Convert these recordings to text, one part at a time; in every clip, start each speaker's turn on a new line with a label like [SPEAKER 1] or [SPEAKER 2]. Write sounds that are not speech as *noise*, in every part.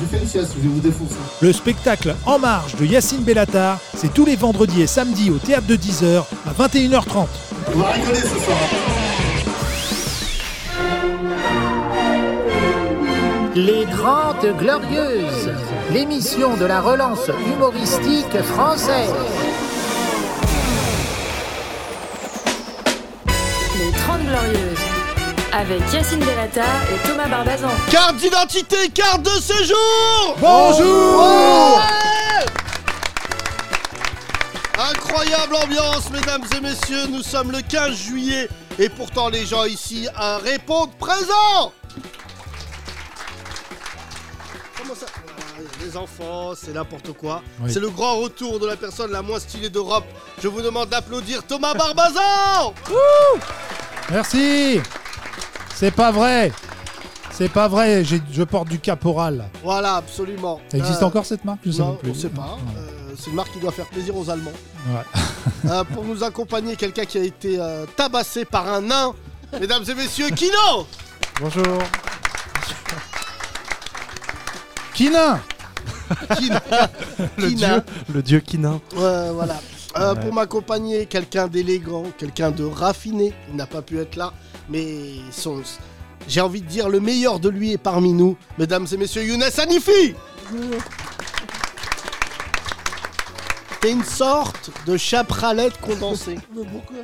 [SPEAKER 1] J'ai fait une sieste, je vais vous défoncer.
[SPEAKER 2] hein.
[SPEAKER 3] Le spectacle En Marche de Yacine Bellatar, c'est tous les vendredis et samedis au théâtre de 10h à 21h30.
[SPEAKER 1] On va rigoler ce soir.
[SPEAKER 4] Les 30 Glorieuses, l'émission de la relance humoristique française.
[SPEAKER 5] Les 30 Glorieuses, avec Yacine Delata et Thomas Barbazan.
[SPEAKER 2] Carte d'identité, carte de séjour
[SPEAKER 3] Bonjour
[SPEAKER 2] Incroyable ambiance, mesdames et messieurs, nous sommes le 15 juillet et pourtant les gens ici hein, répondent présent Comment ça Ah, Les enfants, c'est n'importe quoi.
[SPEAKER 3] Oui.
[SPEAKER 2] C'est le grand retour de la personne la moins stylée d'Europe. Je vous demande d'applaudir Thomas
[SPEAKER 3] *laughs*
[SPEAKER 2] Barbazan
[SPEAKER 3] Merci C'est pas vrai C'est pas vrai, j'ai- je porte du caporal.
[SPEAKER 2] Voilà, absolument.
[SPEAKER 3] Ça existe
[SPEAKER 2] Euh,
[SPEAKER 3] encore cette marque Je sais
[SPEAKER 2] Non,
[SPEAKER 3] plus.
[SPEAKER 2] on sait pas. Euh, c'est une marque qui doit faire plaisir aux Allemands.
[SPEAKER 3] Ouais.
[SPEAKER 2] Euh, pour nous accompagner quelqu'un qui a été euh, tabassé par un nain. Mesdames et messieurs, Kino
[SPEAKER 3] Bonjour Kinin
[SPEAKER 2] Kino Kina.
[SPEAKER 6] *laughs* Le dieu quinin.
[SPEAKER 2] Euh, voilà. Euh,
[SPEAKER 6] Ouais.
[SPEAKER 2] Pour m'accompagner, quelqu'un d'élégant, quelqu'un de raffiné. Il n'a pas pu être là, mais son... j'ai envie de dire le meilleur de lui est parmi nous. Mesdames et messieurs, Younes Hanifi T'es une sorte de chapralette condensée.
[SPEAKER 1] pourquoi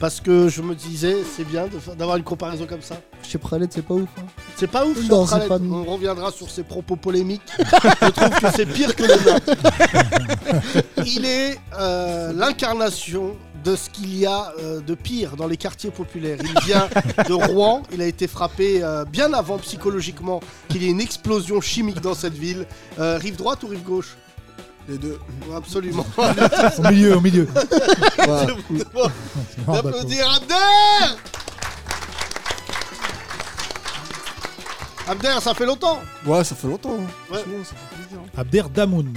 [SPEAKER 2] Parce que je me disais, c'est bien de fa- d'avoir une comparaison comme ça.
[SPEAKER 1] Je suis pralette, c'est pas ouf. hein.
[SPEAKER 2] C'est pas ouf,
[SPEAKER 1] Non,
[SPEAKER 2] Chapralette.
[SPEAKER 1] c'est pas nous.
[SPEAKER 2] On reviendra sur ses propos polémiques. *laughs* Je trouve que c'est pire que le nain.
[SPEAKER 1] *laughs*
[SPEAKER 2] Il est euh, l'incarnation de ce qu'il y a euh, de pire dans les quartiers populaires. Il vient de Rouen, il a été frappé euh, bien avant psychologiquement qu'il y ait une explosion chimique dans cette ville. Euh, rive droite ou rive gauche
[SPEAKER 1] Les deux.
[SPEAKER 2] Absolument.
[SPEAKER 3] Au milieu,
[SPEAKER 2] *laughs*
[SPEAKER 3] au milieu
[SPEAKER 2] D'applaudir Abder Abder, ça fait longtemps
[SPEAKER 1] Ouais, ça fait longtemps. hein.
[SPEAKER 2] Ouais.
[SPEAKER 1] Franchement, ça fait plaisir. hein.
[SPEAKER 3] Abder Damoun.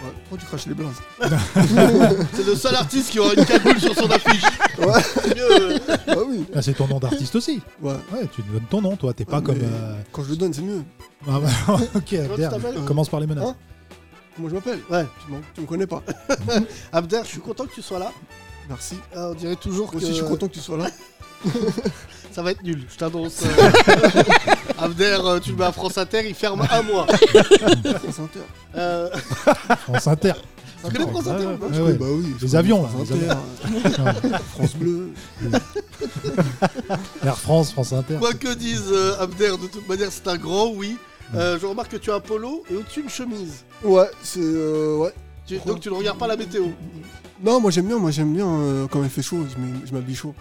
[SPEAKER 1] Ouais. Pourquoi tu craches les blindes
[SPEAKER 2] *laughs* C'est le seul artiste qui aura une cagoule sur son affiche.
[SPEAKER 1] Ouais.
[SPEAKER 2] C'est mieux, euh.
[SPEAKER 1] Ah oui.
[SPEAKER 3] Ah, c'est ton nom d'artiste aussi.
[SPEAKER 1] Ouais.
[SPEAKER 3] Ouais, tu donnes ton nom, toi. T'es pas
[SPEAKER 1] Ouais,
[SPEAKER 3] comme.
[SPEAKER 1] mais
[SPEAKER 3] euh,
[SPEAKER 1] Quand je le donne, c'est mieux.
[SPEAKER 3] ah, bah, *laughs* ok, Abder,
[SPEAKER 2] t'appelles
[SPEAKER 3] commence par les menaces.
[SPEAKER 1] Hein Comment je m'appelle
[SPEAKER 2] Ouais.
[SPEAKER 1] tu, m'en- tu me connais pas.
[SPEAKER 2] *laughs* Abder, je suis content que tu sois là.
[SPEAKER 1] Merci.
[SPEAKER 2] Euh, on dirait toujours
[SPEAKER 1] Moi
[SPEAKER 2] que
[SPEAKER 1] aussi, je suis content que tu sois là.
[SPEAKER 2] *laughs* ça va être nul. Je
[SPEAKER 1] *laughs*
[SPEAKER 2] t'annonce. euh. Abder, euh, tu le mets à France Inter, il ferme un mois.
[SPEAKER 1] *laughs* France Inter. *laughs*
[SPEAKER 2] Euh,
[SPEAKER 3] *laughs* France Inter.
[SPEAKER 2] Tu connais France Inter ou pas
[SPEAKER 3] Ouais,
[SPEAKER 1] Je
[SPEAKER 3] ouais.
[SPEAKER 1] connais- Bah oui. je
[SPEAKER 3] Les
[SPEAKER 1] connais
[SPEAKER 3] avions, là,
[SPEAKER 1] France
[SPEAKER 3] les
[SPEAKER 1] Inter, euh, France Bleu.
[SPEAKER 3] *laughs* Air France, France Inter.
[SPEAKER 2] Quoi que disent euh, Abder, de toute manière, c'est un grand oui. Euh, je remarque que tu as un polo et au-dessus une chemise.
[SPEAKER 1] Mm. Ouais, c'est. euh, ouais.
[SPEAKER 2] Tu- donc tu ne regardes pas la météo.
[SPEAKER 1] Non, moi j'aime bien, moi j'aime bien euh, quand il fait chaud, je m'hab- je m'habille chaud.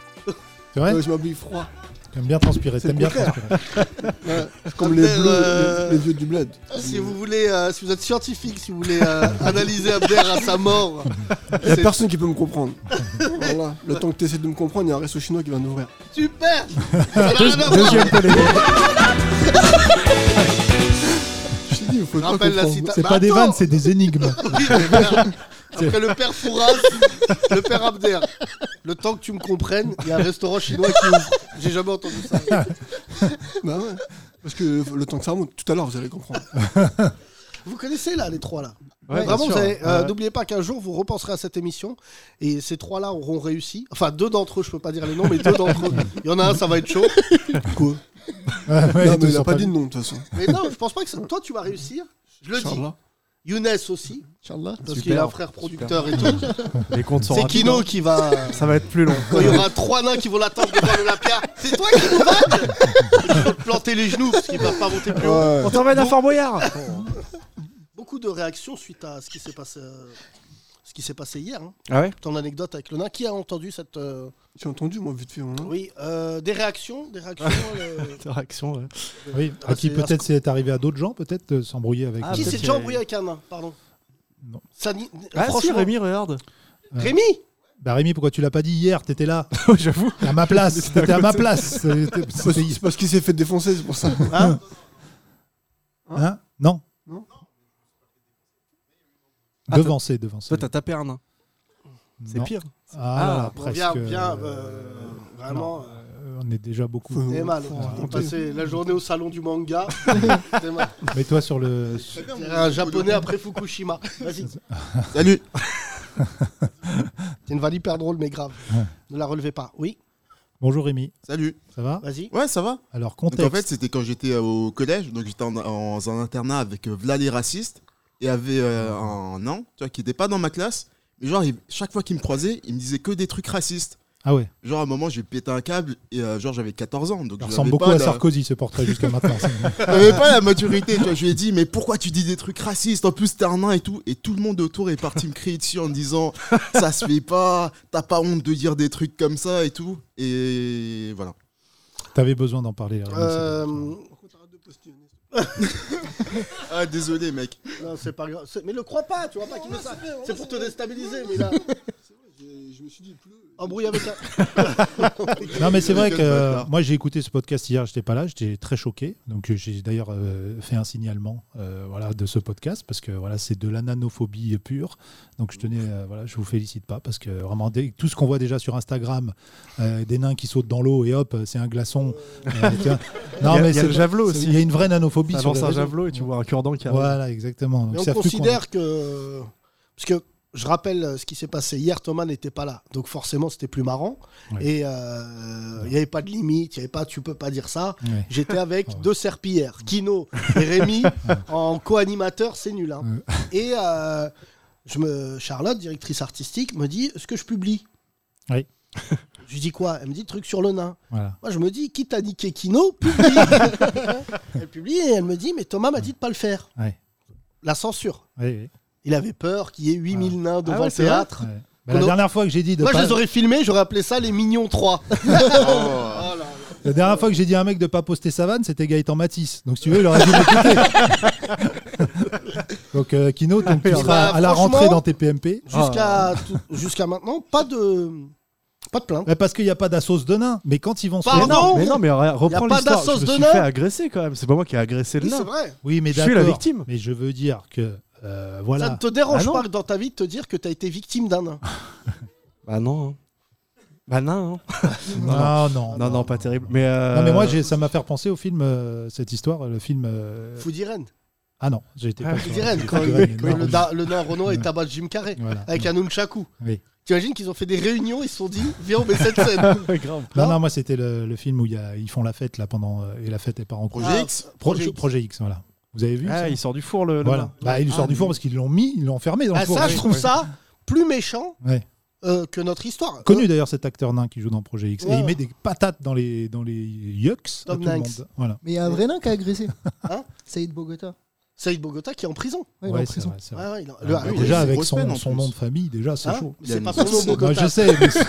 [SPEAKER 3] C'est vrai
[SPEAKER 1] Euh, je m'habille froid.
[SPEAKER 3] T'aimes bien transpirer.
[SPEAKER 1] C'est
[SPEAKER 3] T'aimes bien
[SPEAKER 1] le contraire.
[SPEAKER 3] transpirer.
[SPEAKER 2] *laughs*
[SPEAKER 1] Ouais, comme
[SPEAKER 2] Abdel,
[SPEAKER 1] les bleus,
[SPEAKER 2] euh,
[SPEAKER 1] les, les vieux du bled.
[SPEAKER 2] Si vous voulez, euh, si vous êtes scientifique, si vous voulez euh, analyser Abder à sa mort,
[SPEAKER 1] Il y a
[SPEAKER 2] c'est
[SPEAKER 1] personne qui peut me comprendre. *laughs* voilà. Le temps que tu essaies de me comprendre, il y a un resto chinois qui va nous ouvrir.
[SPEAKER 2] super.
[SPEAKER 1] *laughs*
[SPEAKER 2] Ça n'a
[SPEAKER 3] *laughs* Deux-
[SPEAKER 2] rien à voir.
[SPEAKER 3] deuxième polémique.
[SPEAKER 1] Je t'ai dit, il faut
[SPEAKER 2] Rappelle la
[SPEAKER 1] comprendre.
[SPEAKER 2] cita-
[SPEAKER 3] C'est
[SPEAKER 2] Bah,
[SPEAKER 3] pas des
[SPEAKER 2] attends.
[SPEAKER 3] vannes, c'est des énigmes.
[SPEAKER 2] Oui, le père- Après le père Fouras, le père Abder. Le temps que tu me comprennes, il y a un restaurant chinois qui ouvre. J'ai jamais entendu ça.
[SPEAKER 1] Bah ouais. Parce que le temps que ça remonte, tout à l'heure vous
[SPEAKER 3] *laughs*
[SPEAKER 1] allez comprendre.
[SPEAKER 2] Vous connaissez là les trois là
[SPEAKER 6] Ouais, bien
[SPEAKER 2] Vraiment,
[SPEAKER 6] sûr.
[SPEAKER 2] vous avez- euh,
[SPEAKER 6] Ouais.
[SPEAKER 2] n'oubliez pas qu'un jour vous repenserez à cette émission et ces trois là auront réussi. Enfin, deux d'entre eux, je peux pas dire les noms, mais deux d'entre eux. Il y en a un, ça va être chaud.
[SPEAKER 1] Quoi
[SPEAKER 3] Ouais, ouais,
[SPEAKER 1] Non,
[SPEAKER 3] ils
[SPEAKER 1] mais
[SPEAKER 3] nous
[SPEAKER 1] il a
[SPEAKER 3] ont
[SPEAKER 1] pas
[SPEAKER 3] pas
[SPEAKER 1] dit
[SPEAKER 3] dit.
[SPEAKER 1] de nom de toute façon.
[SPEAKER 2] Mais non, je pense pas que ça- toi tu vas réussir. Je le dis.
[SPEAKER 1] Inch'Allah.
[SPEAKER 2] Younes aussi,
[SPEAKER 1] Inch'Allah.
[SPEAKER 2] parce
[SPEAKER 6] Super.
[SPEAKER 2] qu'il a un frère producteur et tout.
[SPEAKER 6] *laughs* Les comptes sont
[SPEAKER 2] C'est
[SPEAKER 6] rapides,
[SPEAKER 2] Kino
[SPEAKER 6] hein.
[SPEAKER 2] qui va.
[SPEAKER 6] Ça va être plus long.
[SPEAKER 2] Quand il y aura trois nains qui vont l'attendre devant l'Olympia, c'est toi qui nous vannes Je vais te planter les genoux parce qu'ils peuvent pas monter plus haut.
[SPEAKER 1] Ouais.
[SPEAKER 6] On t'emmène à Fort Boyard
[SPEAKER 2] Beaucoup de réactions suite à ce qui s'est passé, euh, ce qui s'est passé hier. hein.
[SPEAKER 6] Ah ouais
[SPEAKER 2] Ton anecdote avec le nain. Qui a entendu cette. euh,
[SPEAKER 1] J'ai entendu moi vite fait. hein.
[SPEAKER 2] Oui, euh, des réactions. Des réactions euh,
[SPEAKER 6] Interaction, ouais.
[SPEAKER 3] Oui,
[SPEAKER 2] Ah,
[SPEAKER 3] à qui
[SPEAKER 2] c'est
[SPEAKER 3] peut-être c'est arrivé à d'autres gens, peut-être de s'embrouiller avec. euh,
[SPEAKER 6] Ah,
[SPEAKER 2] Qui
[SPEAKER 6] peut-être
[SPEAKER 2] s'est
[SPEAKER 6] qu'il y
[SPEAKER 2] déjà
[SPEAKER 6] a-
[SPEAKER 2] embrouillé avec un nain hein, Pardon.
[SPEAKER 3] Non.
[SPEAKER 2] Ça ni-
[SPEAKER 6] Ah si,
[SPEAKER 2] franchement,
[SPEAKER 6] Rémi, regarde.
[SPEAKER 2] Rémi
[SPEAKER 3] Bah Rémi, pourquoi tu l'as pas dit hier T'étais là,
[SPEAKER 6] J'avoue.
[SPEAKER 3] à ma
[SPEAKER 1] *laughs*
[SPEAKER 3] place. T'étais à ma place. C'était-
[SPEAKER 1] C'est parce-
[SPEAKER 3] c'était-
[SPEAKER 1] c'est parce qu'il s'est fait défoncer, c'est pour ça.
[SPEAKER 2] Hein
[SPEAKER 3] Hein Non.
[SPEAKER 1] Non.
[SPEAKER 6] Ah,
[SPEAKER 3] Devancé, devancé.
[SPEAKER 6] Toi, t'as tapé un nain. C'est
[SPEAKER 3] Non.
[SPEAKER 6] pire.
[SPEAKER 3] Ah,
[SPEAKER 6] Ah,
[SPEAKER 3] là,
[SPEAKER 6] bon,
[SPEAKER 2] Bon, Viens,
[SPEAKER 3] presque.
[SPEAKER 2] viens,
[SPEAKER 3] euh,
[SPEAKER 2] euh, vraiment. euh,
[SPEAKER 3] euh, on on est déjà beaucoup.
[SPEAKER 1] Faut-
[SPEAKER 2] C'est mal.
[SPEAKER 3] Faut
[SPEAKER 2] On
[SPEAKER 3] raconter.
[SPEAKER 2] passait la journée au salon du
[SPEAKER 3] *laughs*
[SPEAKER 2] manga. C'est mal.
[SPEAKER 3] Mets-toi sur le. sur-
[SPEAKER 2] C'est un japonais après Fukushima. Vas-y. *laughs*
[SPEAKER 1] Salut
[SPEAKER 2] C'est une vanne hyper drôle mais grave. Ne la relevez pas. Oui,
[SPEAKER 3] Bonjour Rémi,
[SPEAKER 7] Salut.
[SPEAKER 3] ça va Ah,
[SPEAKER 2] vas-y.
[SPEAKER 7] Ouais, ça va.
[SPEAKER 3] Alors,
[SPEAKER 7] Donc
[SPEAKER 3] contexte.
[SPEAKER 7] en fait, c'était quand j'étais euh, au collège, donc j'étais en, en- en internat avec euh, Vlad les racistes et avait
[SPEAKER 3] Ah.
[SPEAKER 7] euh, un an, tu vois, qui n'était pas dans ma classe. Mais genre, il- chaque fois qu'il me croisait, il me disait que des trucs racistes.
[SPEAKER 3] ah ouais,
[SPEAKER 7] Genre, à un moment, j'ai pété un câble et euh, genre, j'avais 14 ans. Donc,
[SPEAKER 3] il
[SPEAKER 7] je
[SPEAKER 3] ressemble
[SPEAKER 7] n'avais
[SPEAKER 3] beaucoup
[SPEAKER 7] pas
[SPEAKER 3] à
[SPEAKER 7] la-
[SPEAKER 3] Sarkozy ce portrait jusqu'à maintenant. C'est-
[SPEAKER 7] j'avais pas la maturité, tu vois. Je lui ai dit, mais pourquoi tu dis des trucs racistes En plus, t'es un nain et tout. Et tout le monde autour est parti me crier dessus en me disant, ça se fait pas, t'as pas honte de dire des trucs comme ça et tout. Et voilà.
[SPEAKER 3] T'avais besoin d'en parler. Rémi, c'est bon.
[SPEAKER 2] Euh,
[SPEAKER 7] Ah, désolé, mec.
[SPEAKER 2] non, c'est pas grave. C'est- Mais le crois pas, tu vois pas qu'il fait ça. C'est pour te déstabiliser, mais là,
[SPEAKER 1] Je me suis dit, il pleut.
[SPEAKER 2] embrouille avec un.
[SPEAKER 3] *laughs* Non, mais c'est vrai que
[SPEAKER 7] Quel
[SPEAKER 3] euh,
[SPEAKER 7] bâtard.
[SPEAKER 3] moi j'ai écouté ce podcast hier, j'étais pas là, j'étais très choqué. Donc euh, j'ai d'ailleurs euh, fait un signalement euh, voilà, de ce podcast parce que voilà, c'est de l'ananophobie pure. Donc je tenais, euh, voilà, je vous félicite pas parce que vraiment dès- tout ce qu'on voit déjà sur Instagram, euh, des nains qui sautent dans l'eau et hop, c'est un glaçon.
[SPEAKER 6] *laughs*
[SPEAKER 3] Euh, tiens.
[SPEAKER 6] Il
[SPEAKER 3] non,
[SPEAKER 6] y a-
[SPEAKER 3] mais
[SPEAKER 6] il y a
[SPEAKER 3] c'est-
[SPEAKER 6] le javelot
[SPEAKER 3] c'est-
[SPEAKER 6] aussi.
[SPEAKER 3] Il y a une vraie nanophobie
[SPEAKER 6] Tu
[SPEAKER 3] sur
[SPEAKER 6] lances
[SPEAKER 3] les
[SPEAKER 6] un
[SPEAKER 3] réseaux.
[SPEAKER 6] javelot et tu vois un cure-dent qui arrive.
[SPEAKER 3] Voilà, exactement. Donc,
[SPEAKER 2] Mais
[SPEAKER 3] ça
[SPEAKER 2] on
[SPEAKER 3] pue qu'on-
[SPEAKER 2] considère que. Parce que je rappelle euh, ce qui s'est passé hier, Thomas n'était pas là. Donc forcément, c'était plus marrant.
[SPEAKER 3] Ouais.
[SPEAKER 2] Et euh, il n'y avait pas de limite, il n'y avait pas tu peux pas dire ça.
[SPEAKER 3] Ouais.
[SPEAKER 2] J'étais avec
[SPEAKER 3] Ah *laughs* ouais.
[SPEAKER 2] deux serpillères, Kino et
[SPEAKER 3] *laughs*
[SPEAKER 2] Rémi, en co-animateur, c'est nul. hein. Et euh, je me, Charlotte, directrice artistique, me dit Est-ce que je publie
[SPEAKER 3] Oui.
[SPEAKER 2] Je dis quoi Elle me dit Truc sur le nain.
[SPEAKER 3] Voilà.
[SPEAKER 2] Moi, je me dis Quitte à niquer Kino, publie
[SPEAKER 3] *laughs*
[SPEAKER 2] Elle publie et elle me dit Mais Thomas m'a dit de pas le faire.
[SPEAKER 3] Ouais.
[SPEAKER 2] La censure.
[SPEAKER 3] Ouais,
[SPEAKER 2] Il avait peur qu'il y ait 8000 nains devant
[SPEAKER 6] ouais,
[SPEAKER 2] le
[SPEAKER 6] c'est vrai
[SPEAKER 2] théâtre.
[SPEAKER 3] Ah. ouais. Bah, la
[SPEAKER 2] Kono-
[SPEAKER 3] dernière fois que j'ai dit de
[SPEAKER 2] Moi, je
[SPEAKER 3] pas-
[SPEAKER 2] les aurais filmés, j'aurais appelé ça les Mignons
[SPEAKER 3] *laughs*
[SPEAKER 2] 3.
[SPEAKER 3] Oh. La dernière fois que j'ai dit à un mec de pas poster sa vanne, c'était Gaëtan Matisse. Donc si tu veux, il aurait
[SPEAKER 6] *laughs*
[SPEAKER 3] dû m'écouter. Donc euh, Kino, donc, tu
[SPEAKER 2] merde.
[SPEAKER 3] seras
[SPEAKER 2] Bah,
[SPEAKER 3] à la
[SPEAKER 2] franchement-
[SPEAKER 3] rentrée dans tes PMP. Ah.
[SPEAKER 2] Jusqu'à tout- jusqu'à maintenant, pas de, pas de plainte.
[SPEAKER 3] Bah, parce qu'il n'y a pas d'assos de nains. Mais quand ils vont se
[SPEAKER 2] Pardon
[SPEAKER 6] Mais non, mais non, mais re-
[SPEAKER 2] Y a
[SPEAKER 6] reprends
[SPEAKER 2] pas
[SPEAKER 6] l'histoire. Je me
[SPEAKER 2] d'assos de
[SPEAKER 6] suis
[SPEAKER 2] nain
[SPEAKER 6] fait agresser quand même. C'est pas moi qui ai agressé le
[SPEAKER 2] Oui, c'est
[SPEAKER 6] nain.
[SPEAKER 2] vrai.
[SPEAKER 3] Oui, mais
[SPEAKER 6] Je suis la
[SPEAKER 3] d'accord.
[SPEAKER 6] victime.
[SPEAKER 3] Mais je veux dire que euh,
[SPEAKER 2] Ça ne
[SPEAKER 3] voilà.
[SPEAKER 2] te dérange
[SPEAKER 6] Ah non.
[SPEAKER 2] pas que dans ta vie de te dire que tu as été victime d'un nain.
[SPEAKER 6] Bah non. hein. Bah non. hein.
[SPEAKER 3] *laughs* Non, non,
[SPEAKER 6] Non, non, pas terrible. Mais euh,
[SPEAKER 3] Non, mais moi j'ai- ça m'a fait penser au film euh, cette histoire, le film. euh,
[SPEAKER 2] Food Irene.
[SPEAKER 3] Ah non, j'ai été.
[SPEAKER 6] Ah,
[SPEAKER 3] pas
[SPEAKER 6] Food
[SPEAKER 3] sur-
[SPEAKER 2] Irene,
[SPEAKER 3] Food
[SPEAKER 2] quand,
[SPEAKER 3] Irene,
[SPEAKER 2] quand
[SPEAKER 3] non,
[SPEAKER 2] le,
[SPEAKER 3] je-
[SPEAKER 2] da- le nain Renault et tabac Jim Carrey.
[SPEAKER 3] voilà.
[SPEAKER 2] Avec un nunchaku.
[SPEAKER 3] Oui.
[SPEAKER 2] T'imagines qu'ils ont fait des réunions, ils se sont dit, viens, on met cette
[SPEAKER 3] *laughs*
[SPEAKER 2] scène.
[SPEAKER 6] grave.
[SPEAKER 3] Bah, Non, non, moi c'était le, le film où il y a- ils font la fête là pendant euh, et la fête est pas en
[SPEAKER 7] Projet
[SPEAKER 2] Ah,
[SPEAKER 7] X
[SPEAKER 3] Pro-
[SPEAKER 2] Projet X.
[SPEAKER 3] Projet X, voilà. Vous avez vu
[SPEAKER 6] Ah,
[SPEAKER 3] ça
[SPEAKER 6] il sort du four le. Ah, le
[SPEAKER 3] Voilà.
[SPEAKER 6] nain.
[SPEAKER 3] Bah, il sort du four parce qu'ils l'ont mis, ils l'ont enfermé dans le
[SPEAKER 2] Ah,
[SPEAKER 3] four.
[SPEAKER 2] ça, je trouve ça plus méchant
[SPEAKER 3] Ouais.
[SPEAKER 2] euh, que notre histoire.
[SPEAKER 3] Connu d'ailleurs cet acteur nain qui joue dans Projet X. Et
[SPEAKER 2] Ouais.
[SPEAKER 3] il met des patates dans les, dans les yucks à
[SPEAKER 2] Tom
[SPEAKER 3] tout le
[SPEAKER 2] Hanks.
[SPEAKER 3] monde. Voilà.
[SPEAKER 8] Mais il y a un vrai nain qui a agressé.
[SPEAKER 2] Hein
[SPEAKER 8] Saïd Bogota.
[SPEAKER 2] Saïd Bogota qui est en prison.
[SPEAKER 8] Ouais, il est
[SPEAKER 3] Ouais,
[SPEAKER 8] en
[SPEAKER 3] c'est
[SPEAKER 8] prison.
[SPEAKER 3] vrai, c'est vrai.
[SPEAKER 2] Ouais, ouais, il a-
[SPEAKER 3] Ah,
[SPEAKER 2] le-
[SPEAKER 3] bah,
[SPEAKER 2] ah oui,
[SPEAKER 3] déjà
[SPEAKER 7] c'est
[SPEAKER 3] avec
[SPEAKER 7] grosse
[SPEAKER 3] son,
[SPEAKER 7] peine, en
[SPEAKER 3] son
[SPEAKER 7] plus.
[SPEAKER 3] nom de famille, déjà c'est
[SPEAKER 2] hein,
[SPEAKER 3] chaud.
[SPEAKER 2] mais
[SPEAKER 7] Il y a
[SPEAKER 2] C'est
[SPEAKER 7] une
[SPEAKER 2] pas son nom
[SPEAKER 7] grosse-
[SPEAKER 3] Non,
[SPEAKER 2] Bogota.
[SPEAKER 3] je sais. mais c'est-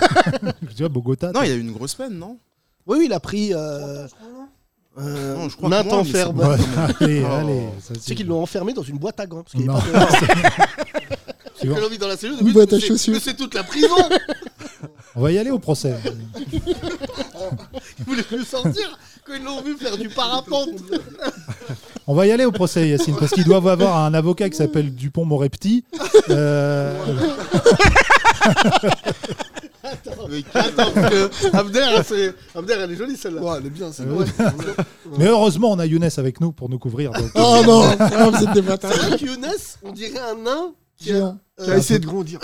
[SPEAKER 3] je dis, ah, Bogota.
[SPEAKER 7] Non, il y a eu une grosse peine, non
[SPEAKER 2] Oui, oui, il a pris. Euh, euh,
[SPEAKER 7] Non, je crois que
[SPEAKER 2] Nathan
[SPEAKER 7] moi, mais c'est-
[SPEAKER 3] *laughs*
[SPEAKER 2] Ferbe.
[SPEAKER 3] Ouais, allez,
[SPEAKER 7] Oh.
[SPEAKER 3] allez. ça,
[SPEAKER 2] Tu sais qu'ils l'ont enfermé dans une boîte à gants. Parce qu'il y
[SPEAKER 3] Non.
[SPEAKER 2] avait pas de-
[SPEAKER 3] *laughs* Tu vois,
[SPEAKER 2] l'ont mis dans la cellule.
[SPEAKER 8] Une
[SPEAKER 2] mais
[SPEAKER 8] boîte à
[SPEAKER 2] c'est-
[SPEAKER 8] chaussures.
[SPEAKER 2] mais c'est toute la prison.
[SPEAKER 3] On va y aller au procès.
[SPEAKER 2] Ils voulaient plus sortir. Quand ils l'ont vu faire du parapente.
[SPEAKER 3] On va y aller au procès, Yacine, parce qu'ils doivent avoir un avocat qui s'appelle Dupont-Morepti. Euh,
[SPEAKER 7] Avec-
[SPEAKER 2] Attends, parce que Abder, c'est- Abder, elle est jolie celle-là.
[SPEAKER 1] Ouais, elle est bien, c'est
[SPEAKER 3] Ouais. mais heureusement, on a Younes avec nous pour nous couvrir. donc, euh,
[SPEAKER 8] Oh non, ah, vous êtes des bâtards.
[SPEAKER 2] C'est vrai que Younes, on dirait un nain. qui a-
[SPEAKER 8] Géant.
[SPEAKER 1] Il a essayé
[SPEAKER 8] *laughs*
[SPEAKER 1] de grondir.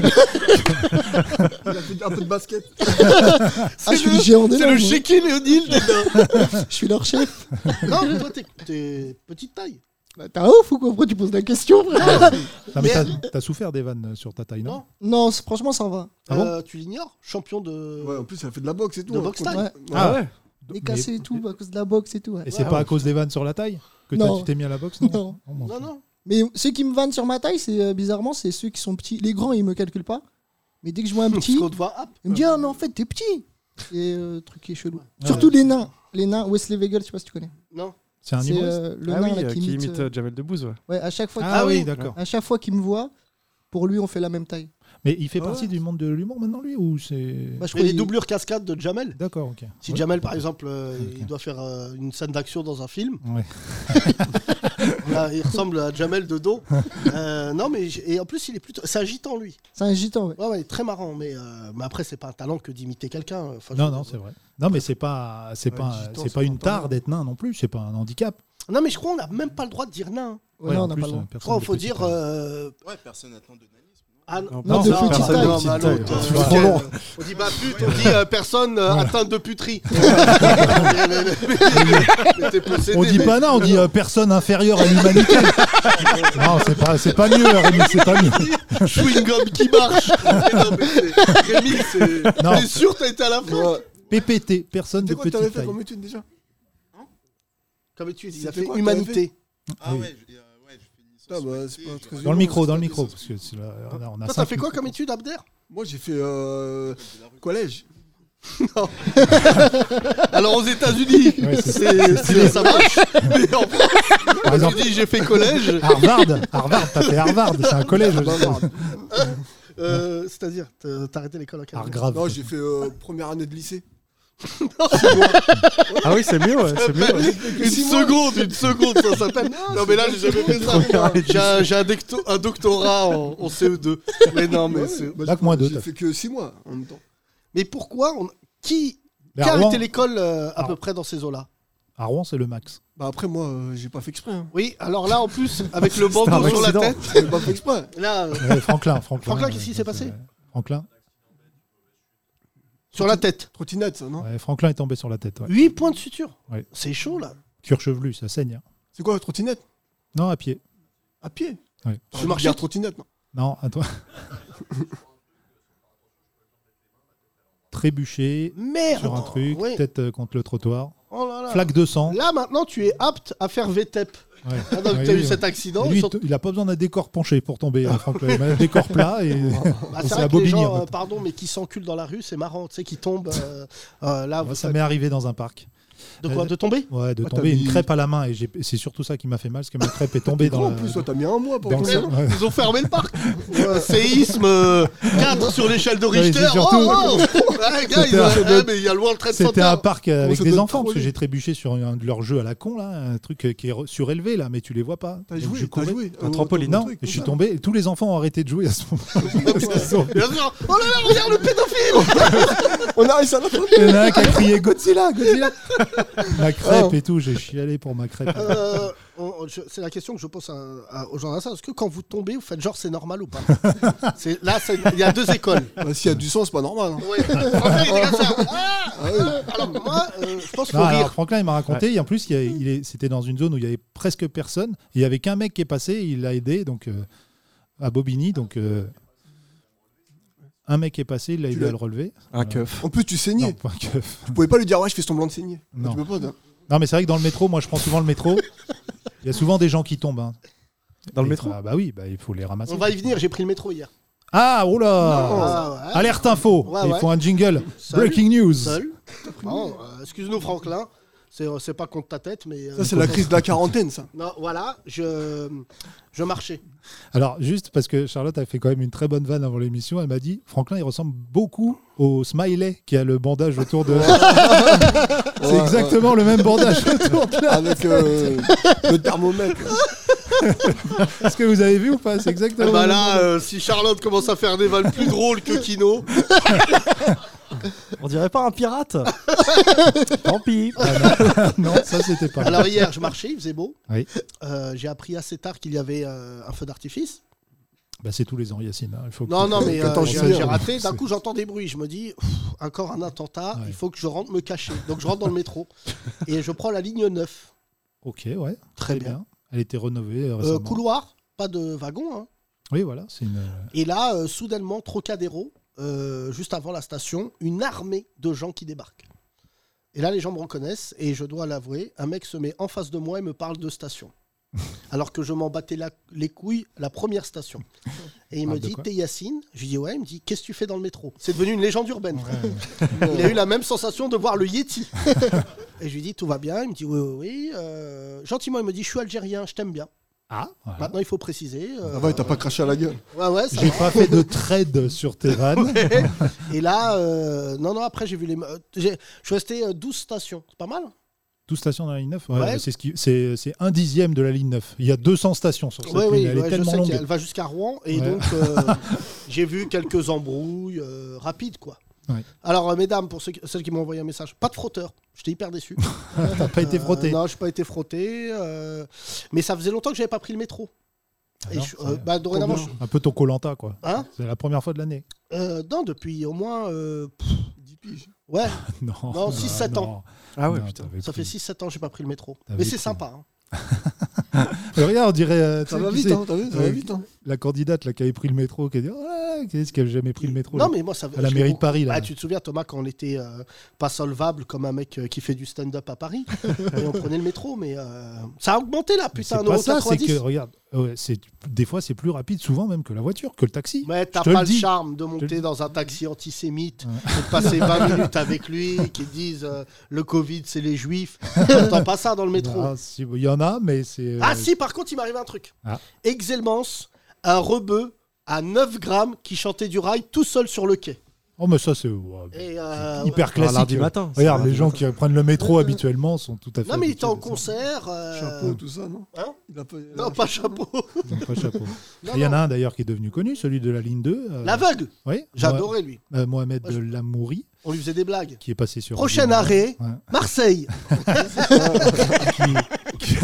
[SPEAKER 2] *laughs*
[SPEAKER 1] Il a fait un peu de basket.
[SPEAKER 8] Ah, je suis le géant des
[SPEAKER 2] C'est
[SPEAKER 8] nains.
[SPEAKER 2] le
[SPEAKER 8] moi.
[SPEAKER 2] Shaquille O'Neal des nains.
[SPEAKER 8] *laughs* Je suis leur chef.
[SPEAKER 2] Non, toi, t'es- t'es petite taille.
[SPEAKER 8] Bah, T'as ouf ou quoi Pourquoi tu poses la question frère
[SPEAKER 3] non, mais t'as t'as souffert des vannes sur ta taille, non
[SPEAKER 2] Non.
[SPEAKER 8] Non, c'est- franchement, ça va.
[SPEAKER 3] Ah bon
[SPEAKER 2] Euh, Tu l'ignores Champion de.
[SPEAKER 1] Ouais, en plus, il a fait de la boxe et tout.
[SPEAKER 2] De
[SPEAKER 1] hein.
[SPEAKER 2] boxe
[SPEAKER 8] Ouais.
[SPEAKER 2] taille.
[SPEAKER 3] Ah
[SPEAKER 6] ouais.
[SPEAKER 8] Les
[SPEAKER 3] Mais-
[SPEAKER 8] cassés et tout, à cause de la boxe et tout. ouais.
[SPEAKER 3] Et c'est pas à cause des vannes sur la taille que t'as-
[SPEAKER 8] Non.
[SPEAKER 3] tu t'es mis à la boxe
[SPEAKER 8] Non.
[SPEAKER 3] mon
[SPEAKER 2] Non,
[SPEAKER 3] Dieu.
[SPEAKER 2] non.
[SPEAKER 8] Mais ceux qui me vannent sur ma taille, c'est euh, bizarrement, c'est ceux qui sont petits. Les grands, ils me calculent pas. Mais dès que je vois un
[SPEAKER 2] Parce
[SPEAKER 8] petit,
[SPEAKER 2] qu'on te voit, hop.
[SPEAKER 8] ils me disent Ah, mais en fait, t'es petit. C'est euh, truc qui est chelou. Surtout les nains. Les nains, Wesley Weigel, je sais pas si tu connais.
[SPEAKER 2] Non.
[SPEAKER 3] C'est un
[SPEAKER 8] C'est
[SPEAKER 3] humoriste
[SPEAKER 8] euh, le
[SPEAKER 6] Ah
[SPEAKER 8] nain
[SPEAKER 6] oui,
[SPEAKER 8] là,
[SPEAKER 6] euh,
[SPEAKER 8] qui,
[SPEAKER 6] qui
[SPEAKER 8] imite.
[SPEAKER 6] imite
[SPEAKER 8] euh,
[SPEAKER 6] euh, Javel Debbouze. ouais.
[SPEAKER 8] Ouais, à chaque fois
[SPEAKER 3] Ah,
[SPEAKER 2] Ah
[SPEAKER 3] oui,
[SPEAKER 2] oui.
[SPEAKER 3] d'accord.
[SPEAKER 8] qu'il à chaque fois qu'il me voit, pour lui, on fait la même taille.
[SPEAKER 3] Mais il fait partie du monde de l'humour maintenant, lui Ou c'est.
[SPEAKER 8] Bah, je
[SPEAKER 2] Et les
[SPEAKER 8] il-
[SPEAKER 2] doublures cascades de Jamel.
[SPEAKER 3] D'accord, ok.
[SPEAKER 2] Si
[SPEAKER 3] Ouais.
[SPEAKER 8] Bah,
[SPEAKER 2] Jamel, par exemple, euh, il doit faire euh, une scène d'action dans un film,
[SPEAKER 3] Ouais.
[SPEAKER 2] Là, il ressemble à Jamel de dos. Euh, non, mais j- et en plus, il est plutôt. C'est un gitan, lui.
[SPEAKER 8] C'est un gitan, ouais.
[SPEAKER 2] Ouais, ouais, très marrant. Mais, euh, mais après, c'est pas un talent que d'imiter quelqu'un. Enfin, je-
[SPEAKER 3] Non, non, c'est vrai. Non, mais c'est pas, c'est
[SPEAKER 2] Ouais,
[SPEAKER 3] pas,
[SPEAKER 2] gitan,
[SPEAKER 3] c'est
[SPEAKER 2] c'est
[SPEAKER 3] pas
[SPEAKER 2] pas
[SPEAKER 3] une
[SPEAKER 2] entendant.
[SPEAKER 3] tare d'être nain non plus. C'est pas un handicap.
[SPEAKER 2] Non, mais je crois qu'on n'a même pas le droit de dire nain.
[SPEAKER 8] Ouais,
[SPEAKER 3] Ouais,
[SPEAKER 8] non,
[SPEAKER 3] en
[SPEAKER 8] on n'a
[SPEAKER 3] plus,
[SPEAKER 8] pas le droit.
[SPEAKER 3] personne
[SPEAKER 2] Je crois qu'il
[SPEAKER 3] de
[SPEAKER 2] faut
[SPEAKER 3] petite
[SPEAKER 2] dire.
[SPEAKER 3] taille.
[SPEAKER 2] euh,
[SPEAKER 7] Ouais, personne n'attend de nanisme.
[SPEAKER 2] ah,
[SPEAKER 8] Non, de petite
[SPEAKER 3] personne
[SPEAKER 8] taille.
[SPEAKER 3] de
[SPEAKER 2] Non, mais à l'autre,
[SPEAKER 3] petite taille.
[SPEAKER 2] euh,
[SPEAKER 3] C'est
[SPEAKER 2] ok,
[SPEAKER 3] trop long.
[SPEAKER 2] euh, On
[SPEAKER 3] *laughs*
[SPEAKER 2] dit bah pute, on *laughs* dit euh, personne euh, atteinte de *laughs* puterie. Mais t'es possédé,
[SPEAKER 3] On dit
[SPEAKER 2] mais- *laughs*
[SPEAKER 3] pas nain, on dit euh, personne inférieure à l'humanité. non, c'est pas, c'est pas mieux, Rémi, c'est pas
[SPEAKER 2] *laughs*
[SPEAKER 3] mieux.
[SPEAKER 2] Chewing gum qui
[SPEAKER 3] *laughs*
[SPEAKER 2] marche. non, mais c'est- Rémi, c'est.
[SPEAKER 3] Non.
[SPEAKER 2] T'es sûr t'as été à la fin
[SPEAKER 3] PPT, personne de
[SPEAKER 1] C'était quoi que t'avais
[SPEAKER 3] petite
[SPEAKER 1] fait
[SPEAKER 3] taille.
[SPEAKER 1] comme étude déjà
[SPEAKER 2] Comme tu dis, il
[SPEAKER 1] Ça
[SPEAKER 2] a
[SPEAKER 1] fait
[SPEAKER 2] fait
[SPEAKER 1] quoi que t'avais
[SPEAKER 2] humanité.
[SPEAKER 7] Ah
[SPEAKER 3] Oui.
[SPEAKER 7] ouais, je- euh, ouais, je fais une licence
[SPEAKER 1] Ah bah, c'est
[SPEAKER 7] humanité,
[SPEAKER 1] pas
[SPEAKER 7] j'ai
[SPEAKER 1] très
[SPEAKER 7] un-
[SPEAKER 3] Dans le micro,
[SPEAKER 1] Humanité,
[SPEAKER 3] dans le
[SPEAKER 1] c'est
[SPEAKER 3] micro.
[SPEAKER 1] ça.
[SPEAKER 3] Parce que c'est là, on a, on a
[SPEAKER 2] Ah, Toi, t'as
[SPEAKER 3] cinq
[SPEAKER 2] fait quoi
[SPEAKER 3] minutes.
[SPEAKER 2] comme étude, Abder
[SPEAKER 1] Moi j'ai fait euh, collège. *laughs*
[SPEAKER 2] *laughs* Alors aux États-Unis,
[SPEAKER 3] Ouais, c'est
[SPEAKER 2] c'est- c'est- ça
[SPEAKER 3] *laughs*
[SPEAKER 2] marche. Mais en France,
[SPEAKER 3] Par
[SPEAKER 2] quand
[SPEAKER 3] exemple,
[SPEAKER 2] tu dis j'ai fait collège.
[SPEAKER 3] Harvard, Harvard, t'as fait Harvard, c'est un collège.
[SPEAKER 2] *laughs* euh, C'est-à-dire, t'as t'as arrêté l'école à quel
[SPEAKER 3] Harvard.
[SPEAKER 2] moment
[SPEAKER 3] grave.
[SPEAKER 1] Non, j'ai fait euh, première année de lycée.
[SPEAKER 6] Ah oui, c'est mieux, ouais, c'est mieux. ouais.
[SPEAKER 2] *laughs* Une seconde, une seconde, ça s'appelle. Non, mais là, j'ai jamais fait ça. J'ai un, j'ai un decto- un doctorat en, en CE2. Mais non, mais c'est.
[SPEAKER 1] Bah,
[SPEAKER 3] Bac moins deux,
[SPEAKER 1] J'ai
[SPEAKER 3] t'as
[SPEAKER 1] fait que 6 mois en même temps.
[SPEAKER 2] Mais pourquoi on... Qui,
[SPEAKER 3] Mais
[SPEAKER 2] qui a
[SPEAKER 3] à Rouen,
[SPEAKER 2] arrêté l'école euh, à
[SPEAKER 3] Ah.
[SPEAKER 2] peu près dans ces eaux-là
[SPEAKER 3] à Rouen, c'est le max.
[SPEAKER 1] Bah après moi euh, j'ai pas fait exprès. Hein.
[SPEAKER 2] Oui, alors là, en plus, avec *laughs* le
[SPEAKER 6] un
[SPEAKER 2] bandeau sur la
[SPEAKER 6] accident.
[SPEAKER 2] tête,
[SPEAKER 1] J'ai pas fait exprès.
[SPEAKER 2] *laughs* là, euh,
[SPEAKER 3] Ouais, Franklin, Franklin.
[SPEAKER 2] Franklin, qu'est-ce qui
[SPEAKER 3] euh,
[SPEAKER 2] s'est passé
[SPEAKER 3] euh, Franklin,
[SPEAKER 2] sur la tête,
[SPEAKER 1] Trottinette ça non
[SPEAKER 3] ouais, Franklin est tombé sur la tête. Ouais.
[SPEAKER 2] 8 points de suture.
[SPEAKER 3] Ouais.
[SPEAKER 2] C'est chaud, là.
[SPEAKER 3] Cuir chevelu, ça saigne. hein.
[SPEAKER 1] C'est quoi trottinette
[SPEAKER 3] Non, à pied.
[SPEAKER 1] À pied
[SPEAKER 3] Ouais.
[SPEAKER 1] Tu marches à trottinette non
[SPEAKER 3] Non, à toi. Trébuché
[SPEAKER 2] Merde.
[SPEAKER 3] sur un truc,
[SPEAKER 2] Ouais.
[SPEAKER 3] tête euh, contre le trottoir.
[SPEAKER 2] Oh là là.
[SPEAKER 3] Flaque de sang.
[SPEAKER 2] Là, maintenant, tu es apte à faire VTEP.
[SPEAKER 3] Ouais.
[SPEAKER 1] Ah,
[SPEAKER 2] Maintenant que
[SPEAKER 3] Ouais,
[SPEAKER 2] tu as
[SPEAKER 3] oui,
[SPEAKER 2] eu
[SPEAKER 3] ouais.
[SPEAKER 2] cet accident,
[SPEAKER 3] Et lui,
[SPEAKER 2] surtout-
[SPEAKER 3] il n'a pas besoin d'un décor penché pour tomber, euh, Franklin. Il a un décor plat
[SPEAKER 1] Ah,
[SPEAKER 3] et
[SPEAKER 2] *laughs*
[SPEAKER 3] *laughs*
[SPEAKER 2] Bah,
[SPEAKER 3] et
[SPEAKER 2] c'est
[SPEAKER 3] c'est
[SPEAKER 2] vrai
[SPEAKER 3] à
[SPEAKER 2] que les
[SPEAKER 3] Bobigny. en
[SPEAKER 2] gens, euh,
[SPEAKER 3] fait.
[SPEAKER 2] pardon, mais qui s'enculent dans la rue, c'est marrant, tu sais, qui tombent.
[SPEAKER 3] *laughs*
[SPEAKER 2] euh, euh, là,
[SPEAKER 3] Moi,
[SPEAKER 2] vous
[SPEAKER 3] ça
[SPEAKER 2] savez-
[SPEAKER 3] m'est arrivé dans un parc. Euh,
[SPEAKER 2] de quoi De
[SPEAKER 3] *laughs*
[SPEAKER 2] tomber
[SPEAKER 3] Ouais, de
[SPEAKER 1] Ah,
[SPEAKER 3] tomber
[SPEAKER 1] t'as
[SPEAKER 3] une
[SPEAKER 1] mis-
[SPEAKER 3] crêpe à la main. Et j'ai- c'est surtout ça qui m'a fait mal, parce que ma crêpe est tombée dans
[SPEAKER 1] Quoi,
[SPEAKER 3] la-
[SPEAKER 1] en plus toi t'as mis un mois pour
[SPEAKER 3] dans le
[SPEAKER 1] tomber,
[SPEAKER 3] sol.
[SPEAKER 1] hein.
[SPEAKER 3] Ouais.
[SPEAKER 2] Ils ont fermé le parc. Ouais, Séisme euh, 4 sur l'échelle de
[SPEAKER 3] mais c'est
[SPEAKER 2] Richter.
[SPEAKER 3] surtout-
[SPEAKER 1] *laughs*
[SPEAKER 2] Oh, oh Ouais, les gars, ils
[SPEAKER 3] C'était
[SPEAKER 2] ont-
[SPEAKER 3] un-
[SPEAKER 2] eh, mais il y a le World Trade Center.
[SPEAKER 3] C'était un parc euh,
[SPEAKER 1] On
[SPEAKER 3] avec
[SPEAKER 1] se
[SPEAKER 3] des
[SPEAKER 1] donne
[SPEAKER 3] enfants,
[SPEAKER 1] trop
[SPEAKER 3] parce que
[SPEAKER 1] lui.
[SPEAKER 3] j'ai trébuché sur un de leurs jeux à la con, là, un truc euh, qui est re- surélevé, là, mais tu les vois pas.
[SPEAKER 1] T'as
[SPEAKER 3] Donc,
[SPEAKER 1] joué,
[SPEAKER 3] je
[SPEAKER 1] t'as
[SPEAKER 3] courais.
[SPEAKER 1] joué. euh,
[SPEAKER 6] Un trampoline,
[SPEAKER 3] Non,
[SPEAKER 1] truc,
[SPEAKER 3] je suis
[SPEAKER 1] ça.
[SPEAKER 3] tombé et tous les enfants ont arrêté de jouer à ce
[SPEAKER 1] *laughs*
[SPEAKER 3] moment-là. Parce qu'ils sont-
[SPEAKER 2] Bien sûr. Oh là là, regarde le pédophile
[SPEAKER 1] On arrive ça la fin.
[SPEAKER 3] Il y en a un qui a crié Godzilla, Godzilla
[SPEAKER 6] *laughs*
[SPEAKER 3] Ma
[SPEAKER 1] Ah.
[SPEAKER 3] crêpe et tout, j'ai chialé pour ma crêpe.
[SPEAKER 2] Euh, on- on- je- C'est la question que je pose à- à- aux gens à ça. Est-ce que quand vous tombez, vous faites genre c'est normal
[SPEAKER 3] *laughs*
[SPEAKER 2] ou pas C'est- Là, c'est- il y a deux écoles.
[SPEAKER 1] Bah, s'il y a du sang c'est pas normal. hein.
[SPEAKER 2] Ouais. En
[SPEAKER 1] *laughs*
[SPEAKER 2] fait, il est comme ça. Ah, ah. Alors moi, euh, je pense qu'il
[SPEAKER 3] Non,
[SPEAKER 2] faut
[SPEAKER 3] alors
[SPEAKER 2] rire.
[SPEAKER 3] Franklin il m'a raconté, et en plus il y a- il est- c'était dans une zone où il y avait presque personne, il y avait qu'un mec qui est passé, il l'a aidé donc euh, à Bobigny, donc euh, un mec est passé, il l'a aidé
[SPEAKER 1] l'as-
[SPEAKER 3] à le relever.
[SPEAKER 6] Un keuf.
[SPEAKER 1] En plus tu saignais.
[SPEAKER 3] Non, pas un keuf.
[SPEAKER 1] Tu pouvais pas lui dire ouais je fais semblant de saigner.
[SPEAKER 3] Non.
[SPEAKER 1] Tu hein. peux pas. toi.
[SPEAKER 3] Non, mais c'est vrai que dans le métro, moi je prends souvent le métro. Il y a souvent des gens qui tombent. hein.
[SPEAKER 6] Dans le
[SPEAKER 3] Et,
[SPEAKER 6] métro
[SPEAKER 3] ah, Bah oui, bah, il faut les ramasser.
[SPEAKER 2] On va y venir, j'ai pris le métro hier.
[SPEAKER 3] Ah, oh là
[SPEAKER 2] Ah, ouais.
[SPEAKER 3] Alerte info
[SPEAKER 2] Ouais,
[SPEAKER 3] Il
[SPEAKER 2] ouais.
[SPEAKER 3] faut un jingle.
[SPEAKER 2] Seul.
[SPEAKER 3] Breaking news
[SPEAKER 2] Seul. Bon, euh, excuse-nous, Franklin. C'est, euh, c'est pas contre ta tête, mais. euh,
[SPEAKER 1] Ça c'est la crise de la quarantaine ça.
[SPEAKER 2] Non, voilà, je, je marchais.
[SPEAKER 3] Alors, juste parce que Charlotte a fait quand même une très bonne vanne avant l'émission, elle m'a dit Franklin, il ressemble beaucoup au smiley qui a le bandage autour de. *laughs* c'est
[SPEAKER 1] Ouais,
[SPEAKER 3] exactement le
[SPEAKER 2] *laughs*
[SPEAKER 3] même bandage autour de la.
[SPEAKER 1] Avec euh, le thermomètre.
[SPEAKER 3] Est-ce que vous avez vu ou pas C'est exactement.
[SPEAKER 2] bah
[SPEAKER 3] le
[SPEAKER 2] là, euh, si Charlotte commence à faire des vannes plus drôles que
[SPEAKER 3] *laughs*
[SPEAKER 2] Kino,
[SPEAKER 6] On dirait pas un pirate *laughs* Tant pis
[SPEAKER 3] même. *laughs* Non, ça c'était pas.
[SPEAKER 2] alors hier je marchais, il faisait beau.
[SPEAKER 3] Oui.
[SPEAKER 2] Euh, j'ai appris assez tard qu'il y avait euh, un feu d'artifice.
[SPEAKER 3] Bah, c'est tous les ans, Yacine. hein, il faut que-
[SPEAKER 2] Non, non, mais euh,
[SPEAKER 3] Attends,
[SPEAKER 2] j'ai,
[SPEAKER 3] c'est-
[SPEAKER 2] j'ai raté. D'un
[SPEAKER 3] c'est-
[SPEAKER 2] coup, j'entends des bruits. Je me dis, Pff, encore un attentat,
[SPEAKER 3] Ouais.
[SPEAKER 2] il faut que je rentre me cacher. Donc je rentre dans le métro et je prends la ligne 9.
[SPEAKER 3] Ok, ouais.
[SPEAKER 2] Très
[SPEAKER 3] Très
[SPEAKER 2] bien.
[SPEAKER 3] bien. Elle était rénovée euh,
[SPEAKER 2] Euh,
[SPEAKER 3] récemment.
[SPEAKER 2] couloir, pas de wagon. hein.
[SPEAKER 3] Oui, voilà. C'est une.
[SPEAKER 2] Et là, euh, soudainement, Trocadéro, euh, juste avant la station, une armée de gens qui débarquent. Et là, les gens me reconnaissent, et je dois l'avouer, un mec se met en face de moi et me parle de
[SPEAKER 3] *laughs*
[SPEAKER 2] station. Alors que je m'en battais la- les couilles la première station. Et il me
[SPEAKER 3] Parle de
[SPEAKER 2] dit,
[SPEAKER 3] quoi
[SPEAKER 2] t'es Yacine Je lui dis, ouais, il me dit, qu'est-ce que tu fais dans le métro C'est devenu une légende urbaine. frère. *laughs* il a eu la même sensation de voir le Yeti. et je lui dis, tout va bien Il me dit, oui, oui, oui. Euh, gentiment, il me dit, je suis algérien, je t'aime bien.
[SPEAKER 3] Ah. voilà.
[SPEAKER 2] Maintenant, il faut préciser. euh,
[SPEAKER 1] Ah ouais t'as pas craché à la gueule.
[SPEAKER 2] ouais, ouais, ça
[SPEAKER 3] J'ai pas
[SPEAKER 2] *laughs*
[SPEAKER 3] fait de trade sur tes vannes.
[SPEAKER 2] Et là, euh, non, non, après j'ai vu les. euh, j'ai- Je suis resté euh, 12 stations. C'est pas mal
[SPEAKER 3] 12 stations dans la ligne 9
[SPEAKER 2] Ouais.
[SPEAKER 3] C'est ce qui- c'est- c'est un dixième de la ligne 9. Il y a 200 stations sur cette
[SPEAKER 2] Oui,
[SPEAKER 3] ligne.
[SPEAKER 2] oui,
[SPEAKER 3] Elle
[SPEAKER 2] ouais,
[SPEAKER 3] est
[SPEAKER 2] je
[SPEAKER 3] tellement
[SPEAKER 2] sais
[SPEAKER 3] longue.
[SPEAKER 2] qu'elle va jusqu'à Rouen et
[SPEAKER 3] Ouais.
[SPEAKER 2] donc
[SPEAKER 3] *laughs*
[SPEAKER 2] euh, j'ai vu quelques embrouilles euh, rapides quoi.
[SPEAKER 3] Ouais.
[SPEAKER 2] Alors euh, mesdames, pour ceux qui- celles qui m'ont envoyé un message, pas de frotteur, j'étais hyper déçu.
[SPEAKER 3] *laughs* T'as pas été
[SPEAKER 2] Euh,
[SPEAKER 3] frotté.
[SPEAKER 2] Non, je n'ai pas été frotté, euh, mais ça faisait longtemps que j'avais pas pris le métro. Et
[SPEAKER 3] Alors,
[SPEAKER 2] je-
[SPEAKER 3] c'est
[SPEAKER 2] euh, bah, dorénavant, je-
[SPEAKER 3] Un peu ton Colanta, quoi.
[SPEAKER 2] Hein
[SPEAKER 3] C'est la première fois de l'année.
[SPEAKER 2] euh, non, depuis au moins euh, pff,
[SPEAKER 7] 10 piges.
[SPEAKER 2] ouais,
[SPEAKER 3] *laughs* Non,
[SPEAKER 2] Non, six, sept ans.
[SPEAKER 6] Ah ouais,
[SPEAKER 3] Non,
[SPEAKER 6] putain.
[SPEAKER 3] t'avais
[SPEAKER 2] ça fait
[SPEAKER 3] pris.
[SPEAKER 2] 6-7 ans que j'ai pas pris le métro.
[SPEAKER 3] T'avais
[SPEAKER 2] Mais c'est
[SPEAKER 3] pris.
[SPEAKER 2] sympa. hein.
[SPEAKER 3] *laughs* Euh, regarde, on dirait euh, tu
[SPEAKER 1] Ça
[SPEAKER 3] sais,
[SPEAKER 1] va
[SPEAKER 3] qui
[SPEAKER 1] vite,
[SPEAKER 3] c'est
[SPEAKER 1] hein, t'as vu Ça
[SPEAKER 3] Ouais.
[SPEAKER 1] va vite, hein.
[SPEAKER 3] la candidate là, qui avait pris le métro, qui a dit Oh là là, qu'est-ce qu'elle a jamais pris le métro
[SPEAKER 2] Non
[SPEAKER 3] là
[SPEAKER 2] mais moi ça.
[SPEAKER 3] À la
[SPEAKER 2] je l'ai
[SPEAKER 3] mairie de
[SPEAKER 2] beaucoup-
[SPEAKER 3] Paris, là.
[SPEAKER 2] Ah, tu te souviens Thomas quand on était euh, pas solvable comme un mec euh, qui fait du stand-up à
[SPEAKER 3] *laughs*
[SPEAKER 2] Paris et on prenait le métro mais euh, ça a augmenté là
[SPEAKER 3] Mais
[SPEAKER 2] putain
[SPEAKER 3] c'est pas ça, c'est que
[SPEAKER 2] 1,90€.
[SPEAKER 3] regarde, ouais, c'est des fois c'est plus rapide, souvent même que la voiture, que le taxi.
[SPEAKER 2] Mais Eh, t'as
[SPEAKER 3] Je te le
[SPEAKER 2] pas le
[SPEAKER 3] dis.
[SPEAKER 2] charme de
[SPEAKER 3] Je te
[SPEAKER 2] monter dans un taxi antisémite et de
[SPEAKER 3] *laughs*
[SPEAKER 2] passer 20 minutes avec lui qui disent euh, le Covid c'est les juifs. T'entends pas ça dans le
[SPEAKER 3] *laughs*
[SPEAKER 2] métro.
[SPEAKER 3] Ah, si, il y en a, mais c'est.
[SPEAKER 2] Ah
[SPEAKER 3] euh,
[SPEAKER 2] si, par contre, il m'arrive un truc.
[SPEAKER 3] Ah.
[SPEAKER 2] Exelmans, un rebeu à 9 grammes qui chantait du rail tout seul sur le quai.
[SPEAKER 3] Oh, mais ça c'est ouais,
[SPEAKER 2] Et, euh, ouais.
[SPEAKER 3] hyper
[SPEAKER 6] Un
[SPEAKER 3] classique.
[SPEAKER 6] lundi matin. c'est un
[SPEAKER 3] Regarde, les
[SPEAKER 6] lundi
[SPEAKER 3] gens
[SPEAKER 6] matin.
[SPEAKER 3] qui prennent le métro habituellement sont tout à fait.
[SPEAKER 2] Non, mais il était
[SPEAKER 3] habitués
[SPEAKER 2] en
[SPEAKER 3] de ça.
[SPEAKER 2] concert. euh,
[SPEAKER 1] Chapeau, tout ça, non
[SPEAKER 2] hein
[SPEAKER 1] Il a pas- il a
[SPEAKER 2] Non, pas chapeau.
[SPEAKER 3] Ils ont pas de chapeau.
[SPEAKER 2] *laughs* Non,
[SPEAKER 3] Il y en a
[SPEAKER 2] non.
[SPEAKER 3] un d'ailleurs qui est devenu connu, celui de la ligne 2. euh,
[SPEAKER 2] L'aveugle,
[SPEAKER 3] oui,
[SPEAKER 2] j'adorais lui.
[SPEAKER 3] Moha- euh, Mohamed
[SPEAKER 2] Moi, je-
[SPEAKER 3] Lamouri,
[SPEAKER 2] On lui faisait des blagues.
[SPEAKER 3] qui est passé sur.
[SPEAKER 2] Prochain
[SPEAKER 3] Radio-
[SPEAKER 2] arrêt,
[SPEAKER 3] Ouais.
[SPEAKER 2] Marseille.
[SPEAKER 3] qui, *laughs* qui-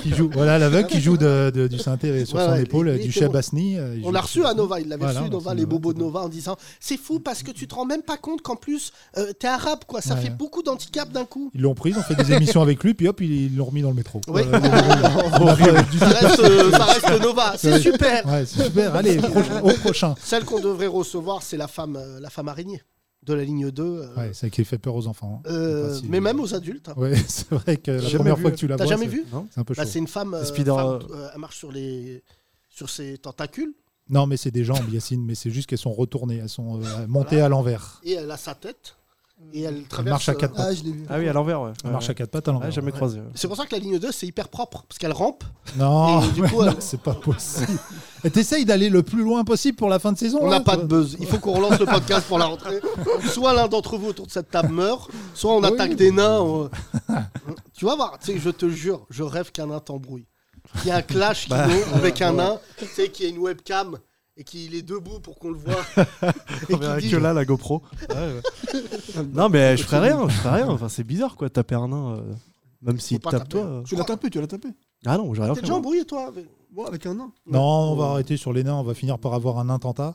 [SPEAKER 3] qui joue, voilà l'aveugle qui joue de- de- du synthé sur
[SPEAKER 2] Ouais,
[SPEAKER 3] son
[SPEAKER 2] ouais,
[SPEAKER 3] épaule,
[SPEAKER 2] il-
[SPEAKER 3] euh,
[SPEAKER 2] il
[SPEAKER 3] du
[SPEAKER 2] était bon.
[SPEAKER 3] Chabasni. euh, il
[SPEAKER 2] On
[SPEAKER 3] joue-
[SPEAKER 2] l'a reçu à Nova, il l'avait
[SPEAKER 3] Voilà,
[SPEAKER 2] reçu,
[SPEAKER 3] on l'a
[SPEAKER 2] Nova,
[SPEAKER 3] reçu,
[SPEAKER 2] les
[SPEAKER 3] Nova,
[SPEAKER 2] bobos de
[SPEAKER 3] c'est
[SPEAKER 2] Nova, en disant C'est fou parce que tu te rends même pas compte qu'en plus, euh, t'es arabe, quoi. Ça
[SPEAKER 3] Ouais.
[SPEAKER 2] fait beaucoup d'handicaps d'un coup.
[SPEAKER 3] Ils l'ont pris, ils ont fait
[SPEAKER 2] *laughs*
[SPEAKER 3] des émissions avec lui, puis hop, ils ils l'ont remis dans le métro. Euh,
[SPEAKER 2] Oui.
[SPEAKER 3] Voilà, *laughs* on
[SPEAKER 2] *laughs*
[SPEAKER 3] a pas- du-
[SPEAKER 2] Ça reste, euh, ça reste Nova, c'est
[SPEAKER 3] Ouais.
[SPEAKER 2] super.
[SPEAKER 3] Ouais, c'est super.
[SPEAKER 2] *laughs*
[SPEAKER 3] Allez, pro- au prochain.
[SPEAKER 2] Celle qu'on devrait recevoir, c'est la femme, euh, la femme araignée de la ligne 2. euh,
[SPEAKER 3] Ouais, c'est qui fait peur aux enfants. hein.
[SPEAKER 2] euh,
[SPEAKER 3] Je sais pas si-
[SPEAKER 2] mais même aux adultes. hein.
[SPEAKER 3] Ouais, *laughs* c'est vrai que la
[SPEAKER 2] J'ai jamais
[SPEAKER 3] première
[SPEAKER 2] vu.
[SPEAKER 3] fois que tu la
[SPEAKER 2] T'as
[SPEAKER 3] vois,
[SPEAKER 2] jamais
[SPEAKER 3] c'est-
[SPEAKER 2] vu
[SPEAKER 6] Non.
[SPEAKER 3] c'est un peu
[SPEAKER 2] Bah,
[SPEAKER 3] chaud.
[SPEAKER 2] C'est une femme. euh,
[SPEAKER 6] Spider-
[SPEAKER 2] femme, euh, elle marche sur les, sur ses tentacules
[SPEAKER 3] Non, mais c'est des jambes, Yacine, mais c'est juste qu'elles sont retournées, elles sont euh, montées
[SPEAKER 2] Ah.
[SPEAKER 3] à l'envers.
[SPEAKER 2] et elle a sa tête et elle traverse.
[SPEAKER 3] marche à
[SPEAKER 2] euh,
[SPEAKER 3] quatre
[SPEAKER 8] Ah, je l'ai vu.
[SPEAKER 6] Ah oui, à l'envers, ouais.
[SPEAKER 3] Elle marche à
[SPEAKER 6] Ouais,
[SPEAKER 3] quatre pattes à l'envers.
[SPEAKER 6] ouais, Ah, jamais croisé. ouais.
[SPEAKER 2] C'est pour ça que la ligne 2 c'est hyper propre parce qu'elle rampe.
[SPEAKER 3] *laughs* Non,
[SPEAKER 2] Et du
[SPEAKER 3] mais
[SPEAKER 2] coup, euh,
[SPEAKER 3] non,
[SPEAKER 2] elle-
[SPEAKER 3] c'est pas possible. Et T'essayes d'aller le plus loin possible pour la fin de saison.
[SPEAKER 2] On
[SPEAKER 3] là,
[SPEAKER 6] Oh,
[SPEAKER 2] n'a pas
[SPEAKER 3] toi.
[SPEAKER 2] de buzz. Il faut qu'on relance le podcast pour la
[SPEAKER 6] *laughs*
[SPEAKER 2] rentrée. Soit l'un d'entre vous autour de cette table meurt, soit on
[SPEAKER 3] Oui.
[SPEAKER 2] attaque des nains. on- euh,
[SPEAKER 6] *laughs*
[SPEAKER 2] tu vas voir. Tu sais, je te jure, je rêve qu'un nain t'embrouille. Qu'il y a un clash
[SPEAKER 6] Bah,
[SPEAKER 2] qui *laughs* naît avec un
[SPEAKER 6] *laughs*
[SPEAKER 2] nain, tu sais, qu'il y a une webcam et qu'il est debout pour qu'on le voit. et
[SPEAKER 6] On verra
[SPEAKER 2] qu'il dit-
[SPEAKER 6] que là, la GoPro. *laughs* non, mais je ferais rien, je ferais rien. Enfin, c'est bizarre, quoi, de taper un nain. euh, Même
[SPEAKER 2] Faut
[SPEAKER 6] s'il te
[SPEAKER 2] pas
[SPEAKER 6] tape,
[SPEAKER 2] taper. hein.
[SPEAKER 6] toi. euh.
[SPEAKER 1] Tu l'as tapé, tu l'as tapé.
[SPEAKER 6] Ah non, j'ai rien
[SPEAKER 2] T'es
[SPEAKER 6] fait.
[SPEAKER 2] déjà
[SPEAKER 6] moi.
[SPEAKER 2] embrouillé toi avec-
[SPEAKER 1] Bon, avec un nain.
[SPEAKER 3] Non, on va arrêter sur les nains, on va finir par avoir un
[SPEAKER 2] *laughs*
[SPEAKER 3] intentat.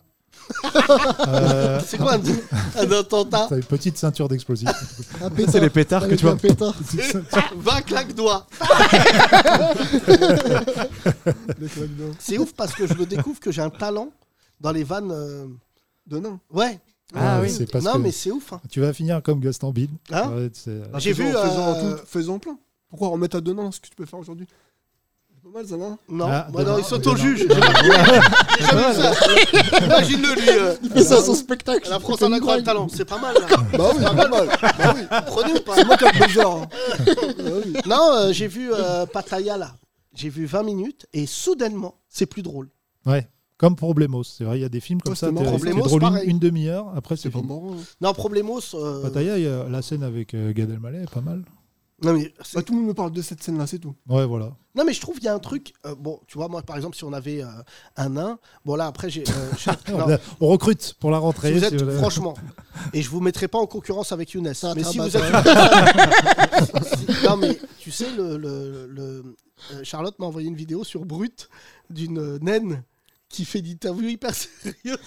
[SPEAKER 3] Euh,
[SPEAKER 2] C'est
[SPEAKER 3] *laughs*
[SPEAKER 2] quoi un, un attentat
[SPEAKER 3] t'as une petite ceinture
[SPEAKER 2] *laughs*
[SPEAKER 3] d'explosifs.
[SPEAKER 8] Un
[SPEAKER 6] *laughs*
[SPEAKER 8] pétard.
[SPEAKER 6] C'est les pétards que
[SPEAKER 8] Avec
[SPEAKER 6] tu vois.
[SPEAKER 8] un pétard.
[SPEAKER 2] Va claque-doigt
[SPEAKER 1] Le claque-doigt.
[SPEAKER 2] C'est ouf parce que je me découvre que j'ai un talent dans les vannes. euh,
[SPEAKER 1] De nain.
[SPEAKER 2] Ouais.
[SPEAKER 6] Ah oui.
[SPEAKER 3] c'est parce
[SPEAKER 2] non
[SPEAKER 3] que
[SPEAKER 2] mais c'est ouf. hein.
[SPEAKER 3] tu vas finir comme Gaston Bide.
[SPEAKER 2] Hein
[SPEAKER 3] Ouais, c'est-
[SPEAKER 1] Ah,
[SPEAKER 2] J'ai
[SPEAKER 1] faisons-
[SPEAKER 2] vu,
[SPEAKER 1] Faisons
[SPEAKER 2] euh,
[SPEAKER 1] tout- faisons plein. Pourquoi remettre à deux nains ce que tu peux faire aujourd'hui C'est pas mal ça, non
[SPEAKER 2] Non,
[SPEAKER 3] Ah,
[SPEAKER 2] moi, non,
[SPEAKER 3] demain,
[SPEAKER 2] il
[SPEAKER 3] *laughs*
[SPEAKER 2] s'auto-juge.
[SPEAKER 3] demain.
[SPEAKER 2] J'ai jamais vu
[SPEAKER 3] *laughs*
[SPEAKER 2] ça. Imagine-le, lui. euh,
[SPEAKER 8] Il fait ça à son spectacle.
[SPEAKER 2] la France
[SPEAKER 8] Il fait
[SPEAKER 2] en
[SPEAKER 8] une
[SPEAKER 2] a grand
[SPEAKER 8] drague.
[SPEAKER 2] le talent. C'est pas mal, là.
[SPEAKER 1] Bah oui, pas mal. Bah oui.
[SPEAKER 2] Prenez ou pas
[SPEAKER 1] C'est moi qui ai le bizarre. hein. Bah oui.
[SPEAKER 2] Non, euh, j'ai vu euh, Pattaya, là. J'ai vu 20 minutes et soudainement, c'est plus drôle.
[SPEAKER 3] Ouais. Comme Problemos, c'est vrai, il y a des films comme
[SPEAKER 1] Ouais,
[SPEAKER 3] ça,
[SPEAKER 1] c'était
[SPEAKER 3] t'es
[SPEAKER 1] marrant.
[SPEAKER 3] t'es
[SPEAKER 2] Problemos,
[SPEAKER 3] drôle
[SPEAKER 2] pareil.
[SPEAKER 3] une, une demi-heure, après
[SPEAKER 1] C'est
[SPEAKER 3] c'est
[SPEAKER 1] pas
[SPEAKER 3] fini.
[SPEAKER 1] marrant. hein.
[SPEAKER 2] Non, Problemos. euh,
[SPEAKER 3] Pattaya, il y a la scène avec euh, Gad Elmaleh est pas mal.
[SPEAKER 2] Non, mais
[SPEAKER 1] Bah,
[SPEAKER 2] c'est-
[SPEAKER 1] tout le monde me parle de cette scène-là, c'est tout.
[SPEAKER 3] Ouais, voilà.
[SPEAKER 2] non, mais je trouve qu'il y a un truc. euh, bon, tu vois, moi, par exemple, si on avait euh, un nain. Bon, là, après, j'ai.
[SPEAKER 3] *laughs*
[SPEAKER 2] euh, j'ai- non,
[SPEAKER 3] On, a- on recrute pour la rentrée.
[SPEAKER 2] si vous êtes,
[SPEAKER 3] si vous-
[SPEAKER 2] franchement, et je vous mettrai pas en concurrence avec Younes. Mais si vous
[SPEAKER 8] rabat,
[SPEAKER 1] hein.
[SPEAKER 2] êtes
[SPEAKER 1] *laughs*
[SPEAKER 3] *laughs*
[SPEAKER 2] Si- non mais tu sais le, le- le- euh, Charlotte m'a envoyé une vidéo sur Brut d'une euh, naine qui fait d'interview hyper sérieuse.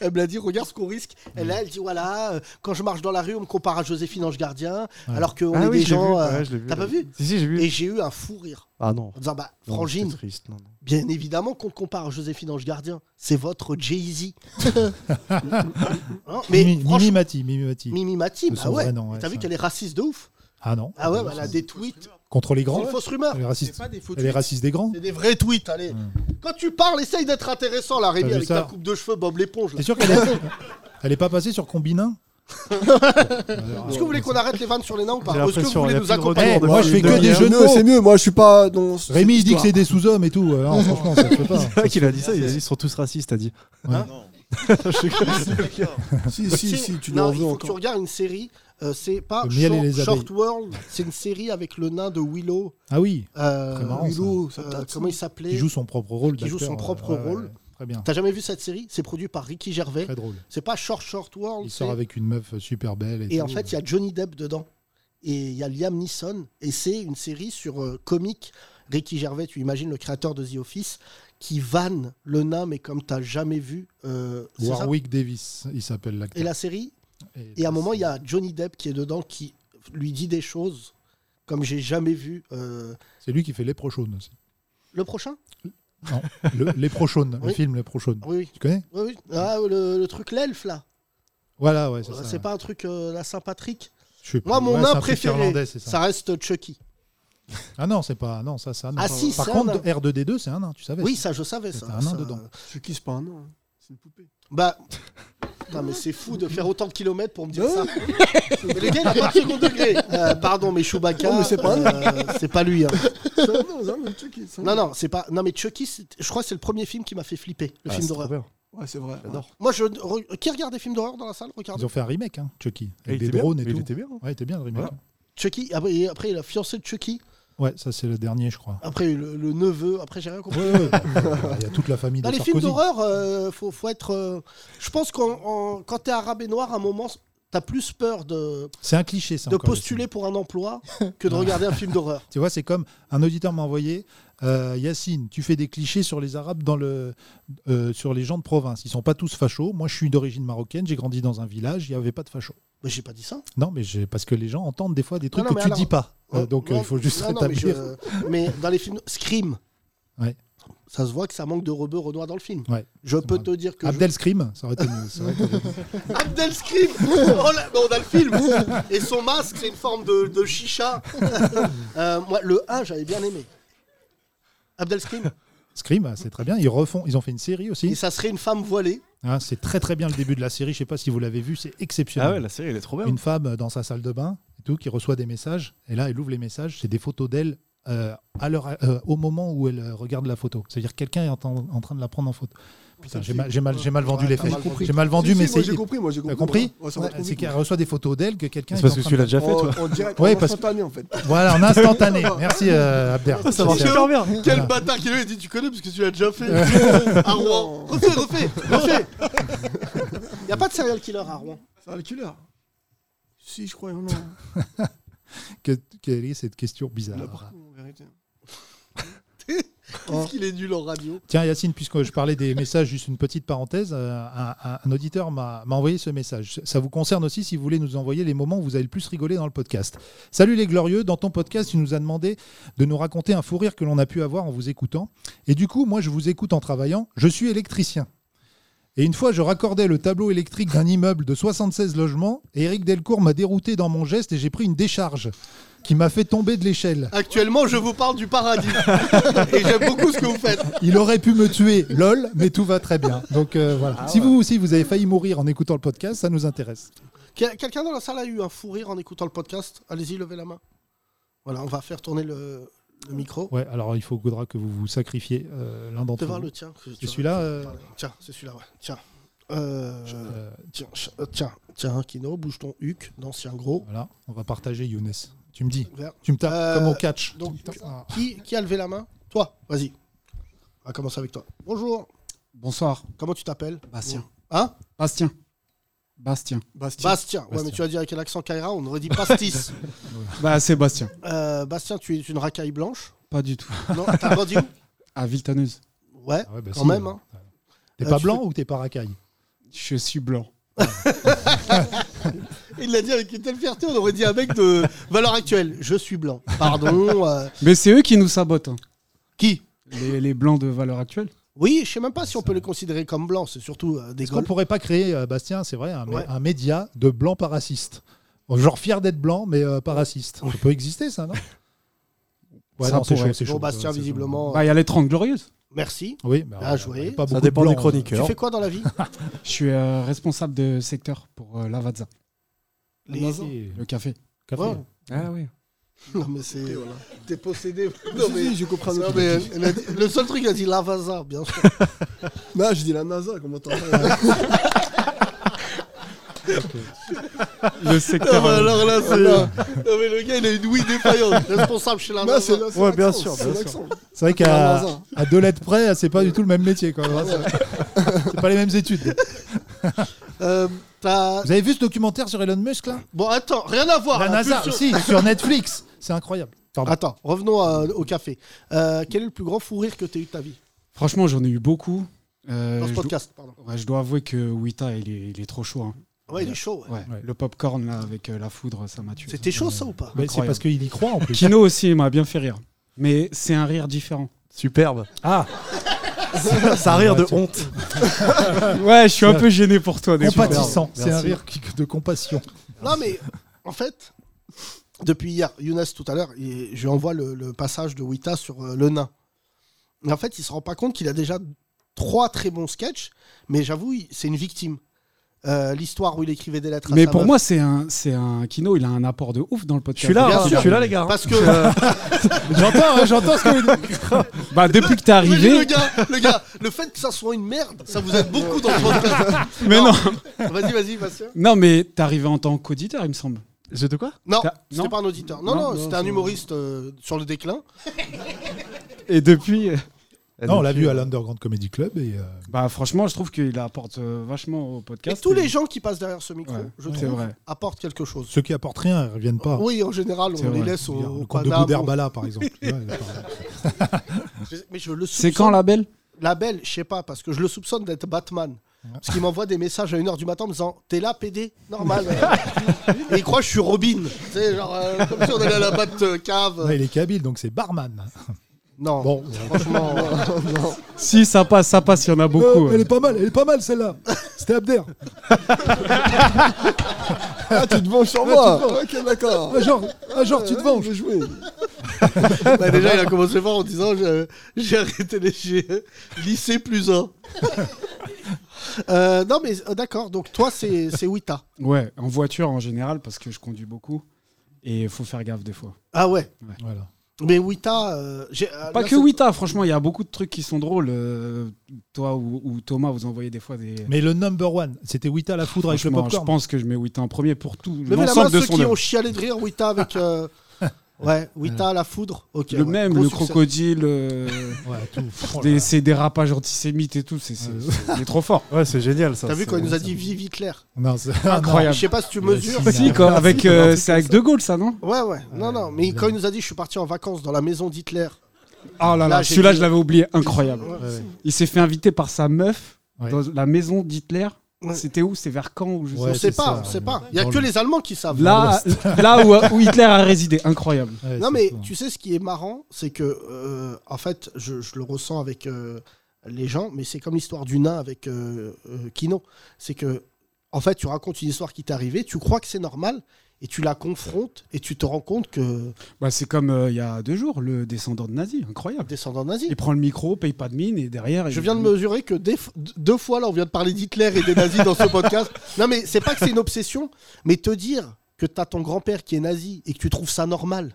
[SPEAKER 2] Elle me l'a dit, regarde ce qu'on risque.
[SPEAKER 6] Mm.
[SPEAKER 2] Elle, là, elle dit, voilà, euh, quand je marche dans la rue, on me compare à Joséphine Ange Gardien,
[SPEAKER 3] Ouais.
[SPEAKER 2] alors qu'on
[SPEAKER 6] Ah
[SPEAKER 2] est
[SPEAKER 6] oui,
[SPEAKER 2] des
[SPEAKER 6] je l'ai vu.
[SPEAKER 2] gens... euh,
[SPEAKER 6] ouais, je l'ai
[SPEAKER 2] T'as
[SPEAKER 6] là.
[SPEAKER 2] pas vu
[SPEAKER 6] Si, si, j'ai vu.
[SPEAKER 2] Et j'ai eu un fou rire
[SPEAKER 6] Ah non.
[SPEAKER 2] en disant, bah,
[SPEAKER 6] Non,
[SPEAKER 2] Frangine,
[SPEAKER 6] c'est triste, non, non.
[SPEAKER 2] bien évidemment qu'on te compare à Joséphine Ange Gardien. C'est votre
[SPEAKER 6] *laughs*
[SPEAKER 2] Jay-Z. Hein, mais
[SPEAKER 3] Mimi, Mimi
[SPEAKER 2] franchement,
[SPEAKER 3] Mati, Mimi Mati.
[SPEAKER 2] Mimi Mati,
[SPEAKER 3] De
[SPEAKER 2] bah
[SPEAKER 3] son
[SPEAKER 2] ouais.
[SPEAKER 3] vrai nom, ouais,
[SPEAKER 2] T'as vu
[SPEAKER 3] ça.
[SPEAKER 2] qu'elle est raciste de ouf.
[SPEAKER 3] Ah non.
[SPEAKER 2] Ah ouais, bah, elle a des tweets.
[SPEAKER 3] Contre les
[SPEAKER 2] C'est
[SPEAKER 3] grands.
[SPEAKER 2] une fausse rumeur.
[SPEAKER 3] Elle est raciste.
[SPEAKER 7] des faux
[SPEAKER 3] Elle est raciste des grands.
[SPEAKER 2] C'est des vrais tweets, allez. Quand tu parles, essaye d'être intéressant, la Rémi,
[SPEAKER 3] vu
[SPEAKER 2] avec
[SPEAKER 3] ça
[SPEAKER 2] ta coupe de cheveux, Bob l'éponge. là.
[SPEAKER 3] T'es sûr
[SPEAKER 2] *laughs*
[SPEAKER 3] qu'elle est... elle est pas passée sur Combinin
[SPEAKER 2] Est-ce que vous voulez qu'on arrête les vannes sur les nains ou pas
[SPEAKER 6] J'ai
[SPEAKER 2] Est-ce que
[SPEAKER 6] l'impression,
[SPEAKER 2] vous voulez
[SPEAKER 6] il y a
[SPEAKER 2] nous
[SPEAKER 6] plus de
[SPEAKER 2] accompagner
[SPEAKER 6] retour de
[SPEAKER 3] Eh, Moi, je fais
[SPEAKER 6] film
[SPEAKER 3] que
[SPEAKER 6] de
[SPEAKER 3] des
[SPEAKER 6] Molière.
[SPEAKER 3] jeux de
[SPEAKER 1] mieux,
[SPEAKER 3] mots.
[SPEAKER 1] c'est mieux. Moi, je suis pas dans. ce-
[SPEAKER 3] Rémi, il
[SPEAKER 1] cette
[SPEAKER 3] dit que
[SPEAKER 2] *laughs*
[SPEAKER 1] histoire.
[SPEAKER 3] c'est des sous-hommes et tout. Euh, Non, franchement, ça se fait
[SPEAKER 6] *laughs*
[SPEAKER 2] Ah,
[SPEAKER 3] pas.
[SPEAKER 2] Hein
[SPEAKER 6] C'est vrai qu'il a dit ça, il a dit, ils sont tous racistes, a dit.
[SPEAKER 3] *laughs* Ouais.
[SPEAKER 7] Non.
[SPEAKER 1] Si, si, si, tu dois
[SPEAKER 2] non,
[SPEAKER 1] en
[SPEAKER 2] il
[SPEAKER 1] veux
[SPEAKER 2] faut que tu
[SPEAKER 1] encore.
[SPEAKER 2] regardes une série. euh, c'est pas
[SPEAKER 3] Le miel et
[SPEAKER 2] Short,
[SPEAKER 3] les abeilles.
[SPEAKER 2] Short World, c'est une série avec le nain de Willow.
[SPEAKER 3] Ah oui,
[SPEAKER 2] euh,
[SPEAKER 3] Très marrant,
[SPEAKER 2] Willow,
[SPEAKER 1] ça.
[SPEAKER 2] euh,
[SPEAKER 1] Ça date, ça.
[SPEAKER 2] comment il
[SPEAKER 3] qui
[SPEAKER 2] s'appelait
[SPEAKER 3] joue son propre rôle.
[SPEAKER 2] Qui joue son
[SPEAKER 3] d'acteur, euh,
[SPEAKER 2] propre
[SPEAKER 3] ouais, ouais,
[SPEAKER 2] rôle.
[SPEAKER 3] ouais. Très bien,
[SPEAKER 2] T'as jamais vu cette série C'est produit par Ricky Gervais.
[SPEAKER 3] très drôle.
[SPEAKER 2] C'est pas Short Short World.
[SPEAKER 3] Il sort
[SPEAKER 2] c'est-
[SPEAKER 3] avec une meuf super belle. Et,
[SPEAKER 2] Et en
[SPEAKER 3] tout.
[SPEAKER 2] fait, il y a Johnny Depp dedans. Et il y a Liam Neeson. Et c'est une série sur euh, comique. Ricky Gervais, tu imagines le créateur de The Office, qui vanne le nain, mais comme t'as jamais vu. euh, c'est ça
[SPEAKER 3] Warwick Davis, il s'appelle l'acteur.
[SPEAKER 2] Et la série, et à un moment, il y a Johnny Depp qui est dedans, qui lui dit des choses comme j'ai jamais vu. euh,
[SPEAKER 3] C'est lui qui fait Les Prochaunes aussi.
[SPEAKER 2] Le prochain
[SPEAKER 3] Non, le- Les Prochaunes, le
[SPEAKER 2] Oui.
[SPEAKER 3] film Les Prochaunes.
[SPEAKER 2] Oui, oui.
[SPEAKER 3] Tu connais
[SPEAKER 2] oui, oui. Ah, le, le truc l'elfe, là.
[SPEAKER 3] Voilà, ouais, c'est
[SPEAKER 2] Euh,
[SPEAKER 3] ça.
[SPEAKER 2] C'est pas un truc, euh, la Saint-Patrick.
[SPEAKER 3] Je sais
[SPEAKER 2] Moi,
[SPEAKER 3] plus.
[SPEAKER 2] mon
[SPEAKER 3] Ouais, c'est un
[SPEAKER 2] nain
[SPEAKER 3] truc irlandais,
[SPEAKER 2] préféré,
[SPEAKER 3] c'est ça.
[SPEAKER 2] ça reste Chucky.
[SPEAKER 3] Ah non, c'est pas. Non, ça, ça. non.
[SPEAKER 2] Ah si,
[SPEAKER 3] Par
[SPEAKER 2] c'est
[SPEAKER 3] contre,
[SPEAKER 2] un nain.
[SPEAKER 3] R2D2, c'est un nain, tu savais.
[SPEAKER 2] Oui, ça, je savais,
[SPEAKER 3] C'est
[SPEAKER 2] ça.
[SPEAKER 3] un nain
[SPEAKER 2] ça-
[SPEAKER 3] dedans.
[SPEAKER 1] Je kiffe pas un nom. hein. C'est une poupée.
[SPEAKER 2] Bah. Putain, mais c'est fou de faire autant de kilomètres pour me dire ça. mais le gars, il a pas de second degré. Euh, pardon, mais Chewbacca.
[SPEAKER 1] Non, mais c'est pas
[SPEAKER 2] euh, c'est pas lui. hein.
[SPEAKER 1] C'est un nom, c'est un nom, Chucky, c'est un
[SPEAKER 2] Non,
[SPEAKER 1] nom.
[SPEAKER 2] non, c'est pas. Non, mais Chucky, c'est- je crois que c'est le premier film qui m'a fait flipper,
[SPEAKER 3] Ah,
[SPEAKER 2] le film d'horreur.
[SPEAKER 1] Ouais, c'est vrai.
[SPEAKER 2] J'adore. Moi, je. re- Qui regarde des films d'horreur dans la salle Regarde.
[SPEAKER 3] Ils ont fait un remake, hein, Chucky,
[SPEAKER 6] Et
[SPEAKER 3] avec
[SPEAKER 6] il
[SPEAKER 3] des
[SPEAKER 6] était bien,
[SPEAKER 3] drones
[SPEAKER 6] mais
[SPEAKER 3] et
[SPEAKER 6] il
[SPEAKER 3] tout.
[SPEAKER 6] était bien. hein.
[SPEAKER 3] Ouais, il était bien le remake.
[SPEAKER 6] Voilà.
[SPEAKER 2] Chucky, après, et après la fiancée de Chucky,
[SPEAKER 3] Ouais, ça c'est le dernier, je crois.
[SPEAKER 2] après le, le neveu, après j'ai rien compris.
[SPEAKER 3] Ouais, ouais, bah,
[SPEAKER 2] *laughs*
[SPEAKER 3] Il y a toute la famille
[SPEAKER 2] Ah. Dans Bah,
[SPEAKER 3] de
[SPEAKER 2] les films
[SPEAKER 3] Sarkozy.
[SPEAKER 2] d'horreur, euh, faut, faut être. euh, Je pense qu'en en- quand t'es arabe et noir, à un moment, t'as plus peur de,
[SPEAKER 3] C'est un cliché, ça.
[SPEAKER 2] de
[SPEAKER 3] encore, les
[SPEAKER 2] postuler pour un
[SPEAKER 3] *laughs*
[SPEAKER 2] emploi que de regarder un film d'horreur.
[SPEAKER 3] Tu vois, c'est comme un auditeur m'a envoyé euh, Yacine, tu fais des clichés sur les Arabes dans le euh, sur les gens de province. Ils sont pas tous fachos. Moi, je suis d'origine marocaine. J'ai grandi dans un village. Il n'y avait pas de fachos.
[SPEAKER 2] Mais j'ai pas dit ça.
[SPEAKER 3] Non, mais j'ai- parce que les gens entendent des fois des trucs
[SPEAKER 2] non,
[SPEAKER 3] que
[SPEAKER 2] mais
[SPEAKER 3] tu
[SPEAKER 2] alors-
[SPEAKER 3] dis pas. Euh,
[SPEAKER 2] Euh,
[SPEAKER 3] donc,
[SPEAKER 2] non,
[SPEAKER 3] euh, il faut juste
[SPEAKER 2] non, non, mais,
[SPEAKER 3] rétablir.
[SPEAKER 2] je- mais dans les films. Scream.
[SPEAKER 3] Ouais.
[SPEAKER 2] Ça se voit que ça manque de rebeu Renoir dans le film.
[SPEAKER 3] Ouais.
[SPEAKER 2] Je peux
[SPEAKER 3] vrai.
[SPEAKER 2] te dire que. je-
[SPEAKER 3] Abdel Scream, ça aurait été mieux. c'est vrai que-
[SPEAKER 2] Abdel Scream *laughs* Oh là- mais On a le
[SPEAKER 3] *laughs*
[SPEAKER 2] film Et son masque, c'est une forme de, de chicha. Euh, moi, le 1, j'avais bien aimé. Abdel Scream.
[SPEAKER 3] Scream, ah, c'est très bien. Ils refont, ils ont fait une série
[SPEAKER 2] Et
[SPEAKER 3] aussi.
[SPEAKER 2] ça serait une femme voilée.
[SPEAKER 3] Hein, c'est très très bien le début de la série. Je sais pas si vous l'avez vu, c'est
[SPEAKER 6] Ah
[SPEAKER 3] exceptionnel.
[SPEAKER 6] ouais, la série, elle est trop bien.
[SPEAKER 3] une femme dans sa salle de bain et tout qui reçoit des messages et là elle ouvre les messages c'est des photos d'elle euh, à l'heure- euh, au moment où elle euh, regarde la photo c'est à dire quelqu'un est en, train- en train de la prendre en photo putain j'ai mal j'ai mal j'ai mal vendu
[SPEAKER 1] Ouais,
[SPEAKER 3] les
[SPEAKER 1] t'as
[SPEAKER 3] faits
[SPEAKER 1] mal compris.
[SPEAKER 3] j'ai mal vendu
[SPEAKER 1] Si, si,
[SPEAKER 3] mais
[SPEAKER 1] moi,
[SPEAKER 3] c'est
[SPEAKER 1] j'ai compris, moi j'ai
[SPEAKER 3] t'as
[SPEAKER 1] compris.
[SPEAKER 3] compris
[SPEAKER 1] moi. Ouais, ça va
[SPEAKER 3] Ouais,
[SPEAKER 1] trop
[SPEAKER 3] c'est
[SPEAKER 1] vite,
[SPEAKER 3] qu'elle
[SPEAKER 1] moi.
[SPEAKER 3] reçoit des photos d'elle que quelqu'un
[SPEAKER 6] C'est
[SPEAKER 3] est
[SPEAKER 6] parce
[SPEAKER 3] en
[SPEAKER 6] que
[SPEAKER 3] train
[SPEAKER 6] tu l'as
[SPEAKER 3] de-
[SPEAKER 6] déjà fait, toi.
[SPEAKER 1] En, en Oh, direct,
[SPEAKER 3] Ouais,
[SPEAKER 1] en
[SPEAKER 3] parce que-
[SPEAKER 1] instantané en fait.
[SPEAKER 3] voilà en
[SPEAKER 1] *laughs*
[SPEAKER 3] instantané merci euh, Abder
[SPEAKER 6] Ça marche super bien.
[SPEAKER 3] Voilà.
[SPEAKER 2] bâtard qui lui a dit Tu connais parce que tu l'as déjà fait à Rouen. Refais, refais, *laughs* refais *laughs* Il a pas de serial killer à Rouen.
[SPEAKER 1] C'est un killer. Si, je crois, non. non.
[SPEAKER 3] *laughs* Que- quelle est cette question
[SPEAKER 1] Il y en a
[SPEAKER 3] bizarre
[SPEAKER 1] partout, en vérité. Oh.
[SPEAKER 2] Qu'est-ce qu'il est nul en radio
[SPEAKER 3] Tiens Yacine, puisque je parlais des messages, juste une petite parenthèse, euh, un, un- un auditeur m'a m'a envoyé ce message. Ça vous concerne aussi si vous voulez nous envoyer les moments où vous avez le plus rigolé dans le podcast. Salut les glorieux, dans ton podcast, tu nous as demandé de nous raconter un fou rire que l'on a pu avoir en vous écoutant. Et du coup, moi je vous écoute en travaillant, je suis électricien. Et une fois, je raccordais le tableau électrique d'un immeuble de 76 logements, et Eric Delcourt m'a dérouté dans mon geste et j'ai pris une décharge qui m'a fait tomber de l'échelle.
[SPEAKER 2] Actuellement, je vous parle du
[SPEAKER 1] *laughs*
[SPEAKER 2] paradis. Et j'aime beaucoup ce que vous faites.
[SPEAKER 3] Il aurait pu me tuer, lol, mais tout va très bien. Donc euh, voilà. Si vous aussi vous avez failli mourir en écoutant le podcast, ça nous intéresse.
[SPEAKER 2] *laughs* Quel- Quelqu'un dans la salle a eu un fou rire en écoutant le podcast Allez-y, levez la main. Voilà, on va faire tourner le, le micro.
[SPEAKER 3] Ouais, alors il faudra que vous vous sacrifiez euh, l'un d'entre
[SPEAKER 2] Devant
[SPEAKER 3] vous.
[SPEAKER 2] le tien. que tu-
[SPEAKER 3] C'est celui-là. euh,
[SPEAKER 2] Tiens, c'est celui-là, ouais. Tiens. Euh,
[SPEAKER 3] euh,
[SPEAKER 2] tiens, ch- euh, tiens, tiens, Kino, bouge ton huc, d'ancien gros.
[SPEAKER 3] voilà, on va partager Younes. Tu me dis,
[SPEAKER 2] Vers-
[SPEAKER 3] tu me tapes
[SPEAKER 2] Euh,
[SPEAKER 3] comme au catch.
[SPEAKER 2] donc-
[SPEAKER 3] Tu me tapes. Ah.
[SPEAKER 2] Qui, qui a levé la main Toi, vas-y. On va commencer avec toi. Bonjour,
[SPEAKER 9] Bonsoir,
[SPEAKER 2] comment tu t'appelles
[SPEAKER 9] Bastien.
[SPEAKER 2] Hein
[SPEAKER 9] Bastien. Bastien.
[SPEAKER 1] Bastien.
[SPEAKER 2] Bastien. Ouais, mais tu vas dire avec un accent Kaira, on aurait dit *laughs* pastis.
[SPEAKER 9] Bah, c'est Bastien.
[SPEAKER 2] Euh, Bastien, tu es une racaille blanche.
[SPEAKER 9] Pas du tout.
[SPEAKER 2] Non, t'as grandi où
[SPEAKER 9] À Viltaneuse.
[SPEAKER 2] Ouais.
[SPEAKER 3] Ah ouais, bah
[SPEAKER 2] quand
[SPEAKER 3] si,
[SPEAKER 2] même,
[SPEAKER 3] euh,
[SPEAKER 2] hein.
[SPEAKER 3] T'es
[SPEAKER 2] Euh,
[SPEAKER 3] pas
[SPEAKER 2] tu
[SPEAKER 3] blanc ou t'es pas racaille
[SPEAKER 9] Je suis blanc.
[SPEAKER 2] *laughs* Il l'a dit avec une telle fierté, on aurait dit un mec de valeur actuelle. Je suis blanc. Pardon. euh,
[SPEAKER 9] Mais c'est eux qui nous sabotent. hein.
[SPEAKER 2] qui
[SPEAKER 9] Les, les blancs de valeur actuelle.
[SPEAKER 2] Oui, je sais même pas si on peut les considérer comme blancs. C'est surtout euh, des
[SPEAKER 3] Est-ce qu'on
[SPEAKER 2] Gaules.
[SPEAKER 3] pourrait pas créer, euh, Bastien, c'est vrai, un, mé-
[SPEAKER 2] Ouais.
[SPEAKER 3] un média de blancs pas racistes Genre fier d'être blanc, mais euh, pas raciste. Ça peut
[SPEAKER 2] *laughs*
[SPEAKER 3] exister, ça, non Ouais,
[SPEAKER 9] Ça
[SPEAKER 3] non, c'est
[SPEAKER 9] pourrait.
[SPEAKER 3] chaud, c'est
[SPEAKER 2] Bon,
[SPEAKER 3] chaud.
[SPEAKER 2] Bastien,
[SPEAKER 3] Ouais, c'est chaud.
[SPEAKER 2] visiblement.
[SPEAKER 9] Bah, il y a les 30 glorieuses.
[SPEAKER 2] Merci.
[SPEAKER 3] Oui, bah,
[SPEAKER 2] Bien
[SPEAKER 3] on a
[SPEAKER 2] joué.
[SPEAKER 3] pas
[SPEAKER 6] Ça
[SPEAKER 3] beaucoup
[SPEAKER 6] dépend
[SPEAKER 3] de
[SPEAKER 6] des
[SPEAKER 3] blancs, euh,
[SPEAKER 2] hein. Tu
[SPEAKER 6] chroniqueurs.
[SPEAKER 2] fais quoi dans
[SPEAKER 9] *laughs*
[SPEAKER 2] la vie
[SPEAKER 9] Je suis euh, responsable de secteur pour euh, l'Avazza,
[SPEAKER 2] Les-
[SPEAKER 3] Et-
[SPEAKER 9] le café.
[SPEAKER 3] café.
[SPEAKER 2] Ouais.
[SPEAKER 9] Ah oui.
[SPEAKER 2] Non, mais c'est.
[SPEAKER 1] voilà.
[SPEAKER 2] T'es possédé.
[SPEAKER 1] Non, mais je comprends.
[SPEAKER 2] Non, mais elle a dit- le seul truc, il a dit Lavazar, bien sûr.
[SPEAKER 1] Non, je dis la NASA, comment t'en
[SPEAKER 2] hein.
[SPEAKER 6] Le secteur. euh,
[SPEAKER 2] alors là, c'est. Non, mais le gars, il a une ouïe défaillante. Responsable chez la
[SPEAKER 1] Non, c'est
[SPEAKER 2] NASA.
[SPEAKER 1] là, c'est
[SPEAKER 6] Ouais, bien
[SPEAKER 1] l'accent,
[SPEAKER 6] sûr,
[SPEAKER 1] c'est
[SPEAKER 6] bien
[SPEAKER 1] l'accent.
[SPEAKER 3] C'est vrai
[SPEAKER 1] La
[SPEAKER 3] qu'à
[SPEAKER 1] NASA.
[SPEAKER 3] à deux lettres près, c'est pas du tout le même
[SPEAKER 2] *laughs*
[SPEAKER 3] métier. quoi. Vraiment, c'est- C'est pas les mêmes études.
[SPEAKER 2] Euh, t'as-
[SPEAKER 3] Vous avez vu ce documentaire sur Elon Musk là
[SPEAKER 2] Bon, attends, rien à voir.
[SPEAKER 3] La
[SPEAKER 2] hein,
[SPEAKER 3] NASA,
[SPEAKER 2] pulsion.
[SPEAKER 3] si, sur Netflix. C'est incroyable. Pardon.
[SPEAKER 2] Attends, revenons à- au café. Euh, quel est le plus grand fou rire que t'aies eu de ta vie
[SPEAKER 9] Franchement, j'en ai eu beaucoup. Euh,
[SPEAKER 2] Dans ce
[SPEAKER 9] je, dois,
[SPEAKER 2] podcast, pardon. Ah
[SPEAKER 9] ouais, je dois avouer que Wita, il est, il est trop chaud. hein.
[SPEAKER 2] Ouais, Oh, il est chaud. ouais.
[SPEAKER 9] Ouais.
[SPEAKER 3] Ouais.
[SPEAKER 9] Le popcorn là avec euh, la foudre, ça m'a tué.
[SPEAKER 2] C'était chaud, ça ou pas
[SPEAKER 3] Mais c'est
[SPEAKER 9] Incroyable.
[SPEAKER 3] parce qu'il y croit en plus.
[SPEAKER 9] Kino aussi, il m'a bien fait rire. Mais c'est un rire différent.
[SPEAKER 6] Superbe.
[SPEAKER 3] Ah, bah,
[SPEAKER 6] Ça rire de honte.
[SPEAKER 9] *laughs* Ouais, je suis un peu gêné pour toi. Des fois.
[SPEAKER 3] compatissant. C'est un
[SPEAKER 6] Merci.
[SPEAKER 3] rire qui- de compassion.
[SPEAKER 2] Non, mais en fait, depuis hier, Younes tout à l'heure, il- je lui envoie le, le passage de Wita sur euh, le nain. Et en fait, il se rend pas compte qu'il a déjà trois très bons sketchs, mais j'avoue, il- c'est une victime. Euh, L'histoire où il écrivait des lettres. à
[SPEAKER 9] Mais
[SPEAKER 2] sa
[SPEAKER 9] pour
[SPEAKER 2] meuf.
[SPEAKER 9] moi, c'est un, c'est un Kino, il a un apport de ouf dans le podcast.
[SPEAKER 6] Je suis là,
[SPEAKER 2] Bien
[SPEAKER 6] hein, je
[SPEAKER 2] sûr.
[SPEAKER 6] suis là, les gars. hein.
[SPEAKER 2] parce que euh,
[SPEAKER 3] J'entends, hein, j'entends ce que vous dites.
[SPEAKER 9] *laughs* Bah, depuis que t'es
[SPEAKER 2] imagine le
[SPEAKER 9] arrivé.
[SPEAKER 2] gars, le gars, le fait que ça soit une merde, ça vous aide beaucoup dans le podcast.
[SPEAKER 9] Mais non.
[SPEAKER 2] *laughs* Vas-y, vas-y, Bastien.
[SPEAKER 9] Non, mais t'es arrivé en tant qu'auditeur, il me semble.
[SPEAKER 6] Je de quoi
[SPEAKER 2] Non,
[SPEAKER 9] T'as-
[SPEAKER 2] c'était
[SPEAKER 9] non
[SPEAKER 2] pas un auditeur. Non,
[SPEAKER 9] Non,
[SPEAKER 2] non,
[SPEAKER 9] non,
[SPEAKER 2] c'était un humoriste euh, sur le
[SPEAKER 9] *laughs*
[SPEAKER 2] déclin.
[SPEAKER 6] Et depuis.
[SPEAKER 3] Non, on l'a vu à l'Underground Comedy Club et euh,
[SPEAKER 9] Bah, franchement, je trouve qu'il apporte euh, vachement au
[SPEAKER 2] Et
[SPEAKER 9] podcast.
[SPEAKER 2] tous les
[SPEAKER 9] Et-
[SPEAKER 2] gens qui passent derrière ce micro,
[SPEAKER 9] Ouais,
[SPEAKER 2] je
[SPEAKER 9] c'est
[SPEAKER 2] trouve,
[SPEAKER 9] vrai.
[SPEAKER 2] apportent quelque chose.
[SPEAKER 3] ceux qui apportent rien, ils reviennent pas.
[SPEAKER 2] Oui, en général,
[SPEAKER 9] C'est
[SPEAKER 2] on les
[SPEAKER 9] vrai.
[SPEAKER 2] laisse au,
[SPEAKER 3] le
[SPEAKER 2] au
[SPEAKER 3] compte de
[SPEAKER 2] Paname,
[SPEAKER 3] Boudherbala, par
[SPEAKER 2] *laughs*
[SPEAKER 3] exemple. Ouais, par-
[SPEAKER 2] Je- Mais je le
[SPEAKER 9] C'est quand
[SPEAKER 2] soupçonne.
[SPEAKER 9] la belle
[SPEAKER 2] La belle, je sais pas, parce que je le soupçonne d'être Batman. Parce qu'il m'envoie des messages à 1h du matin en me disant T'es là, PD
[SPEAKER 3] *laughs*
[SPEAKER 2] Normal. Et il croit que je suis Robin. Tu sais, genre, euh, comme si on allait à la
[SPEAKER 3] *laughs*
[SPEAKER 2] batte euh. cave.
[SPEAKER 3] Ouais, il est kabyle, donc c'est barman.
[SPEAKER 2] *laughs* Non,
[SPEAKER 3] Bon,
[SPEAKER 2] franchement.
[SPEAKER 1] Oh,
[SPEAKER 2] euh, non.
[SPEAKER 9] Si, ça passe, ça passe, il y en a beaucoup. hein.
[SPEAKER 3] Euh, elle est pas mal, elle est pas mal celle-là. C'était Abder.
[SPEAKER 1] Ah, tu te manges sur moi Ok, d'accord.
[SPEAKER 3] Ah, genre, ah, genre, tu te
[SPEAKER 1] vends,
[SPEAKER 3] venges.
[SPEAKER 1] je vais jouer.
[SPEAKER 2] Bah, déjà, il a commencé fort en disant je- J'ai arrêté les G- E, lycée plus
[SPEAKER 3] *laughs*
[SPEAKER 2] un. Euh, non, mais euh, d'accord, donc toi, c'est c'est Wita.
[SPEAKER 9] Ouais, en voiture en général, parce que je conduis beaucoup. Et il faut faire gaffe des fois.
[SPEAKER 2] Ah ouais,
[SPEAKER 3] Voilà.
[SPEAKER 2] mais Wita. euh, j'ai- euh,
[SPEAKER 9] Pas
[SPEAKER 2] là,
[SPEAKER 9] que
[SPEAKER 2] c'est-
[SPEAKER 9] Wita, franchement, il y a beaucoup de trucs qui sont drôles. Euh, toi ou, ou Thomas, vous envoyez des fois des.
[SPEAKER 3] Mais le number one, c'était Wita la foudre avec le
[SPEAKER 9] Franchement, je
[SPEAKER 3] popcorn.
[SPEAKER 9] pense que je mets Wita en premier pour tout
[SPEAKER 2] Levez la main
[SPEAKER 9] l'ensemble de
[SPEAKER 2] ceux
[SPEAKER 9] son
[SPEAKER 2] qui ont
[SPEAKER 9] œuvre.
[SPEAKER 2] chialé de rire Wita avec. euh,
[SPEAKER 9] *laughs*
[SPEAKER 2] Ouais, Wita, la foudre. ok.
[SPEAKER 9] Le
[SPEAKER 2] ouais,
[SPEAKER 9] même,
[SPEAKER 2] gros
[SPEAKER 9] le
[SPEAKER 2] succès.
[SPEAKER 9] crocodile, euh,
[SPEAKER 3] *laughs* Ouais,
[SPEAKER 9] *laughs*
[SPEAKER 3] tout. Oh là
[SPEAKER 9] des-
[SPEAKER 3] là.
[SPEAKER 9] ses dérapages antisémites et tout, c'est, c'est- c'est- il est trop fort.
[SPEAKER 6] Ouais, c'est génial ça.
[SPEAKER 2] T'as vu
[SPEAKER 6] c'est-
[SPEAKER 2] quand il nous a dit vive Hitler *laughs*
[SPEAKER 3] Non, c'est-
[SPEAKER 2] Je
[SPEAKER 9] *laughs* Incroyable.
[SPEAKER 2] sais pas si tu mesures.
[SPEAKER 3] si,
[SPEAKER 9] Si, quoi,
[SPEAKER 3] *laughs*
[SPEAKER 9] avec, euh, c'est avec De Gaulle, ça, non
[SPEAKER 2] Ouais, ouais, non, non, mais quand il nous a dit je suis parti en vacances dans la maison d'Hitler.
[SPEAKER 9] Ah là
[SPEAKER 2] Là,
[SPEAKER 9] là,
[SPEAKER 2] j'ai
[SPEAKER 9] celui-là,
[SPEAKER 2] dit-
[SPEAKER 9] je l'avais oublié. Incroyable. Il s'est fait inviter par sa meuf
[SPEAKER 3] Ouais.
[SPEAKER 9] dans la maison d'Hitler.
[SPEAKER 2] Ouais.
[SPEAKER 9] C'était où C'est vers quand ou je sais
[SPEAKER 3] Ouais,
[SPEAKER 2] On sait
[SPEAKER 3] c'est
[SPEAKER 2] pas,
[SPEAKER 3] ça,
[SPEAKER 2] on sait
[SPEAKER 3] ouais.
[SPEAKER 2] pas. Il y a
[SPEAKER 3] Dans
[SPEAKER 2] que
[SPEAKER 3] le-
[SPEAKER 2] les Allemands qui savent.
[SPEAKER 9] Là, là où, où Hitler a résidé, incroyable.
[SPEAKER 3] Ouais,
[SPEAKER 2] Non
[SPEAKER 3] c'est
[SPEAKER 2] mais
[SPEAKER 9] hein.
[SPEAKER 3] ça.
[SPEAKER 2] tu sais ce qui est marrant, c'est que euh, en fait, je, je le ressens avec euh, les gens, mais c'est comme l'histoire du nain avec euh, euh, Kino. C'est que en fait, tu racontes une histoire qui t'est arrivée, tu crois que c'est normal, et tu la confrontes, et tu te rends compte que
[SPEAKER 9] Bah, c'est comme euh, il y a deux jours, le descendant de nazi, incroyable.
[SPEAKER 2] descendant nazi.
[SPEAKER 9] Il prend le micro, paye pas de mine et derrière.
[SPEAKER 2] Je
[SPEAKER 9] il-
[SPEAKER 2] viens de mesurer que des f- deux fois là, on vient de parler d'Hitler et des nazis dans ce
[SPEAKER 9] *laughs*
[SPEAKER 2] podcast. Non mais c'est pas que c'est une obsession, mais te dire que t'as ton grand-père qui est nazi et que tu trouves ça normal.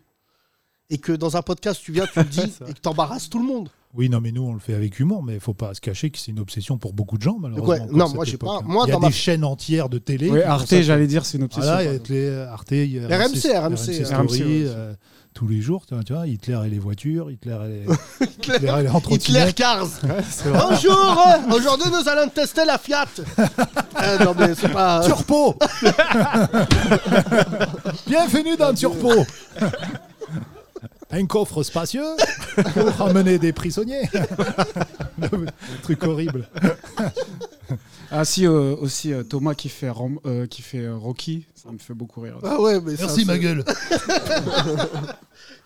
[SPEAKER 2] Et que dans un podcast, tu viens, tu le
[SPEAKER 3] *laughs*
[SPEAKER 2] dis et que t'embarrasses tout le monde.
[SPEAKER 3] Oui, non, mais nous, on le fait avec humour, mais il faut pas se cacher que c'est une obsession pour beaucoup de gens, malheureusement.
[SPEAKER 2] Ouais,
[SPEAKER 3] encore,
[SPEAKER 2] non,
[SPEAKER 3] cette
[SPEAKER 2] moi, j'ai
[SPEAKER 3] époque,
[SPEAKER 2] pas-
[SPEAKER 3] hein.
[SPEAKER 2] moi,
[SPEAKER 3] il y a
[SPEAKER 2] dans
[SPEAKER 3] des
[SPEAKER 2] ma-
[SPEAKER 3] chaînes entières de télé.
[SPEAKER 9] Ouais,
[SPEAKER 3] qui font
[SPEAKER 9] Arte,
[SPEAKER 3] ça.
[SPEAKER 9] j'allais dire, c'est une obsession.
[SPEAKER 3] Voilà, il y a les Arte, il y a
[SPEAKER 2] RMC,
[SPEAKER 3] Story,
[SPEAKER 2] RMC, ouais.
[SPEAKER 3] Story,
[SPEAKER 9] ouais.
[SPEAKER 3] euh, tous les jours, tu vois, tu vois, Hitler et les voitures, Hitler et les,
[SPEAKER 2] *laughs*
[SPEAKER 3] Hitler et les
[SPEAKER 2] Hitler
[SPEAKER 3] trottinettes.
[SPEAKER 2] Cars
[SPEAKER 3] c'est vrai. *laughs*
[SPEAKER 2] Bonjour Aujourd'hui, nous allons tester la Fiat Euh, Non, mais c'est pas...
[SPEAKER 3] Turpo *laughs* Bienvenue
[SPEAKER 2] *laughs*
[SPEAKER 3] dans Turpo Un coffre spacieux pour ramener
[SPEAKER 2] *laughs*
[SPEAKER 3] des prisonniers. Un truc horrible.
[SPEAKER 9] *laughs* Ah si, euh, aussi euh, Thomas qui fait, Ram- euh, qui fait euh, Rocky, ça me fait beaucoup rire.
[SPEAKER 2] Ah ouais, mais ça,
[SPEAKER 3] Merci
[SPEAKER 2] c'est-
[SPEAKER 3] ma gueule.
[SPEAKER 2] *laughs*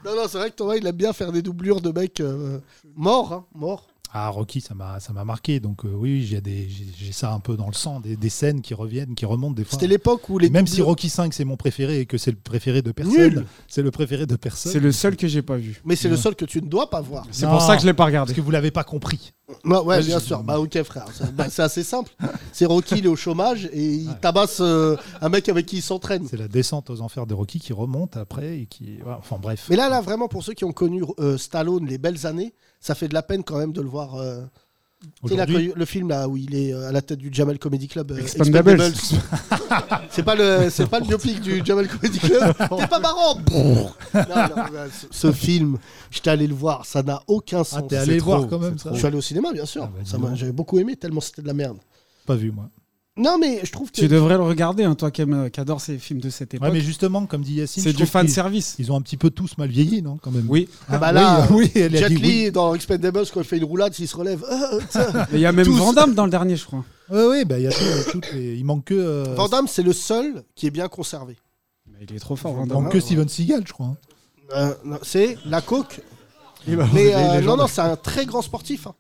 [SPEAKER 2] Non, non, c'est vrai que Thomas, il aime bien faire des doublures de mecs euh, morts, hein, morts.
[SPEAKER 3] Ah Rocky, ça m'a ça m'a marqué. Donc euh, oui, j'ai des j'ai j'ai ça un peu dans le sang, des, des scènes qui reviennent, qui remontent des fois.
[SPEAKER 2] C'était l'époque où les
[SPEAKER 3] Même si
[SPEAKER 2] doublures-
[SPEAKER 3] Rocky 5 c'est mon préféré et que c'est le préféré de
[SPEAKER 2] Nul.
[SPEAKER 3] personne, c'est le préféré de personne.
[SPEAKER 9] C'est le seul que j'ai pas vu.
[SPEAKER 2] Mais c'est le seul que tu ne dois pas voir.
[SPEAKER 9] C'est
[SPEAKER 3] Non.
[SPEAKER 9] pour ça que je l'ai pas regardé.
[SPEAKER 3] Parce que vous l'avez pas compris.
[SPEAKER 2] Ouais, ouais, bien sûr. Bah, ok, frère. Ça- bah, c'est assez simple. C'est Rocky, il est au chômage et il tabasse euh, un mec avec qui il s'entraîne.
[SPEAKER 3] C'est la descente aux enfers de Rocky qui remonte après et qui. voilà, enfin bref.
[SPEAKER 2] Mais là, là, vraiment, pour ceux qui ont connu euh, Stallone, les belles années, ça fait de la peine quand même de le voir. euh, tu sais, là,
[SPEAKER 3] Aujourd'hui.
[SPEAKER 2] quand il- le film là où il est euh, à la tête du Jamal Comedy Club. euh,
[SPEAKER 9] Expendables.
[SPEAKER 3] *laughs*
[SPEAKER 2] Expendables. c'est pas le, c'est pas le biopic du Jamal Comedy
[SPEAKER 1] *laughs*
[SPEAKER 2] Club. T'es pas marrant. Brrr. Non, non, mais ce, ce film, j'étais allé le voir, ça n'a aucun sens.
[SPEAKER 3] Ah, t'es allé
[SPEAKER 2] C'est
[SPEAKER 3] voir
[SPEAKER 2] trop.
[SPEAKER 3] quand même ça
[SPEAKER 2] Je suis allé au cinéma, bien sûr.
[SPEAKER 3] Ah, bah, dis
[SPEAKER 2] Ça m'a-
[SPEAKER 3] donc.
[SPEAKER 2] J'avais beaucoup aimé tellement c'était de la merde.
[SPEAKER 3] Pas vu moi.
[SPEAKER 2] Non, mais je trouve que.
[SPEAKER 9] Tu devrais le regarder, hein, toi qui, aimes- qui adore ces films de cette époque.
[SPEAKER 3] Ouais, mais justement, comme dit Yacine,
[SPEAKER 9] c'est
[SPEAKER 3] je
[SPEAKER 9] du
[SPEAKER 3] trouve
[SPEAKER 9] fan
[SPEAKER 3] qu'ils-
[SPEAKER 9] service.
[SPEAKER 3] Ils ont un petit peu tous mal vieilli, non quand même. Hein?
[SPEAKER 9] Oui,
[SPEAKER 2] Ah bah là,
[SPEAKER 3] *laughs* oui, oui, elle a
[SPEAKER 2] Jet
[SPEAKER 3] dit
[SPEAKER 2] Li
[SPEAKER 3] oui.
[SPEAKER 2] dans Expendables, quand il fait une roulade, s'il se relève.
[SPEAKER 3] *laughs*
[SPEAKER 2] euh, tiens.
[SPEAKER 9] mais il y a même
[SPEAKER 2] Tous.
[SPEAKER 9] Van Damme dans le dernier, je crois.
[SPEAKER 3] Oui, oui, bah, il y a tout- toutes les- il manque que, euh,
[SPEAKER 2] Van Damme, c'est le seul qui est bien conservé.
[SPEAKER 9] il est trop fort, Van
[SPEAKER 3] il
[SPEAKER 9] Damme.
[SPEAKER 3] manque que Steven Seagal, je crois. hein.
[SPEAKER 2] Euh, non, c'est la coke. Mais euh, non, non, c'est un très grand sportif. hein.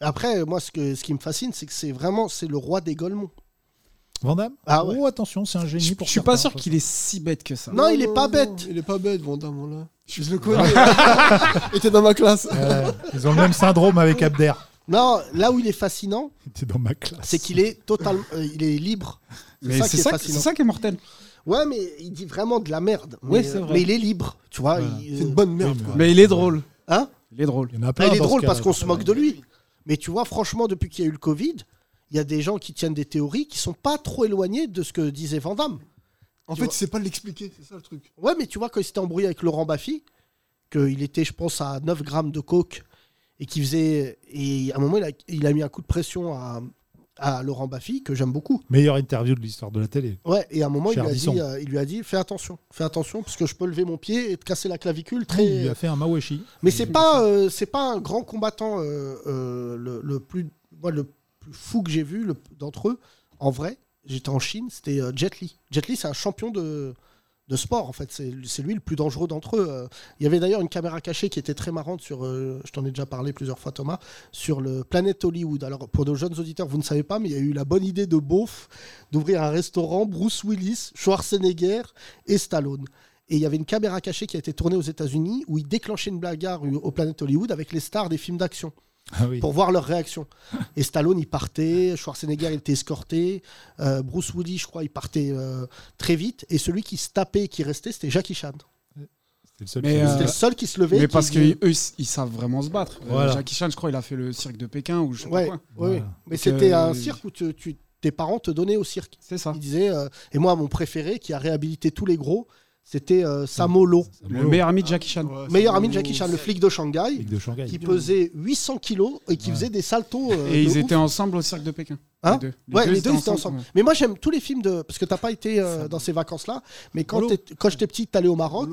[SPEAKER 2] Après, moi, ce, que, ce qui me fascine, c'est que c'est vraiment c'est le roi des golemons.
[SPEAKER 3] Van Damme
[SPEAKER 2] Ah ouais.
[SPEAKER 3] Oh, attention, c'est un génie
[SPEAKER 9] Je
[SPEAKER 3] pour
[SPEAKER 9] je suis
[SPEAKER 3] certains,
[SPEAKER 9] pas sûr
[SPEAKER 3] parce
[SPEAKER 9] qu'il est si bête que ça.
[SPEAKER 2] Non, il est pas bête.
[SPEAKER 1] Il est pas bête, Vandame, là. Je le connais. *laughs*
[SPEAKER 3] *laughs*
[SPEAKER 1] Il était dans ma classe.
[SPEAKER 3] que- Euh, ils ont le même syndrome avec Abder.
[SPEAKER 2] Non, là où il est fascinant,
[SPEAKER 3] Il était dans ma classe.
[SPEAKER 2] c'est qu'il est totalement, euh, il est libre.
[SPEAKER 9] mais
[SPEAKER 2] ça
[SPEAKER 9] c'est
[SPEAKER 2] qui est
[SPEAKER 9] ça,
[SPEAKER 2] fascinant.
[SPEAKER 9] c'est ça qui est mortel.
[SPEAKER 2] Ouais, mais il dit vraiment de la merde.
[SPEAKER 9] Ouais,
[SPEAKER 2] mais, euh,
[SPEAKER 9] c'est vrai.
[SPEAKER 2] mais il est libre, tu vois. il, euh,
[SPEAKER 1] C'est une bonne merde,
[SPEAKER 3] Oui,
[SPEAKER 1] quoi.
[SPEAKER 3] mais-
[SPEAKER 9] Mais il est drôle.
[SPEAKER 2] hein
[SPEAKER 9] Il est drôle.
[SPEAKER 3] Il y en a
[SPEAKER 2] Ah,
[SPEAKER 3] plein
[SPEAKER 2] il est
[SPEAKER 3] dans ce
[SPEAKER 2] drôle
[SPEAKER 3] cas-là.
[SPEAKER 2] parce qu'on se moque de lui. Mais tu vois, franchement, depuis qu'il y a eu le Covid, il y a des gens qui tiennent des théories qui sont pas trop éloignées de ce que disait Van Damme.
[SPEAKER 1] En
[SPEAKER 2] Tu
[SPEAKER 1] fait,
[SPEAKER 2] vois.
[SPEAKER 1] il sait pas l'expliquer, c'est ça le truc.
[SPEAKER 2] Ouais, mais tu vois, quand il s'était embrouillé avec Laurent Baffy, qu'il était, je pense, à 9 grammes de coke, et qu'il faisait. Et à un moment, il a, il a mis un coup de pression à, à Laurent Baffy, que j'aime beaucoup.
[SPEAKER 3] Meilleure interview de l'histoire de la télé.
[SPEAKER 2] Ouais, et à un moment, il lui,
[SPEAKER 3] Cher
[SPEAKER 2] a
[SPEAKER 3] Ardisson.
[SPEAKER 2] dit, euh, il lui a dit fais attention, fais attention, parce que je peux lever mon pied et te casser la clavicule
[SPEAKER 3] Il
[SPEAKER 2] très.
[SPEAKER 3] a fait un Mawashi.
[SPEAKER 2] Mais c'est pas, euh, c'est pas un grand combattant euh, euh, le, le plus, moi, le plus fou que j'ai vu le- d'entre eux. En vrai, j'étais en Chine, c'était euh, Jet Li. Jet Li, c'est un champion de, de sport, en fait. C'est c'est lui le plus dangereux d'entre eux. Euh, Il y avait d'ailleurs une caméra cachée qui était très marrante sur, euh, je t'en ai déjà parlé plusieurs fois, Thomas, sur le Planète Hollywood. Alors, pour nos jeunes auditeurs, vous ne savez pas, mais il y a eu la bonne idée de Beauf d'ouvrir un restaurant, Bruce Willis, Schwarzenegger et Stallone. Et il y avait une caméra cachée qui a été tournée aux États-Unis où il déclenchait une bagarre au Planète Hollywood avec les stars des films d'action
[SPEAKER 3] Ah oui.
[SPEAKER 2] pour voir leur réaction. Et Stallone, il partait, Schwarzenegger, il était escorté, euh, Bruce Willis, je crois, il partait euh, très vite, et celui qui se tapait et qui restait, c'était Jackie Chan.
[SPEAKER 3] C'était le seul
[SPEAKER 9] Mais,
[SPEAKER 3] qui-
[SPEAKER 9] euh,
[SPEAKER 2] C'était le seul qui se levait.
[SPEAKER 9] Mais
[SPEAKER 2] qui-
[SPEAKER 9] parce qu'eux, ils, ils savent vraiment se battre. Euh,
[SPEAKER 3] Voilà.
[SPEAKER 9] Jackie Chan, je crois, il a fait le cirque de Pékin ou je sais
[SPEAKER 2] Ouais,
[SPEAKER 9] pas quoi.
[SPEAKER 2] ouais, ouais.
[SPEAKER 3] Voilà.
[SPEAKER 2] Mais c'était
[SPEAKER 9] euh,
[SPEAKER 2] un cirque où tu- tu- tes parents te donnaient au cirque.
[SPEAKER 9] C'est ça.
[SPEAKER 2] Ils disaient, euh, et moi, mon préféré, qui a réhabilité tous les gros, c'était euh, Samo Lo,
[SPEAKER 3] c'est un
[SPEAKER 9] Le
[SPEAKER 3] Mao,
[SPEAKER 9] meilleur ami de Jackie Chan.
[SPEAKER 2] meilleur ami de Jackie Chan, le flic de Shanghai,
[SPEAKER 3] Ligue de Shanghai.
[SPEAKER 2] qui pesait 800 kilos et qui
[SPEAKER 3] Ouais.
[SPEAKER 2] faisait des saltos. euh,
[SPEAKER 9] Et
[SPEAKER 2] de
[SPEAKER 9] ils
[SPEAKER 2] ouf.
[SPEAKER 9] étaient ensemble au cirque de Pékin.
[SPEAKER 2] Hein
[SPEAKER 9] les deux.
[SPEAKER 2] Ouais, les deux, ils étaient ensemble.
[SPEAKER 9] ouais.
[SPEAKER 2] Mais moi j'aime tous les films de parce que t'as pas été euh, dans ces vacances là, mais quand
[SPEAKER 3] Boulot.
[SPEAKER 2] t'es- quand j'étais petit, t'allais au Maroc,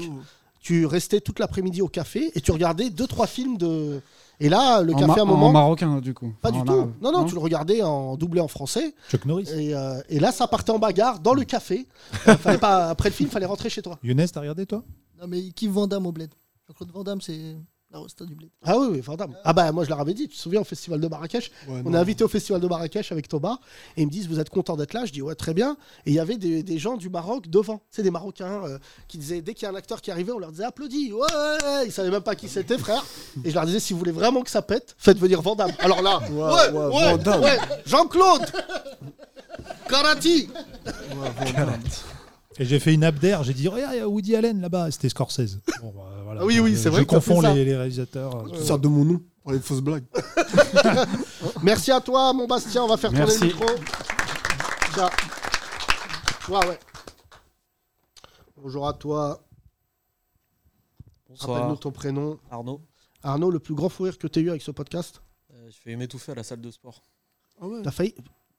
[SPEAKER 2] tu restais toute l'après-midi au café et tu regardais deux trois films de et là le
[SPEAKER 9] En
[SPEAKER 2] café
[SPEAKER 9] ma-
[SPEAKER 2] à un moment
[SPEAKER 9] En marocain, du coup.
[SPEAKER 2] pas
[SPEAKER 9] En
[SPEAKER 2] du tout.
[SPEAKER 9] arabe.
[SPEAKER 2] Non, non, tu le regardais en doublé en français.
[SPEAKER 3] Chuck Norris.
[SPEAKER 2] Et, euh, et là, ça partait en bagarre dans le café. Euh, fallait pas, après le film, fallait rentrer chez toi.
[SPEAKER 3] Younes, t'as regardé toi
[SPEAKER 8] Non, mais il kiffe Vandame au bled. Jean-Claude Vandame, c'est la rosta du bled.
[SPEAKER 2] Ah oui, oui, Van Damme. Ah bah, moi, je leur avais dit, tu te souviens, au Festival de Marrakech, on est invité au Festival de Marrakech avec Thomas, et ils me disent, vous êtes content d'être là Je dis, ouais, très bien. Et il y avait des, des gens du Maroc devant, c'est des Marocains euh, qui disaient, dès qu'il y a un acteur qui arrivait, on leur disait, applaudis, ouais, ils savaient même pas qui c'était, frère. Et je leur disais, si vous voulez vraiment que ça pète, faites venir Vandame. Alors là, ouais,
[SPEAKER 1] ouais,
[SPEAKER 2] ouais,
[SPEAKER 1] Van Damme.
[SPEAKER 2] ouais, Jean-Claude Karati
[SPEAKER 3] Et j'ai fait une abder, j'ai dit oh, regarde, il y a Woody Allen là-bas, c'était Scorsese. Bon, bah, voilà.
[SPEAKER 2] Ah oui, oui,
[SPEAKER 3] Je-
[SPEAKER 2] c'est vrai
[SPEAKER 3] Je
[SPEAKER 2] que t'as
[SPEAKER 3] confonds
[SPEAKER 2] fait ça.
[SPEAKER 3] les, les réalisateurs.
[SPEAKER 1] Tu te sers de mon nom pour Ah, les fausses blagues.
[SPEAKER 2] Merci à toi, mon Bastien. On va faire
[SPEAKER 9] Merci.
[SPEAKER 2] tourner le micro. Ça. Ouais, ouais. Bonjour à toi. Rappelle-nous
[SPEAKER 10] Bonsoir,
[SPEAKER 2] ton prénom.
[SPEAKER 10] Arnaud.
[SPEAKER 2] Arnaud, le plus grand fou rire que t'aies eu avec ce podcast
[SPEAKER 10] Euh, je vais m'étouffer à la salle de sport.
[SPEAKER 3] Ah
[SPEAKER 2] T'as failli.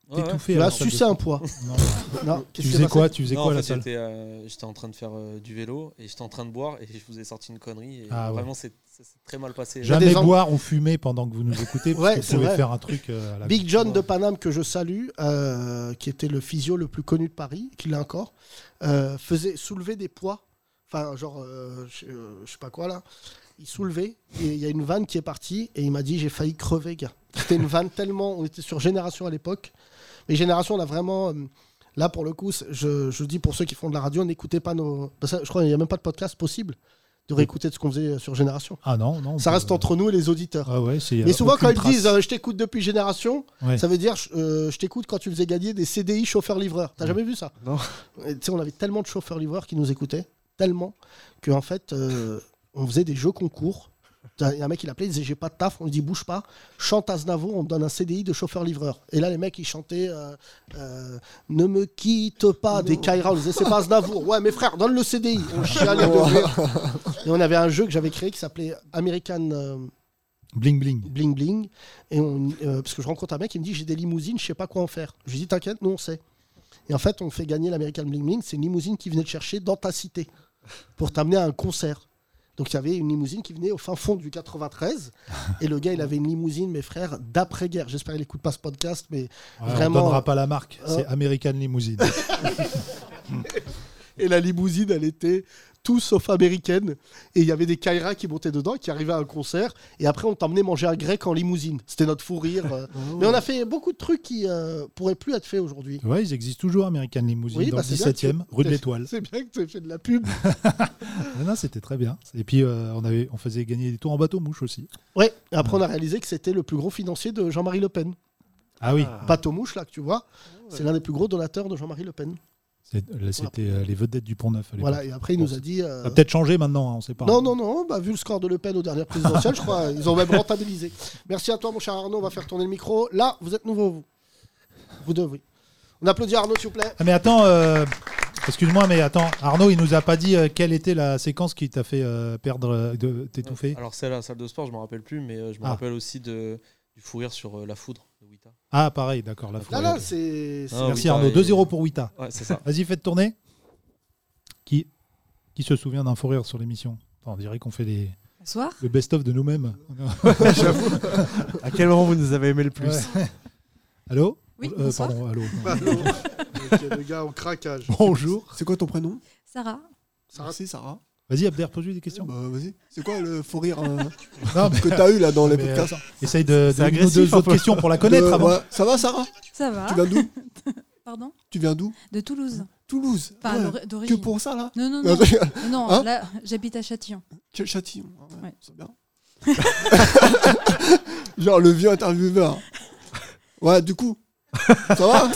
[SPEAKER 10] Ouais, ouais.
[SPEAKER 3] Étouffé.
[SPEAKER 2] Tu
[SPEAKER 3] à hein, la
[SPEAKER 2] as
[SPEAKER 3] salle de
[SPEAKER 2] sucé un poids.
[SPEAKER 3] Non.
[SPEAKER 2] Non,
[SPEAKER 3] Tu
[SPEAKER 2] qu'est-ce qui s'est
[SPEAKER 3] faisais
[SPEAKER 2] passé
[SPEAKER 3] quoi Tu faisais
[SPEAKER 10] Non,
[SPEAKER 3] quoi
[SPEAKER 10] en
[SPEAKER 3] à la
[SPEAKER 10] fait,
[SPEAKER 3] salle
[SPEAKER 10] j'étais, euh, J'étais en train de faire euh, du vélo et j'étais en train de boire et je vous ai sorti une connerie. Et
[SPEAKER 3] Ah ouais.
[SPEAKER 10] Vraiment, c'est- ça s'est très mal passé.
[SPEAKER 2] J'avais-
[SPEAKER 3] Jamais
[SPEAKER 2] des gens-
[SPEAKER 3] boire ou fumer pendant que vous nous écoutez, parce
[SPEAKER 2] Ouais,
[SPEAKER 3] que
[SPEAKER 2] c'est
[SPEAKER 3] vous pouvez
[SPEAKER 2] vrai.
[SPEAKER 3] faire un truc euh, à la
[SPEAKER 2] Big John de Paname, que je salue, euh, qui était le physio le plus connu de Paris, qui l'a encore, euh, faisait soulever des poids. Enfin, genre, euh, je, euh, je sais pas quoi là. Il soulevait, et il y a une vanne qui est partie, et il m'a dit J'ai failli crever, gars. C'était une vanne tellement. On était sur Génération à l'époque. Mais Génération, on a vraiment. euh, Là, pour le coup, c'est- je, je dis pour ceux qui font de la radio, n'écoutez pas nos. parce que je crois qu'il n'y a même pas de podcast possible. de réécouter de ce qu'on faisait euh, sur Génération.
[SPEAKER 3] Ah non, non.
[SPEAKER 2] Ça reste entre nous et les auditeurs.
[SPEAKER 3] Ah ouais, c'est.
[SPEAKER 2] Mais souvent,
[SPEAKER 3] aucune
[SPEAKER 2] quand ils
[SPEAKER 3] trace.
[SPEAKER 2] disent euh, je t'écoute depuis Génération,
[SPEAKER 3] Ouais.
[SPEAKER 2] ça veut dire euh, je t'écoute quand tu faisais gagner des CDI chauffeur-livreur. T'as jamais vu ça
[SPEAKER 6] Non.
[SPEAKER 2] Et Tu sais, on avait tellement de chauffeurs-livreurs qui nous écoutaient, tellement, qu'en en fait, euh, on faisait des jeux concours. T'as- y a Un mec, il appelait, il disait J'ai pas de taf, on lui dit Bouge pas, chante Aznavour, on te donne un CDI de chauffeur-livreur. Et là, les mecs, ils chantaient euh, euh, Ne me quitte pas des Kaira. On disait C'est pas Aznavour. Ouais, mais frère, donne le CDI. On chialait de rire. Et on avait un jeu que j'avais créé qui s'appelait American. euh,
[SPEAKER 3] Bling bling.
[SPEAKER 2] bling bling. Et on, euh, parce que je rencontre un mec, il me dit j'ai des limousines, je sais pas quoi en faire. Je lui dis t'inquiète, nous on sait. Et en fait, on fait gagner l'American Bling Bling. C'est une limousine qui venait te chercher dans ta cité pour t'amener à un concert. Donc il y avait une limousine qui venait au fin fond du 93. Et le gars, il avait une limousine, mes frères, d'après-guerre. J'espère qu'il écoute pas ce podcast, mais *laughs*
[SPEAKER 3] Ouais,
[SPEAKER 2] vraiment.
[SPEAKER 3] On donnera pas la marque.
[SPEAKER 2] euh,
[SPEAKER 3] C'est American Limousine.
[SPEAKER 2] *laughs* Et la limousine, elle était tout sauf américaine. Et il y avait des Kaira qui montaient dedans, qui arrivaient à un concert. Et après, on t'emmenait manger un grec en limousine. C'était notre fou
[SPEAKER 3] *laughs*
[SPEAKER 2] rire.
[SPEAKER 3] Ah
[SPEAKER 2] euh. Mais on a fait beaucoup de trucs qui euh, pourraient plus être faits aujourd'hui.
[SPEAKER 3] ouais, ils existent toujours American Limousine dans
[SPEAKER 2] bah,
[SPEAKER 3] le
[SPEAKER 2] c'est bien que
[SPEAKER 3] 17 e
[SPEAKER 2] tu-
[SPEAKER 3] rue de
[SPEAKER 2] *laughs*
[SPEAKER 3] l'Étoile. Ah,
[SPEAKER 2] C'est bien que tu aies fait de la
[SPEAKER 3] *laughs*
[SPEAKER 2] pub.
[SPEAKER 3] Non, non, c'était très bien. Et puis euh, on avait, on faisait gagner des tours en bateau mouche aussi.
[SPEAKER 2] Ouais. Et après, on a réalisé que c'était le plus gros financier de Jean-Marie Le Pen.
[SPEAKER 3] Ah oui.
[SPEAKER 2] Bateau Mouche, là, que tu vois, c'est l'un des plus gros donateurs de Jean-Marie Le Pen.
[SPEAKER 3] C'est- là, C'était euh, les vedettes du Pont Neuf. à l'époque.
[SPEAKER 2] Voilà, et après, il nous a dit, euh,
[SPEAKER 3] Ça a peut-être changé maintenant, hein, on sait pas.
[SPEAKER 2] Non, non, non, bah, vu le score de Le Pen aux dernières présidentielles, je
[SPEAKER 1] *laughs*
[SPEAKER 2] crois, ils ont même rentabilisé. Merci à toi, mon cher Arnaud, on va faire tourner le micro. Là, vous êtes nouveau, vous. Vous deux, oui. On applaudit Arnaud, s'il vous plaît.
[SPEAKER 3] Ah, mais attends, euh, excuse-moi, mais attends, Arnaud, il nous a pas dit euh, quelle était la séquence qui t'a fait euh, perdre, euh, de- t'étouffer.
[SPEAKER 10] Alors, celle à la salle de sport, je m'en rappelle plus, mais euh, je me
[SPEAKER 3] Ah.
[SPEAKER 10] rappelle aussi de, du fou rire sur euh, la foudre de Wita.
[SPEAKER 3] Ah, pareil, d'accord, la
[SPEAKER 2] Là,
[SPEAKER 3] fourrure.
[SPEAKER 2] là, c'est. c'est-
[SPEAKER 10] Ah,
[SPEAKER 3] Merci
[SPEAKER 10] Wita
[SPEAKER 3] Arnaud.
[SPEAKER 10] et-
[SPEAKER 3] 2-0 pour Wita.
[SPEAKER 10] Ouais, c'est ça.
[SPEAKER 3] *laughs* Vas-y, faites tourner. Qui, qui se souvient d'un fou rire sur l'émission On dirait qu'on fait les...
[SPEAKER 11] Bonsoir.
[SPEAKER 3] le best-of de nous-mêmes.
[SPEAKER 6] *laughs* J'avoue. À quel moment vous nous avez aimé le plus
[SPEAKER 3] Ouais. Allô
[SPEAKER 11] Oui,
[SPEAKER 3] Euh,
[SPEAKER 11] bonsoir.
[SPEAKER 3] Pardon,
[SPEAKER 1] *laughs*
[SPEAKER 3] allô. non. *laughs*
[SPEAKER 2] Allô. Ok, le gars au craquage.
[SPEAKER 3] Bonjour.
[SPEAKER 1] C'est quoi ton prénom
[SPEAKER 11] Sarah.
[SPEAKER 1] Sarah Si, Sarah.
[SPEAKER 3] Vas-y, Abder, pose-lui des questions.
[SPEAKER 1] Bah, vas-y. C'est quoi le faux rire *laughs* euh,
[SPEAKER 3] Non, mais-
[SPEAKER 1] que t'as eu là dans
[SPEAKER 3] *laughs*
[SPEAKER 1] les
[SPEAKER 3] Mais,
[SPEAKER 1] podcasts
[SPEAKER 3] attends, Essaye Euh, de,
[SPEAKER 6] C'est
[SPEAKER 3] de nous
[SPEAKER 6] agressif, hein,
[SPEAKER 3] deux
[SPEAKER 6] un
[SPEAKER 3] autres
[SPEAKER 6] peu.
[SPEAKER 3] questions pour la connaître
[SPEAKER 1] Euh,
[SPEAKER 3] avant.
[SPEAKER 1] ouais. Ça va, Sarah
[SPEAKER 11] Ça va
[SPEAKER 1] Tu viens d'où
[SPEAKER 11] *laughs* Pardon
[SPEAKER 1] Tu viens d'où
[SPEAKER 11] De Toulouse.
[SPEAKER 1] Toulouse.
[SPEAKER 11] Enfin,
[SPEAKER 1] Ouais.
[SPEAKER 11] d'ori-
[SPEAKER 1] Que
[SPEAKER 11] d'origine.
[SPEAKER 1] pour ça là
[SPEAKER 11] Non, non,
[SPEAKER 1] Non,
[SPEAKER 11] non. non,
[SPEAKER 1] Hein
[SPEAKER 11] là, j'habite à Châtillon.
[SPEAKER 1] Quel châtillon. Ouais,
[SPEAKER 11] Ouais.
[SPEAKER 1] C'est bien. Genre le vieux intervieweur. Ouais, du coup. Ça *laughs* va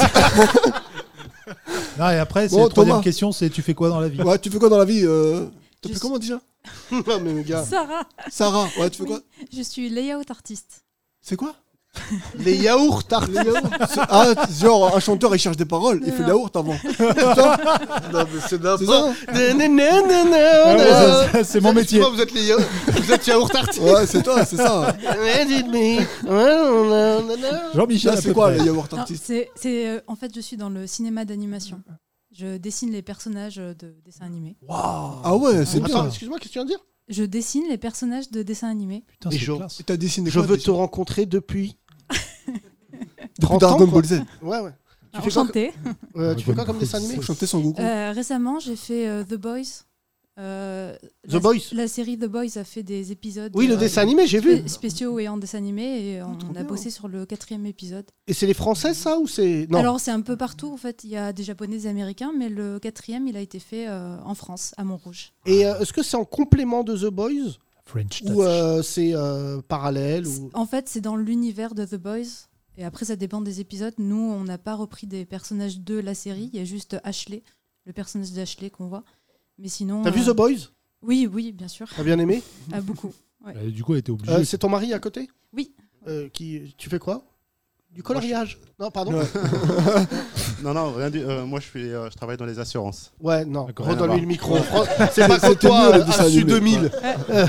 [SPEAKER 3] Non, et après, c'est
[SPEAKER 1] Bon,
[SPEAKER 3] la troisième
[SPEAKER 1] Oh, Thomas.
[SPEAKER 3] question, c'est tu fais quoi dans la vie
[SPEAKER 1] Ouais, tu fais quoi dans la vie euh... T'appelles
[SPEAKER 11] Je-
[SPEAKER 1] comment déjà *laughs*
[SPEAKER 2] Non, mais le gars.
[SPEAKER 11] Sarah,
[SPEAKER 1] Sarah. Ouais, tu fais
[SPEAKER 11] Oui.
[SPEAKER 1] quoi
[SPEAKER 11] *laughs* je suis layout artiste.
[SPEAKER 1] C'est quoi
[SPEAKER 2] Les yaourts, tar-
[SPEAKER 1] Les yaourts C'est- Ah, genre un chanteur il cherche des paroles, il fait de la yaourt avant. Putain,
[SPEAKER 2] Non, mais c'est
[SPEAKER 1] c'est
[SPEAKER 2] n'importe
[SPEAKER 1] ça
[SPEAKER 3] Ah ouais, ça, ça, C'est mon métier.
[SPEAKER 2] Vous êtes les yaourts. Vous êtes yaourt artiste.
[SPEAKER 1] Ouais, c'est toi, c'est ça.
[SPEAKER 2] *laughs* Ouais, dites me. Ouais, non, non, non.
[SPEAKER 3] Jean-Michel,
[SPEAKER 1] Là,
[SPEAKER 3] à
[SPEAKER 1] c'est
[SPEAKER 3] peu
[SPEAKER 1] quoi
[SPEAKER 3] près.
[SPEAKER 1] le yaourt
[SPEAKER 11] Non,
[SPEAKER 2] Ah.
[SPEAKER 1] artiste
[SPEAKER 11] c'est, c'est, euh, en fait, je suis dans le cinéma d'animation. Je dessine les personnages euh, de dessins animés.
[SPEAKER 1] Ah ouais, c'est
[SPEAKER 3] Ah,
[SPEAKER 1] bien.
[SPEAKER 2] Attends, excuse-moi, qu'est-ce que tu viens de dire
[SPEAKER 11] Je dessine les personnages de dessins animés.
[SPEAKER 3] Putain,
[SPEAKER 2] Et
[SPEAKER 3] c'est
[SPEAKER 2] je- *laughs*
[SPEAKER 3] classe.
[SPEAKER 1] Et T'as dessiné
[SPEAKER 2] Je
[SPEAKER 1] quoi
[SPEAKER 2] veux
[SPEAKER 1] déjà
[SPEAKER 2] te rencontrer depuis.
[SPEAKER 1] Depuis
[SPEAKER 2] 30
[SPEAKER 1] Dragon
[SPEAKER 2] ans, quoi.
[SPEAKER 1] Ball Z.
[SPEAKER 2] Ouais, ouais.
[SPEAKER 11] Ah,
[SPEAKER 2] fais quoi
[SPEAKER 11] enchantée.
[SPEAKER 2] Euh, tu fais quoi comme dessin animé
[SPEAKER 1] Pour chanter son Goku.
[SPEAKER 11] Euh, récemment, j'ai fait euh, The Boys. Euh,
[SPEAKER 2] The
[SPEAKER 11] la-
[SPEAKER 2] Boys
[SPEAKER 11] La série The Boys a fait des épisodes.
[SPEAKER 2] Oui, le
[SPEAKER 11] euh,
[SPEAKER 2] dessin animé, j'ai vu. Oh,
[SPEAKER 11] spé- Spéciaux et en dessin animé, et on a bossé sur le quatrième épisode.
[SPEAKER 2] Et c'est les Français, ça ou c'est non
[SPEAKER 11] Alors, c'est un peu partout, en fait. Il y a des Japonais, des Américains, mais le quatrième, il a été fait euh, en France, à Montrouge.
[SPEAKER 2] Et euh, est-ce que c'est en complément de The Boys
[SPEAKER 3] French touch.
[SPEAKER 2] ou euh, c'est euh, parallèle ou...
[SPEAKER 11] En fait, c'est dans l'univers de The Boys. Et après, ça dépend des épisodes. Nous, on n'a pas repris des personnages de la série. Il y a juste Ashley, le personnage d'Ashley qu'on voit. Mais sinon.
[SPEAKER 2] T'as vu
[SPEAKER 11] euh,
[SPEAKER 2] The Boys
[SPEAKER 11] Oui, oui, bien sûr.
[SPEAKER 2] T'as bien aimé
[SPEAKER 11] *laughs* Ah, beaucoup.
[SPEAKER 3] Euh, Du coup, elle était obligée.
[SPEAKER 2] Euh, C'est ton mari à côté
[SPEAKER 11] Oui.
[SPEAKER 2] Euh, qui... Tu fais quoi Du coloriage Non, pardon. Ouais,
[SPEAKER 1] Ouais.
[SPEAKER 12] *laughs* Non, non, rien du- euh, moi, je, suis, euh, je travaille dans les assurances.
[SPEAKER 2] non.
[SPEAKER 3] D'accord.
[SPEAKER 2] Redonne-lui le
[SPEAKER 12] *laughs*
[SPEAKER 2] micro.
[SPEAKER 1] *laughs*
[SPEAKER 2] Fran-
[SPEAKER 1] C'est-
[SPEAKER 2] C'est pas comme
[SPEAKER 1] c'était
[SPEAKER 2] toi,
[SPEAKER 3] hein,
[SPEAKER 1] mieux, le
[SPEAKER 2] euh,
[SPEAKER 1] dessin
[SPEAKER 2] Assu
[SPEAKER 1] animé.
[SPEAKER 2] 2000. *laughs*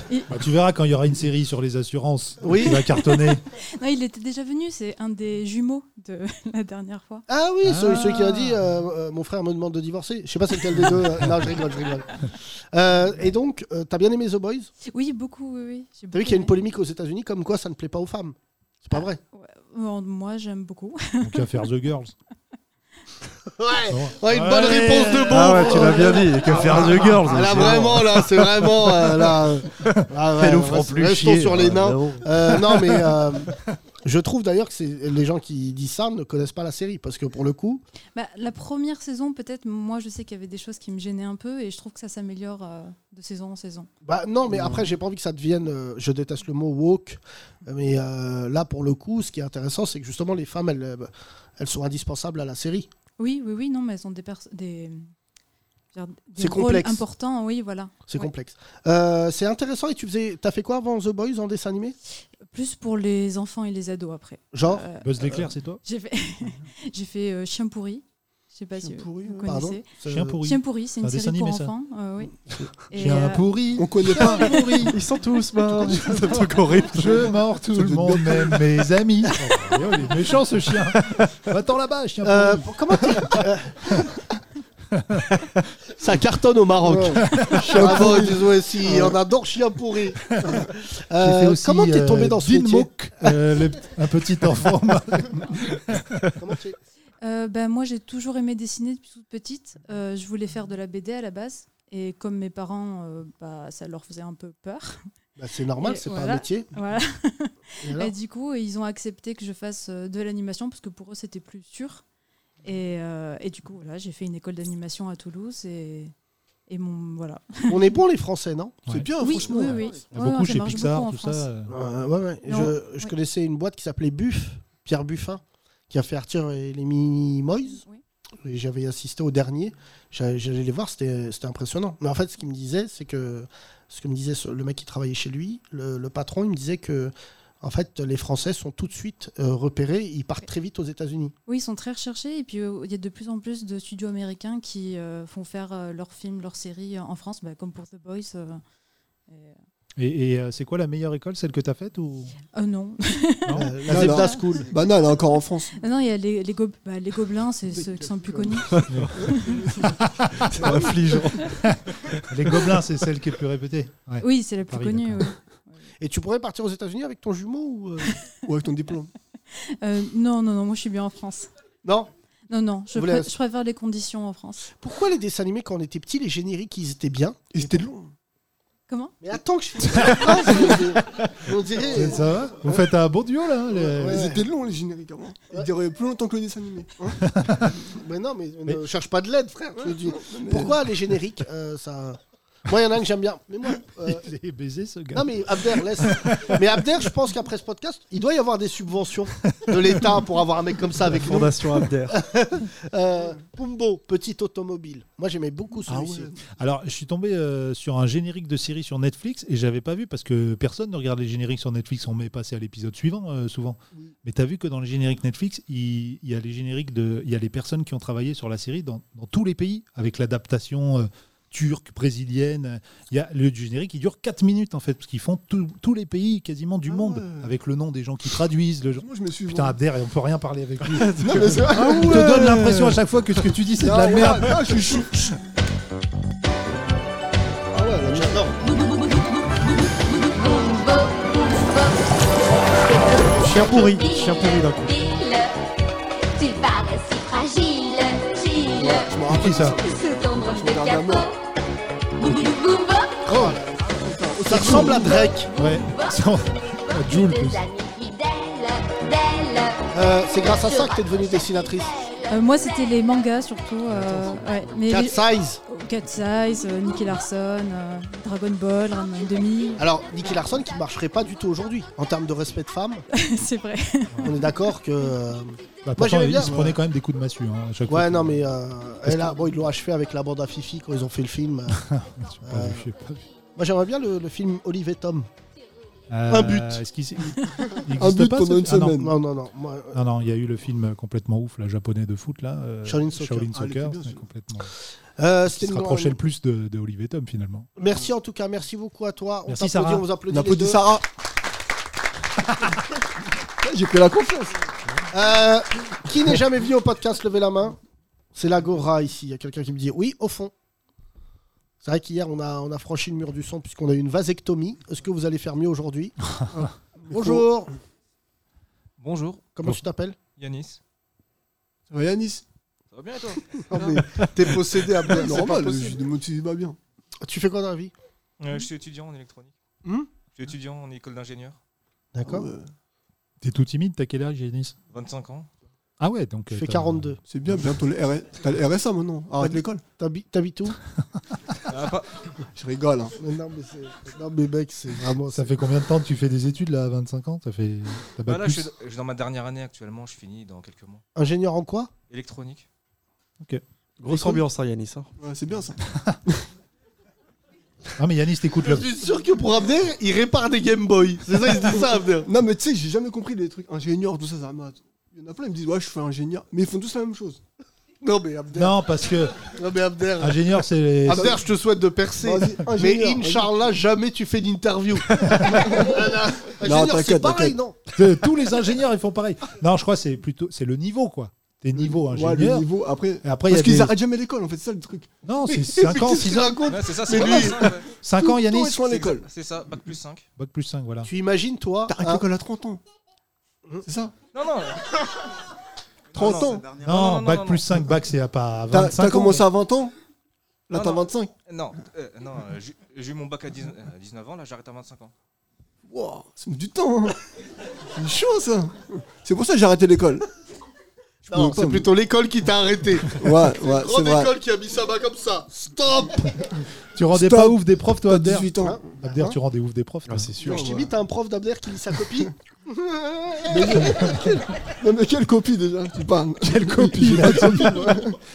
[SPEAKER 3] *laughs* Bah, tu verras quand il y aura une série sur les assurances
[SPEAKER 2] Oui.
[SPEAKER 3] qui va cartonner.
[SPEAKER 11] Non, il était déjà venu. C'est un des jumeaux de *laughs* la dernière fois.
[SPEAKER 2] *laughs* Ah oui, celui,
[SPEAKER 3] Ah.
[SPEAKER 2] celui qui a dit euh, euh, mon frère me demande de divorcer. Je sais pas c'est lequel des deux. euh, non, je rigole, je rigole. Euh, et donc, euh, t'as bien aimé The Boys
[SPEAKER 11] Oui, beaucoup, oui, oui.
[SPEAKER 2] T'as
[SPEAKER 11] J'ai
[SPEAKER 2] vu
[SPEAKER 11] beaucoup
[SPEAKER 2] qu'il y a une
[SPEAKER 11] aimé.
[SPEAKER 2] polémique aux États-Unis comme quoi ça ne plaît pas aux femmes C'est
[SPEAKER 11] Ah.
[SPEAKER 2] pas vrai
[SPEAKER 11] Ouais, bon, moi, j'aime beaucoup.
[SPEAKER 3] Donc, à faire The Girls.
[SPEAKER 2] Ouais,
[SPEAKER 3] Bon.
[SPEAKER 2] Ouais, une bonne réponse de bon.
[SPEAKER 6] Ah ouais, tu l'as bien dit. Que faire The Girls.
[SPEAKER 2] Ah, là,
[SPEAKER 6] c'est-
[SPEAKER 2] vraiment, là, c'est vraiment. euh, là, euh, là, ouais,
[SPEAKER 6] Elles nous feront
[SPEAKER 2] reste-
[SPEAKER 6] plus
[SPEAKER 2] Restons
[SPEAKER 6] chier.
[SPEAKER 2] sur les
[SPEAKER 6] Ouais,
[SPEAKER 2] nains.
[SPEAKER 6] vraiment.
[SPEAKER 2] Euh, non, mais. euh, Je trouve d'ailleurs que c'est- les gens qui disent ça ne connaissent pas la série parce que pour le coup,
[SPEAKER 11] Bah, la première saison, peut-être, moi je sais qu'il y avait des choses qui me gênaient un peu et je trouve que ça s'améliore euh, de saison en saison.
[SPEAKER 2] Bah non, mais
[SPEAKER 11] Ouais.
[SPEAKER 2] après, j'ai pas envie que ça devienne. euh, je déteste le mot woke, mais euh, là, pour le coup, ce qui est intéressant, c'est que justement, les femmes, elles, euh, elles sont indispensables à la série.
[SPEAKER 11] Oui, oui, oui, non, mais elles ont des, perso- des, je veux dire, des
[SPEAKER 2] C'est
[SPEAKER 11] rôles
[SPEAKER 2] complexe.
[SPEAKER 11] importants, oui, voilà.
[SPEAKER 2] C'est
[SPEAKER 11] Ouais.
[SPEAKER 2] complexe. Euh, c'est intéressant. Et tu faisais, t'as fait quoi avant The Boys en dessin animé
[SPEAKER 11] Plus pour les enfants et les ados après.
[SPEAKER 2] Genre
[SPEAKER 11] Euh,
[SPEAKER 3] Buzz l'éclair, c'est toi
[SPEAKER 11] J'ai fait, *laughs* j'ai fait euh, Chien pourri. Je sais pas si vous vous
[SPEAKER 3] pardon
[SPEAKER 11] connaissez.
[SPEAKER 3] C'est- Chien pourri.
[SPEAKER 11] Chien pourri, c'est
[SPEAKER 3] C'est
[SPEAKER 11] une
[SPEAKER 3] un dessin
[SPEAKER 11] série pour
[SPEAKER 3] animé, ça.
[SPEAKER 11] enfants. euh, oui. Et,
[SPEAKER 3] Chien
[SPEAKER 11] euh,
[SPEAKER 3] pourri. On connaît
[SPEAKER 11] Chien
[SPEAKER 3] pas.
[SPEAKER 11] pourri.
[SPEAKER 3] Ils sont tous morts. *laughs* C'est un truc horrible. Je mords tout le monde, même mes amis. Oh, il est méchant ce chien. Va-t'en là-bas, chien
[SPEAKER 2] Euh,
[SPEAKER 3] pourri.
[SPEAKER 2] comment
[SPEAKER 3] *laughs*
[SPEAKER 2] tu- Ça cartonne au Maroc. *laughs*
[SPEAKER 3] Chien
[SPEAKER 2] Bravo,
[SPEAKER 3] pourri.
[SPEAKER 2] désolé, si,
[SPEAKER 3] Ouais.
[SPEAKER 2] on adore chien pourri.
[SPEAKER 3] *laughs* J'ai
[SPEAKER 2] Euh,
[SPEAKER 3] fait aussi,
[SPEAKER 2] comment t'es tombé
[SPEAKER 3] euh,
[SPEAKER 2] dans ce
[SPEAKER 3] Dean
[SPEAKER 2] métier
[SPEAKER 3] Mook, euh, le-
[SPEAKER 2] *laughs*
[SPEAKER 3] un petit enfant.
[SPEAKER 2] Comment tu-
[SPEAKER 11] Euh, ben, moi, j'ai toujours aimé dessiner depuis toute petite. Euh, je voulais faire de la BD à la base. Et comme mes parents, euh, bah, ça leur faisait un peu peur.
[SPEAKER 2] Bah, c'est normal,
[SPEAKER 11] Et
[SPEAKER 2] c'est pas un
[SPEAKER 11] voilà.
[SPEAKER 2] métier.
[SPEAKER 11] Voilà.
[SPEAKER 2] Et alors
[SPEAKER 11] Et du coup, ils ont accepté que je fasse euh, de l'animation parce que pour eux, c'était plus sûr. Et, euh, et du coup, voilà, j'ai fait une école d'animation à Toulouse et, et mon voilà.
[SPEAKER 2] On est bons les Français, non
[SPEAKER 11] Ouais.
[SPEAKER 2] C'est bien,
[SPEAKER 11] Oui,
[SPEAKER 2] franchement.
[SPEAKER 11] oui, oui. Il y a Ouais, beaucoup ouais, ça chez marche Pixar, beaucoup en tout ça, France.
[SPEAKER 2] Euh, ouais, ouais.
[SPEAKER 11] Non,
[SPEAKER 2] Je, je
[SPEAKER 11] ouais.
[SPEAKER 2] connaissais une boîte qui s'appelait Buff, Pierre Buffin, qui a fait Arthur et les Minimoys. Et j'avais assisté au dernier. J'a- J'allais les voir, c'était c'était impressionnant. Mais en fait, ce qu'il me disait, c'est que ce que me disait ce- le mec qui travaillait chez lui, le, le patron, il me disait que en fait, les Français sont tout de suite euh, repérés. Ils partent très vite aux États-Unis.
[SPEAKER 11] Oui, ils sont très recherchés et puis euh, il y a de plus en plus de studios américains qui euh, font faire euh, leurs films, leurs séries euh, en France, bah, comme pour The Boys. euh.
[SPEAKER 3] Et, et, euh, c'est quoi la meilleure école, celle que t'as faite ou
[SPEAKER 11] Euh, non. *laughs*
[SPEAKER 3] Non.
[SPEAKER 11] Euh,
[SPEAKER 3] La Zebda
[SPEAKER 1] non.
[SPEAKER 3] School.
[SPEAKER 1] Bah non, elle est encore en France.
[SPEAKER 11] Ah non, il y a les, les, go- bah, les gobelins, c'est ceux qui sont les
[SPEAKER 2] *laughs*
[SPEAKER 11] plus connus.
[SPEAKER 3] C'est affligeant. *laughs* Les gobelins, c'est celle qui est le plus répétée. Ouais.
[SPEAKER 11] Oui, c'est la plus
[SPEAKER 3] Paris,
[SPEAKER 11] connue.
[SPEAKER 3] d'accord.
[SPEAKER 2] Et tu pourrais partir aux États-Unis avec ton jumeau ou,
[SPEAKER 11] *laughs*
[SPEAKER 2] euh,
[SPEAKER 1] ou avec ton diplôme
[SPEAKER 11] oui. Euh, non, non, non, moi je suis bien en France.
[SPEAKER 2] Non
[SPEAKER 11] Non, non, je,
[SPEAKER 2] Vous voulez-
[SPEAKER 11] pré- je préfère les conditions en France.
[SPEAKER 2] Pourquoi les dessins animés, quand on était petit, les génériques, ils étaient bien Ils étaient longs.
[SPEAKER 11] Comment
[SPEAKER 2] Mais attends que
[SPEAKER 1] *laughs*
[SPEAKER 2] je finisse ma phrase, On dirait.
[SPEAKER 3] Ça va Vous faites un bon duo là. hein, les-
[SPEAKER 1] euh, Ils étaient longs, les génériques avant. Ils duraient plus longtemps que le
[SPEAKER 2] *laughs*
[SPEAKER 1] dessin animé. hein.
[SPEAKER 2] Mais non, mais, ne cherche pas de l'aide, frère. je dis. Pourquoi les génériques euh, ça... Moi, il y en a un que j'aime bien. Mais moi. euh,
[SPEAKER 3] *laughs* Il est baisé ce gars.
[SPEAKER 2] Non, mais Abder, laisse. Mais Abder, je pense qu'après ce podcast, il doit y avoir des subventions de l'État pour avoir un mec comme ça avec nous.
[SPEAKER 6] Fondation Abder.
[SPEAKER 2] *laughs* Euh, Pumbo, petite automobile. Moi, j'aimais beaucoup celui-ci.
[SPEAKER 3] Alors, je suis tombé euh, sur un générique de série sur Netflix et j'avais pas vu parce que personne ne regarde les génériques sur Netflix. On met passé à l'épisode suivant euh, souvent. Mais t'as vu que dans les génériques Netflix, il il y, a les génériques de, il y a les personnes qui ont travaillé sur la série dans, dans tous les pays avec l'adaptation. euh, turque, brésilienne, il y a le générique qui dure 4 minutes en fait, parce qu'ils font tout- tous les pays quasiment du monde, avec le nom des gens qui traduisent. Le...
[SPEAKER 1] Ah je me suis
[SPEAKER 3] Putain, Abder, on peut rien parler avec lui.
[SPEAKER 1] *laughs* Non, mais c'est vrai.
[SPEAKER 3] On te
[SPEAKER 1] Ah ouais.
[SPEAKER 3] donne l'impression à chaque fois que ce que tu dis c'est de
[SPEAKER 1] Ah
[SPEAKER 3] la
[SPEAKER 1] ouais,
[SPEAKER 3] merde.
[SPEAKER 1] ah, je suis chaud.
[SPEAKER 2] Ah J'adore.
[SPEAKER 6] Chien pourri. Chien pourri d'un coup.
[SPEAKER 13] Tu parais si fragile, Gilles.
[SPEAKER 3] Je m'en rappelle ça.
[SPEAKER 13] Sous ton drôle de capot. Boubilou boumbo.
[SPEAKER 2] oh, Ça ressemble à Drake.
[SPEAKER 3] Ouais. Jules plus.
[SPEAKER 13] Des amis fidèles, d'elle.
[SPEAKER 2] Euh, c'est grâce à ça que t'es devenue dessinatrice.
[SPEAKER 11] Euh, moi, c'était les mangas surtout. euh, ouais, mais
[SPEAKER 2] Cat
[SPEAKER 11] les-
[SPEAKER 2] Size.
[SPEAKER 11] Cat Size, euh, Nicky Larson, euh, Dragon Ball, Ranma Demi.
[SPEAKER 2] Alors, Nicky Larson qui marcherait pas du tout aujourd'hui en termes de respect de femme.
[SPEAKER 11] *laughs* c'est vrai.
[SPEAKER 2] On est d'accord que. euh,
[SPEAKER 3] Bah,
[SPEAKER 2] moi
[SPEAKER 3] pourtant,
[SPEAKER 2] j'aimais
[SPEAKER 3] il
[SPEAKER 2] bien.
[SPEAKER 3] se prenait quand même des coups de massue hein, à chaque fois.
[SPEAKER 2] Ouais, non, mais euh, et là, bon, ils l'ont achevé avec la bande à Fifi quand ils ont fait le
[SPEAKER 3] *laughs*
[SPEAKER 2] film. Euh,
[SPEAKER 3] pas vu, j'ai pas vu.
[SPEAKER 2] moi j'aimerais bien le, le film Olive et Tom.
[SPEAKER 3] Euh,
[SPEAKER 2] un but.
[SPEAKER 3] est-ce qu'il
[SPEAKER 2] *laughs*
[SPEAKER 3] s'est- il existe pas, ce- ah, non.
[SPEAKER 2] non, non, non. moi, euh,
[SPEAKER 3] Non, non, il y a eu le film complètement ouf, là, japonais de foot, là. euh,
[SPEAKER 2] Shaolin Soccer. Ah, il était
[SPEAKER 3] Soccer,
[SPEAKER 2] bien,
[SPEAKER 3] c'est
[SPEAKER 2] celui-là.
[SPEAKER 3] complètement.
[SPEAKER 2] Euh,
[SPEAKER 3] qui
[SPEAKER 2] c'était
[SPEAKER 3] se
[SPEAKER 2] une-
[SPEAKER 3] rapprochait le plus de, de Olivier Tom, finalement.
[SPEAKER 2] Merci en tout cas, merci beaucoup à toi. On
[SPEAKER 3] Merci,
[SPEAKER 2] t'applaudit,
[SPEAKER 3] Sarah.
[SPEAKER 2] on vous applaudit.
[SPEAKER 3] On applaudit
[SPEAKER 2] les deux.
[SPEAKER 3] Sarah.
[SPEAKER 1] *laughs* J'ai pris la confiance.
[SPEAKER 2] Euh, qui n'est jamais venu au podcast Levez la main C'est l'Agora ici. Il y a quelqu'un qui me dit oui, au fond. C'est vrai qu'hier, on a, on a franchi le mur du son puisqu'on a eu une vasectomie. Est-ce que vous allez faire mieux
[SPEAKER 3] *laughs*
[SPEAKER 2] aujourd'hui Bonjour.
[SPEAKER 14] Bonjour.
[SPEAKER 2] Comment tu t'appelles
[SPEAKER 14] Yanis.
[SPEAKER 1] Ça va, Yanis
[SPEAKER 14] Ça va bien et
[SPEAKER 1] *laughs*
[SPEAKER 14] toi
[SPEAKER 2] Non, mais t'es possédé à
[SPEAKER 1] C'est
[SPEAKER 2] c'est pas
[SPEAKER 1] normal,
[SPEAKER 2] possible.
[SPEAKER 1] je demande si il va bien.
[SPEAKER 2] Tu fais quoi dans la vie
[SPEAKER 14] Euh, Je suis étudiant en électronique.
[SPEAKER 2] Hmm
[SPEAKER 14] je suis étudiant en école d'ingénieur.
[SPEAKER 2] D'accord.
[SPEAKER 3] T'es tout timide, t'as quel âge, Yanis
[SPEAKER 14] 25 ans.
[SPEAKER 3] Ah ouais, donc.
[SPEAKER 2] Je
[SPEAKER 3] euh,
[SPEAKER 2] fais
[SPEAKER 3] t'as-
[SPEAKER 2] 42.
[SPEAKER 1] C'est bien, bientôt le, RS... t'as le RSA maintenant. Arrête
[SPEAKER 2] T'habi-
[SPEAKER 1] l'école.
[SPEAKER 2] t'habi- T'habites
[SPEAKER 3] *laughs*
[SPEAKER 2] où
[SPEAKER 1] Je rigole. Hein.
[SPEAKER 2] Mais Non, mais c'est- non, mais mec, c'est vraiment.
[SPEAKER 3] Ah, Ça fait combien de temps que tu fais des études là à 25 ans T'as fait. t'as
[SPEAKER 14] Bah
[SPEAKER 3] bac
[SPEAKER 14] là, je suis,
[SPEAKER 3] plus
[SPEAKER 14] je suis dans ma dernière année actuellement, je finis dans quelques
[SPEAKER 2] *laughs*
[SPEAKER 14] mois.
[SPEAKER 2] Ingénieur en quoi
[SPEAKER 14] Électronique.
[SPEAKER 3] Ok.
[SPEAKER 6] Grosse ambiance, hein, Yanis. hein.
[SPEAKER 1] Ouais, c'est bien *laughs* ça.
[SPEAKER 3] Non Ah, mais Yanis, t'écoutes
[SPEAKER 6] *laughs*
[SPEAKER 2] Je
[SPEAKER 3] le.
[SPEAKER 2] suis sûr que pour Abner, il répare des Game Boy. C'est ça, il se dit ça, Abner.
[SPEAKER 1] Non, mais tu sais, j'ai jamais compris les trucs ingénieur, tout ça, ça m'a- Il y en a plein, ils me disent, ouais, je fais ingénieur. Mais ils font tous la même chose.
[SPEAKER 2] Non, mais Abner.
[SPEAKER 3] Non, parce que
[SPEAKER 2] Non, mais Abner.
[SPEAKER 3] ingénieur, c'est. les-
[SPEAKER 2] Abder, je te souhaite de percer.
[SPEAKER 1] Vas-y,
[SPEAKER 2] Mais
[SPEAKER 1] ingénieur, vas-y.
[SPEAKER 2] Inch'Allah, jamais tu fais
[SPEAKER 1] *laughs*
[SPEAKER 2] d'interview. Ingénieur, c'est
[SPEAKER 3] t'inquiète,
[SPEAKER 2] pareil,
[SPEAKER 3] t'inquiète.
[SPEAKER 2] non
[SPEAKER 3] C'est- Tous les ingénieurs, ils font pareil. Non, je crois que c'est plutôt c'est le niveau quoi. T'es niveau
[SPEAKER 1] Ouais,
[SPEAKER 3] ingénieur.
[SPEAKER 1] le niveau, après.
[SPEAKER 3] Et après, il y
[SPEAKER 1] parce
[SPEAKER 3] a
[SPEAKER 1] qu'ils
[SPEAKER 3] des-
[SPEAKER 1] arrêtent jamais l'école, en fait, c'est ça le truc.
[SPEAKER 3] Non, c'est 5 ans, 6 ans.
[SPEAKER 2] racontes
[SPEAKER 14] Ouais, c'est ça,
[SPEAKER 2] Mais
[SPEAKER 14] c'est pas mal,
[SPEAKER 2] lui-
[SPEAKER 14] ça, ouais.
[SPEAKER 3] Cinq
[SPEAKER 14] Tout-
[SPEAKER 3] ans, Yanis.
[SPEAKER 14] tout est sur
[SPEAKER 3] C'est
[SPEAKER 14] l'école. C'est ça, bac plus 5.
[SPEAKER 3] Bac plus 5, voilà.
[SPEAKER 2] Tu imagines, toi.
[SPEAKER 1] T'arrêtes
[SPEAKER 2] un- Hein
[SPEAKER 1] l'école à 30 ans. C'est ça
[SPEAKER 14] Non, non.
[SPEAKER 1] 30 ans.
[SPEAKER 3] Non, bac plus 5, bac c'est à pas à
[SPEAKER 1] T'as
[SPEAKER 3] 25
[SPEAKER 1] t'as
[SPEAKER 3] ans.
[SPEAKER 1] commencé à 20 ans Là,
[SPEAKER 14] Non,
[SPEAKER 1] t'as
[SPEAKER 14] non.
[SPEAKER 1] 25.
[SPEAKER 14] Non, euh, non euh, j'ai j'ai eu mon bac à 19 euh, 19 ans, là j'arrête à 25 ans.
[SPEAKER 1] Wow, ça me fait du temps. hein. C'est chaud ça. C'est pour ça que j'ai arrêté l'école. Je
[SPEAKER 2] Non,
[SPEAKER 1] pouvais pas,
[SPEAKER 2] c'est
[SPEAKER 1] mais-
[SPEAKER 2] plutôt l'école qui t'a arrêté.
[SPEAKER 1] Ouais, ouais, c'est
[SPEAKER 2] Grande
[SPEAKER 1] vrai.
[SPEAKER 2] école qui a mis sa main comme ça. Stop
[SPEAKER 3] Tu rendais
[SPEAKER 1] Stop.
[SPEAKER 3] pas ouf des profs, toi,
[SPEAKER 1] T'as
[SPEAKER 3] Abder
[SPEAKER 1] 18 ans. Ah,
[SPEAKER 3] Abder, tu rendais ouf des profs. toi.
[SPEAKER 6] c'est sûr.
[SPEAKER 2] Je t'imite à un prof d'Abder qui lit sa *laughs* copie.
[SPEAKER 1] Non, mais quelle copie déjà Tu parles.
[SPEAKER 3] Quelle copie là, tu-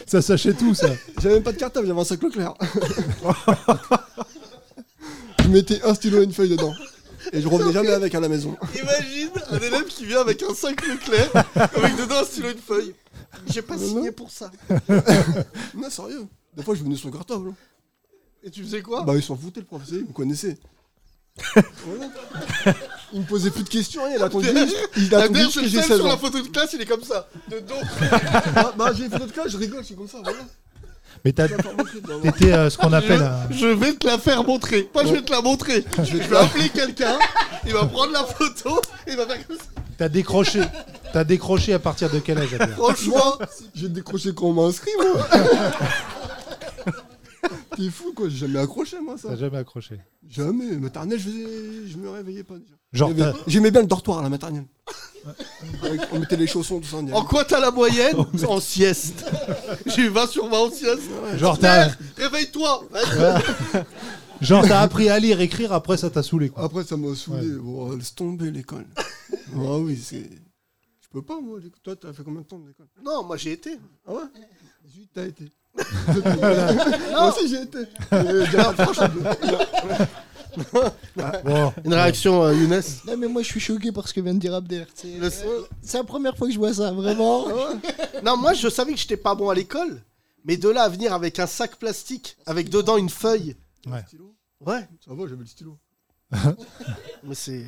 [SPEAKER 3] Ça sachait tout, ça.
[SPEAKER 1] J'avais même pas de cartable, j'avais un sac Leclerc. *laughs* je mettais un stylo et une feuille dedans. Et je revenais jamais avec à la
[SPEAKER 2] *laughs*
[SPEAKER 1] maison.
[SPEAKER 2] *laughs* Imagine un élève qui vient avec un sac *laughs* Leclerc, avec dedans un stylo et une feuille. J'ai pas signé pour ça.
[SPEAKER 1] Non, sérieux. Des fois, je venais sur le
[SPEAKER 2] hein.
[SPEAKER 1] cartable.
[SPEAKER 2] Et tu faisais quoi
[SPEAKER 1] Bah, ils s'en foutaient, le professeur, ils me connaissaient. Voilà. Il me posait plus de questions, rien, il attendait juste, il
[SPEAKER 2] Abder,
[SPEAKER 1] attendait juste
[SPEAKER 2] c'est
[SPEAKER 1] que
[SPEAKER 2] le
[SPEAKER 1] j'ai
[SPEAKER 2] seul
[SPEAKER 1] 16
[SPEAKER 2] sur
[SPEAKER 1] ans.
[SPEAKER 2] la photo de classe, il est comme ça, de dos.
[SPEAKER 1] *laughs* bah, bah, j'ai une photo de classe, je rigole, je suis comme ça, voilà.
[SPEAKER 3] Mais t'as-
[SPEAKER 1] hein.
[SPEAKER 3] t'étais euh, ce qu'on appelle un.
[SPEAKER 2] Je vais te la faire montrer. Pas je vais te la montrer. *laughs* Je vais appeler quelqu'un, il va prendre la photo, il va faire comme ça.
[SPEAKER 3] T'as décroché. T'as décroché à partir de quel âge,
[SPEAKER 1] *laughs*
[SPEAKER 3] Abder
[SPEAKER 2] Franchement,
[SPEAKER 1] J'ai décroché quand on m'a inscrit, moi. *laughs* T'es fou, quoi, j'ai jamais accroché, moi, ça.
[SPEAKER 3] T'as jamais accroché.
[SPEAKER 1] Jamais, maternelle, je, faisais- je me réveillais pas déjà.
[SPEAKER 3] Genre,
[SPEAKER 1] J'aimais-
[SPEAKER 3] t'as-
[SPEAKER 1] J'aimais bien le dortoir à la maternelle. Avec-
[SPEAKER 2] *laughs*
[SPEAKER 1] on mettait les chaussons, tout ça. on y allait.
[SPEAKER 2] en quoi t'as la moyenne En sieste. J'ai eu 20 sur 20 en sieste.
[SPEAKER 3] Genre, t'as-
[SPEAKER 2] Mère, Réveille-toi
[SPEAKER 3] *laughs* Genre, t'as appris à lire, écrire, après ça t'a saoulé, quoi.
[SPEAKER 1] Après, ça m'a saoulé. Bon, laisse
[SPEAKER 3] *laughs*
[SPEAKER 1] tomber l'école. ah oui, c'est. Je peux pas, moi. l'école. Toi, t'as fait combien de temps de l'école
[SPEAKER 2] Non, moi j'ai été.
[SPEAKER 1] Ah ouais Zut, t'as été.
[SPEAKER 2] *laughs*
[SPEAKER 1] Moi aussi, j'ai été. Euh, Gérard, franchement,
[SPEAKER 3] Ah, Bon.
[SPEAKER 2] Une réaction, euh, Younes
[SPEAKER 8] Non, mais moi je suis choqué par ce que vient de dire Abder. tu sais.
[SPEAKER 2] Le- Ah
[SPEAKER 8] C'est la première fois que je vois ça, vraiment.
[SPEAKER 2] Non, moi je savais que j'étais pas bon à l'école, mais de là à venir avec un sac plastique, avec dedans une feuille.
[SPEAKER 3] Ouais.
[SPEAKER 2] Ouais,
[SPEAKER 1] Ça va, j'avais le stylo.
[SPEAKER 2] mais c'est.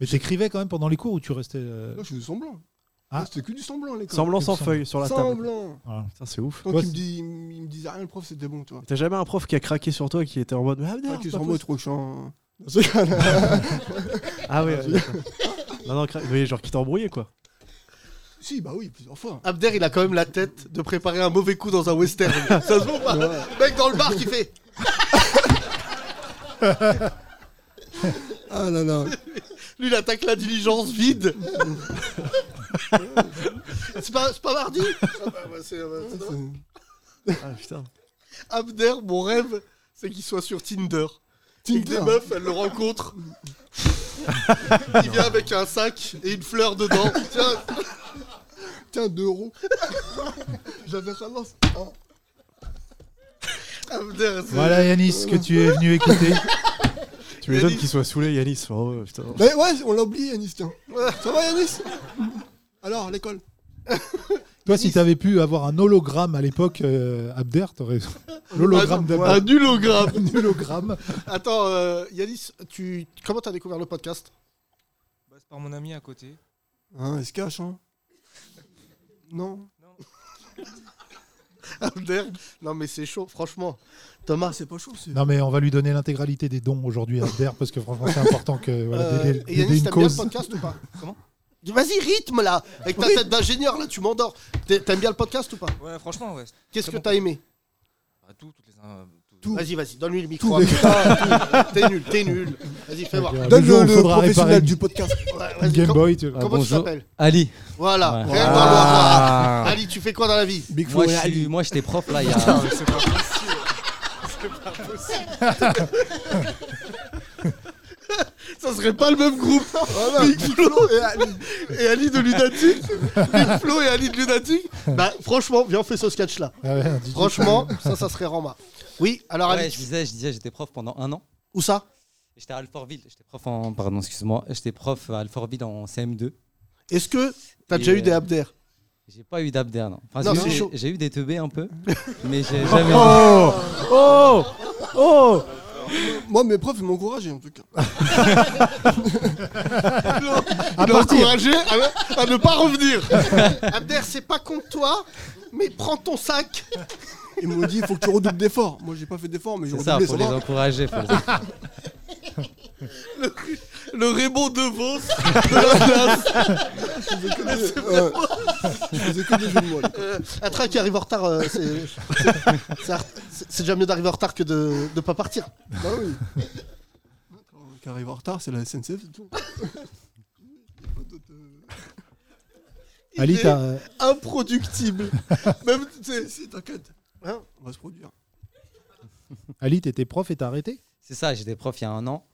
[SPEAKER 3] Mais t'écrivais quand même pendant les cours ou tu restais. euh,
[SPEAKER 1] Là, je fais du semblant.
[SPEAKER 3] *laughs* Ah.
[SPEAKER 1] Là, C'était que du semblant, l'école.
[SPEAKER 6] Semblant sans feuille sur la table.
[SPEAKER 1] Semblant.
[SPEAKER 3] voilà.
[SPEAKER 6] Putain, c'est ouf.
[SPEAKER 1] Tant
[SPEAKER 3] Ah. Toi,
[SPEAKER 1] qu'il me,
[SPEAKER 3] c'est-
[SPEAKER 1] dit, il me disait rien, le prof, c'était bon, tu vois.
[SPEAKER 6] T'as jamais un prof qui a craqué sur toi qui était en mode. Mais Abder,
[SPEAKER 1] Toi, qui
[SPEAKER 6] c'est
[SPEAKER 1] es
[SPEAKER 6] pas
[SPEAKER 1] sur moi, tu
[SPEAKER 6] possible.
[SPEAKER 1] crois que je suis un. Dans ce cas-là.
[SPEAKER 6] Ah ouais. ouais, d'accord. non, non, cra- mais genre qui t'a embrouillé quoi.
[SPEAKER 1] si, bah oui, plusieurs fois.
[SPEAKER 2] Abder, il a quand même la tête de préparer un mauvais coup dans un western. *laughs* ça se voit ou pas Le Mec dans le bar qui fait.
[SPEAKER 1] Ah là là.
[SPEAKER 2] Lui, il attaque la diligence vide. c'est pas, c'est pas mardi Ah bah, ouais, c'est- ouais, c'est drôle.
[SPEAKER 6] Ah putain.
[SPEAKER 2] Abder, mon rêve, c'est qu'il soit sur Tinder. Et que
[SPEAKER 1] Tinder.
[SPEAKER 2] des meufs, elles le *laughs* rencontrent. il vient avec un sac et une fleur dedans. Tiens,
[SPEAKER 1] Tiens, 2 euros. J'avais ramassé. Oh. Ah,
[SPEAKER 2] Abder, c'est-
[SPEAKER 3] Voilà, Yanis, ce que tu es
[SPEAKER 14] *laughs*
[SPEAKER 3] venu écouter.
[SPEAKER 6] Tu m'étonnes
[SPEAKER 2] Yanis.
[SPEAKER 6] qu'il soit saoulé, Yanis. Oh, ouais,
[SPEAKER 14] Bah,
[SPEAKER 6] putain.
[SPEAKER 1] *laughs* Mais ouais, on l'a oublié, Yanis, tiens. Ça va, Yanis Alors, l'école
[SPEAKER 3] Toi, si t'avais pu avoir un hologramme à l'époque, euh, Abder,
[SPEAKER 2] *laughs*
[SPEAKER 3] t'aurais. L'hologramme
[SPEAKER 2] un,
[SPEAKER 3] d'Abder.
[SPEAKER 2] Ah un hologramme.
[SPEAKER 3] Un hologramme.
[SPEAKER 2] Attends, euh, Yanis, tu... comment t'as découvert le podcast
[SPEAKER 14] Bah, c'est par mon ami à côté.
[SPEAKER 1] Hein, il se cache, hein Non
[SPEAKER 2] *laughs* Abder Non, mais c'est chaud, franchement. Thomas,
[SPEAKER 1] C'est pas chaud, c'est.
[SPEAKER 3] Non, mais on va lui donner l'intégralité des dons aujourd'hui à Abder, parce que franchement, c'est important
[SPEAKER 2] *laughs*
[SPEAKER 3] que. Voilà,
[SPEAKER 2] Euh,
[SPEAKER 3] d'aider-
[SPEAKER 2] et
[SPEAKER 3] d'aider
[SPEAKER 2] Yannis,
[SPEAKER 3] une
[SPEAKER 2] t'aimes bien le
[SPEAKER 3] cause.
[SPEAKER 2] podcast ou pas
[SPEAKER 14] *laughs* Comment
[SPEAKER 2] Vas-y, rythme là Avec ta tête d'ingénieur là, tu m'endors. T'aimes bien le podcast ou pas
[SPEAKER 14] Ouais, franchement, ouais.
[SPEAKER 2] Qu'est-ce
[SPEAKER 14] Très
[SPEAKER 2] que
[SPEAKER 14] bon.
[SPEAKER 2] t'as aimé
[SPEAKER 14] Bah, tout, toutes les, in- tout-
[SPEAKER 2] Hein, Vas-y, vas-y, donne-lui le micro.
[SPEAKER 1] Tout.
[SPEAKER 2] Putain, tout. T'es nul, t'es nul. Vas-y, fais voir.
[SPEAKER 1] Donne le, le professionnel
[SPEAKER 3] *laughs*
[SPEAKER 1] du podcast.
[SPEAKER 2] Vas-y, com-
[SPEAKER 3] ah,
[SPEAKER 2] Comment tu t'appelles Voilà. rien que dans le
[SPEAKER 15] Ah.
[SPEAKER 2] voir. Ali, tu fais quoi dans la vie
[SPEAKER 15] moi, je suis- moi, j'étais prof là il y a.
[SPEAKER 2] Putain, mais c'est pas
[SPEAKER 15] *laughs*
[SPEAKER 2] possible. C'est pas possible. Ça serait pas le même groupe. Big Flo et Ali, et Ali de *laughs* Lunatic. Big Flo et Ali de Lunatic. *laughs* Bah, franchement, viens, on fait ce sketch-là.
[SPEAKER 3] Ah ouais, dis-le.
[SPEAKER 2] franchement, ça, ça serait Rama. Oui, alors
[SPEAKER 15] Ouais,
[SPEAKER 2] Ali.
[SPEAKER 15] je disais, je disais, j'étais prof pendant un an.
[SPEAKER 2] Où ça
[SPEAKER 15] J'étais à Alfortville. J'étais prof en. Pardon, excuse-moi. J'étais prof à Alfortville en CM2.
[SPEAKER 2] Est-ce que t'as
[SPEAKER 15] Et,
[SPEAKER 2] déjà eu des
[SPEAKER 15] euh,
[SPEAKER 2] abder
[SPEAKER 15] J'ai pas eu d'abder, non. Enfin,
[SPEAKER 2] Non,
[SPEAKER 15] j'ai
[SPEAKER 2] c'est
[SPEAKER 15] eu-
[SPEAKER 2] chaud.
[SPEAKER 15] J'ai eu des teubés
[SPEAKER 2] *laughs*
[SPEAKER 15] un peu, mais j'ai jamais.
[SPEAKER 1] Oh Oh Oh Moi, mes profs, ils m'ont encouragé, en tout cas.
[SPEAKER 2] *laughs* Il l'a encouragé à, à ne pas
[SPEAKER 1] *laughs*
[SPEAKER 2] revenir. Abder, c'est pas contre toi, mais prends ton sac.
[SPEAKER 1] Ils m'ont dit, il faut que tu redoubles d'efforts. Moi, j'ai pas fait d'efforts, mais j'ai
[SPEAKER 15] C'est
[SPEAKER 1] redoublé.
[SPEAKER 15] ça, faut
[SPEAKER 1] ça
[SPEAKER 15] les
[SPEAKER 1] va.
[SPEAKER 15] encourager. Faut les...
[SPEAKER 1] *laughs*
[SPEAKER 2] Le, le Raymond de
[SPEAKER 15] *laughs*
[SPEAKER 2] Vos de la classe.
[SPEAKER 1] Je faisais que des-
[SPEAKER 2] C'est
[SPEAKER 1] ouais.
[SPEAKER 2] vraiment-
[SPEAKER 1] Je faisais que des jeux de mots, à l'époque.
[SPEAKER 2] Euh, un train qui arrive en retard, euh, c'est- c'est- c'est ar- c'est- c'est déjà mieux d'arriver en retard que de ne pas partir.
[SPEAKER 1] Bah oui. Qui arrive en retard, c'est la SNCF, c'est tout.
[SPEAKER 2] Il
[SPEAKER 3] Ali,
[SPEAKER 2] est
[SPEAKER 3] t'as- euh, *laughs*
[SPEAKER 2] Improductible. Même, tu sais,
[SPEAKER 1] Si, t'inquiète.
[SPEAKER 2] hein,
[SPEAKER 1] On va se produire.
[SPEAKER 3] Ali, t'étais prof et t'as arrêté
[SPEAKER 15] C'est ça, j'étais prof il y a un an.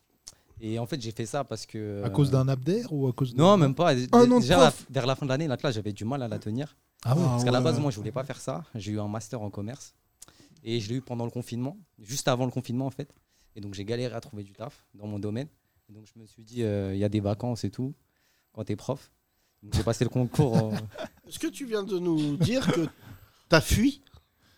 [SPEAKER 15] Et en fait, j'ai fait ça parce que.
[SPEAKER 3] À cause d'un abder ou à cause de-
[SPEAKER 15] Non, même pas. Dé-
[SPEAKER 3] Un an de
[SPEAKER 15] Déjà, la-
[SPEAKER 3] prof.
[SPEAKER 15] vers la fin de l'année, la classe, j'avais du mal à la tenir.
[SPEAKER 3] Ah ouais.
[SPEAKER 15] Parce qu'à
[SPEAKER 3] Ah
[SPEAKER 15] la
[SPEAKER 3] ouais,
[SPEAKER 15] base,
[SPEAKER 3] ouais.
[SPEAKER 15] moi, je voulais pas faire ça. J'ai eu un master en commerce. Et je l'ai eu pendant le confinement, juste avant le confinement, en fait. Et donc, j'ai galéré à trouver du taf dans mon domaine. Et donc, je me suis dit, euh, il y a des vacances et tout, quand t'es prof. Donc, J'ai passé le concours. en-
[SPEAKER 2] Est-ce que tu viens de nous dire que t'as fui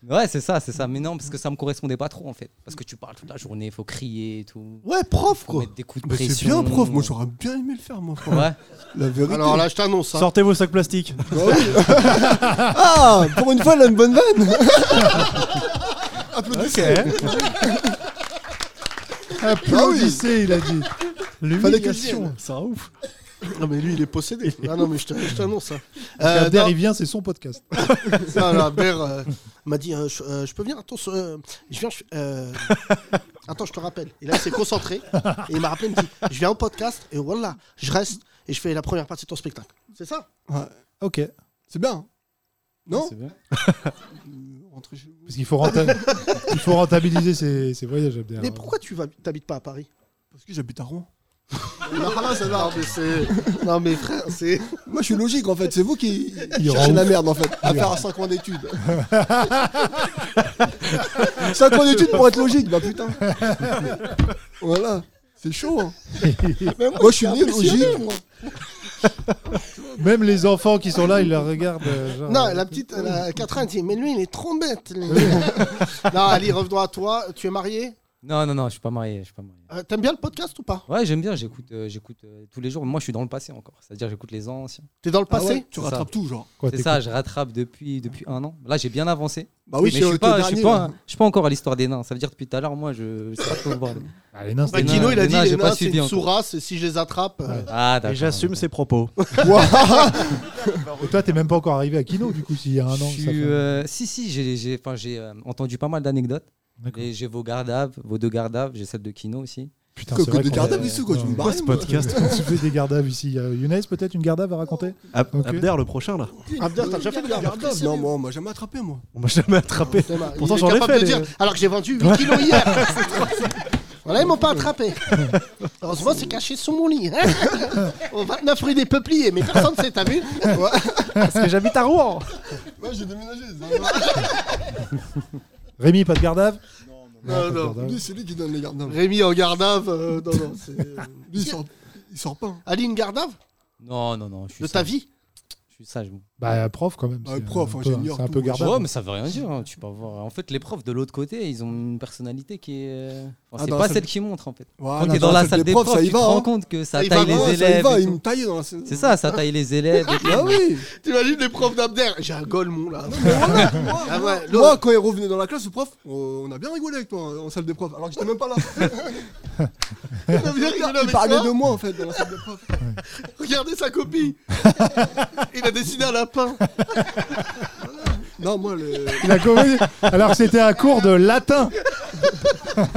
[SPEAKER 15] Ouais, c'est ça, c'est ça. Mais non, parce que ça me correspondait pas trop en fait. Parce que tu parles toute la journée, faut crier et tout.
[SPEAKER 2] Ouais, prof,
[SPEAKER 15] Faut
[SPEAKER 2] quoi.
[SPEAKER 15] mettre des coups de
[SPEAKER 1] Mais
[SPEAKER 15] pression.
[SPEAKER 1] c'est bien, prof. Moi, j'aurais bien aimé le faire, moi. frère.
[SPEAKER 15] Ouais.
[SPEAKER 1] La vérité.
[SPEAKER 2] Alors là, je t'annonce. hein.
[SPEAKER 6] Sortez vos sacs plastiques.
[SPEAKER 2] *laughs*
[SPEAKER 1] Ah oui. *laughs* ah, pour une fois, elle a une
[SPEAKER 2] *laughs*
[SPEAKER 1] bonne vanne. Applaudissez.
[SPEAKER 2] *laughs*
[SPEAKER 3] Applaudissez, il a dit. L'humiliation,
[SPEAKER 2] vienne.
[SPEAKER 3] ça rend ouf.
[SPEAKER 2] Non, mais lui, il est possédé. Ah non, mais je te- je t'annonce. hein.
[SPEAKER 3] Parce
[SPEAKER 2] Euh,
[SPEAKER 3] qu'Abder,
[SPEAKER 2] non.
[SPEAKER 3] il vient, c'est son podcast.
[SPEAKER 2] *laughs* Non, non, Ber, euh, m'a dit euh, je, euh, je peux venir Attends, euh, je viens. je- euh, attends, je te rappelle. Et là, il s'est concentré. Et il m'a rappelé, il me dit Je viens au podcast et voilà, je reste et je fais la première partie de ton spectacle. C'est ça
[SPEAKER 3] Ok.
[SPEAKER 1] C'est bien. hein. Non
[SPEAKER 3] *laughs*
[SPEAKER 15] C'est bien.
[SPEAKER 1] Rentrez chez vous.
[SPEAKER 3] Parce qu'il faut,
[SPEAKER 2] *laughs*
[SPEAKER 3] renta- il faut rentabiliser ses, ses voyages, Abder.
[SPEAKER 2] Mais pourquoi tu vas- t'habites pas à Paris
[SPEAKER 1] Parce que j'habite à Rouen.
[SPEAKER 2] Non, non, ça va. Non, mais c'est- Non, mais frère, c'est.
[SPEAKER 1] Moi, je suis logique, en fait. C'est vous qui
[SPEAKER 3] Il rend
[SPEAKER 1] cherchez la
[SPEAKER 3] ouf.
[SPEAKER 1] merde, en fait. À
[SPEAKER 3] Il
[SPEAKER 1] faire
[SPEAKER 3] rend-
[SPEAKER 1] 5 ans *laughs* d'études. *laughs* 5 ans d'études pour être logique. Bah, putain. Voilà. C'est
[SPEAKER 2] *laughs*
[SPEAKER 1] chaud, hein.
[SPEAKER 2] Mais
[SPEAKER 1] Moi, je suis né
[SPEAKER 2] impressionné,
[SPEAKER 1] logique.
[SPEAKER 2] moi.
[SPEAKER 3] Même les enfants qui sont là, ils la regardent. euh, genre-
[SPEAKER 2] Non, la petite, la Catherine dit, mais lui, il est trop bête.
[SPEAKER 1] *laughs*
[SPEAKER 2] lui. non, Ali, revenons à toi. Tu es marié
[SPEAKER 15] Non, non, non, je suis pas marié. Je suis pas marié.
[SPEAKER 2] Euh, T'aimes bien le podcast ou pas
[SPEAKER 15] Ouais, j'aime bien, j'écoute euh, j'écoute euh, tous les jours. Moi, je suis dans le passé encore. C'est-à-dire, j'écoute les anciens.
[SPEAKER 2] T'es dans le
[SPEAKER 1] Ah
[SPEAKER 2] passé
[SPEAKER 1] ouais, tu
[SPEAKER 15] C'est
[SPEAKER 1] rattrapes
[SPEAKER 15] ça.
[SPEAKER 1] tout, genre.
[SPEAKER 3] Quoi,
[SPEAKER 15] c'est
[SPEAKER 3] t'écoutes
[SPEAKER 15] ça, je rattrape depuis, depuis un an. Là, j'ai bien avancé.
[SPEAKER 1] Bah oui,
[SPEAKER 15] mais
[SPEAKER 1] c'est
[SPEAKER 15] je
[SPEAKER 1] au-
[SPEAKER 15] suis pas,
[SPEAKER 1] t'es
[SPEAKER 15] je suis
[SPEAKER 1] dernier,
[SPEAKER 15] pas,
[SPEAKER 1] là.
[SPEAKER 15] je suis pas encore à l'histoire des nains. Ça veut dire depuis tout à l'heure, moi, je sais pas trop le bordel.
[SPEAKER 3] Ah, les nains,
[SPEAKER 2] Bah,
[SPEAKER 3] c'est
[SPEAKER 15] Les
[SPEAKER 2] Guino, il a
[SPEAKER 15] les
[SPEAKER 2] dit
[SPEAKER 15] nains,
[SPEAKER 2] les
[SPEAKER 15] j'ai
[SPEAKER 2] nains,
[SPEAKER 15] pas
[SPEAKER 2] c'est
[SPEAKER 15] suivi
[SPEAKER 2] une
[SPEAKER 15] encore.
[SPEAKER 2] source, et si je les attrape. euh,
[SPEAKER 15] Ah, d'accord.
[SPEAKER 6] Et j'assume ses propos.
[SPEAKER 2] *laughs*
[SPEAKER 3] Et toi, t'es même pas encore arrivé à Kino, du coup, s'il y a un an.
[SPEAKER 15] Je
[SPEAKER 3] ça
[SPEAKER 15] suis,
[SPEAKER 3] fait-
[SPEAKER 15] euh, si, si, j'ai j'ai- enfin, j'ai, euh, entendu pas mal d'anecdotes. Et J'ai vos gardaves, vos deux gardaves, j'ai celle de Kino aussi.
[SPEAKER 3] Putain,
[SPEAKER 1] Que-
[SPEAKER 3] c'est
[SPEAKER 1] que
[SPEAKER 3] vrai
[SPEAKER 1] des
[SPEAKER 3] qu'on-
[SPEAKER 1] gardaves ici, quoi, je vais me barrer, moi. *laughs*
[SPEAKER 3] Tu fais des gardaves ici. Il y a Younes, peut-être une gardave à raconter
[SPEAKER 6] Ab-
[SPEAKER 3] Ok.
[SPEAKER 6] Abder, le prochain là.
[SPEAKER 2] Abder, t'as déjà fait le garde
[SPEAKER 1] Non, moi, on m'a jamais attrapé, moi.
[SPEAKER 6] On m'a jamais attrapé.
[SPEAKER 2] Il
[SPEAKER 6] Pourtant,
[SPEAKER 2] est
[SPEAKER 6] j'en ai
[SPEAKER 2] capable
[SPEAKER 6] fait.
[SPEAKER 2] de
[SPEAKER 6] les-
[SPEAKER 2] dire, alors que j'ai vendu 8 *laughs* kilos hier. euh. voilà, ils m'ont pas attrapé. Heureusement, c'est caché sous mon lit. *laughs* hein. Au 29 rue des Peupliers, mais personne ne s'est t'as *laughs* vu
[SPEAKER 6] Parce que j'habite à Rouen.
[SPEAKER 1] Moi, j'ai déménagé.
[SPEAKER 3] Rémi, pas de gardave
[SPEAKER 2] Non,
[SPEAKER 3] pas de
[SPEAKER 2] non.
[SPEAKER 3] garde-ave.
[SPEAKER 1] Lui, c'est lui qui donne les gardes.
[SPEAKER 2] Rémi en gardave. euh, non, non, c'est. *laughs*
[SPEAKER 1] Lui, il sort, il sort pas. hein.
[SPEAKER 2] Ali, une *laughs* gardave
[SPEAKER 15] Non, non, non. Je suis
[SPEAKER 2] De ta
[SPEAKER 15] sage.
[SPEAKER 2] vie
[SPEAKER 15] Je suis sage. moi.
[SPEAKER 3] Bah, prof, quand même.
[SPEAKER 1] Bah,
[SPEAKER 3] c'est
[SPEAKER 1] prof,
[SPEAKER 3] un peu-
[SPEAKER 1] ingénieur,
[SPEAKER 3] C'est un
[SPEAKER 1] tout, hein.
[SPEAKER 3] peu
[SPEAKER 1] machin.
[SPEAKER 3] gardave.
[SPEAKER 15] Ouais, mais ça veut rien dire. hein, Tu peux avoir. En fait, les profs de l'autre côté, ils ont une personnalité qui est. euh, enfin,
[SPEAKER 1] Ah,
[SPEAKER 15] c'est
[SPEAKER 1] dans
[SPEAKER 15] pas
[SPEAKER 1] la
[SPEAKER 15] celle
[SPEAKER 1] salle-
[SPEAKER 15] qui montre en fait.
[SPEAKER 1] Voilà,
[SPEAKER 15] Quand t'es
[SPEAKER 1] dans
[SPEAKER 15] dans
[SPEAKER 1] la
[SPEAKER 15] la
[SPEAKER 1] salle
[SPEAKER 15] salle
[SPEAKER 1] des
[SPEAKER 15] des
[SPEAKER 1] profs,
[SPEAKER 15] profs,
[SPEAKER 1] ça y
[SPEAKER 15] tu te
[SPEAKER 1] va, hein.
[SPEAKER 15] rends compte que
[SPEAKER 1] Ça
[SPEAKER 15] ça
[SPEAKER 1] y va,
[SPEAKER 15] taille
[SPEAKER 1] ouais, ça
[SPEAKER 15] les
[SPEAKER 1] y
[SPEAKER 15] élèves.
[SPEAKER 1] va,
[SPEAKER 15] et
[SPEAKER 1] il
[SPEAKER 15] tout.
[SPEAKER 1] me taillait dans la salle.
[SPEAKER 15] C'est ça, ça taille les élèves.
[SPEAKER 1] *laughs*
[SPEAKER 15] et tout.
[SPEAKER 1] Ah oui
[SPEAKER 2] T'imagines les profs d'Abder J'ai un golemon là. *laughs* Ah ouais, l'autre-
[SPEAKER 1] Moi, quand il revenait dans la classe, le prof, euh, on a bien rigolé avec toi hein, en salle des profs, alors que j'étais même pas là.
[SPEAKER 2] *laughs* Il a bien rigolé
[SPEAKER 1] il
[SPEAKER 2] avec
[SPEAKER 1] parlait
[SPEAKER 2] toi.
[SPEAKER 1] de moi en fait dans la salle des profs.
[SPEAKER 2] *laughs* Regardez sa
[SPEAKER 1] *laughs*
[SPEAKER 2] copie. Il a dessiné un lapin.
[SPEAKER 1] Non, moi, le...
[SPEAKER 3] Il a compris, alors que c'était un cours de latin.
[SPEAKER 2] Cours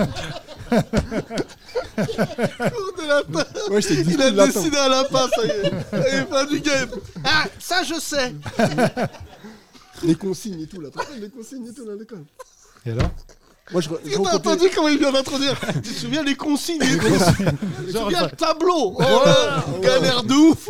[SPEAKER 2] de lapin.
[SPEAKER 1] Ouais, je t'ai dit
[SPEAKER 2] Il a
[SPEAKER 1] tout le lapin.
[SPEAKER 2] dessiné un lapin, ça y est. Il est pas du game. Ah, ça je *laughs* sais.
[SPEAKER 1] Les consignes et tout, là. T'entends, Les consignes et tout, là, à l'école.
[SPEAKER 3] Et alors
[SPEAKER 1] Moi, je.
[SPEAKER 2] Est-ce que T'as entendu comment il vient d'introduire Tu te souviens les consignes les consignes. Tu te souviens le tableau Oh là, Galère de ouf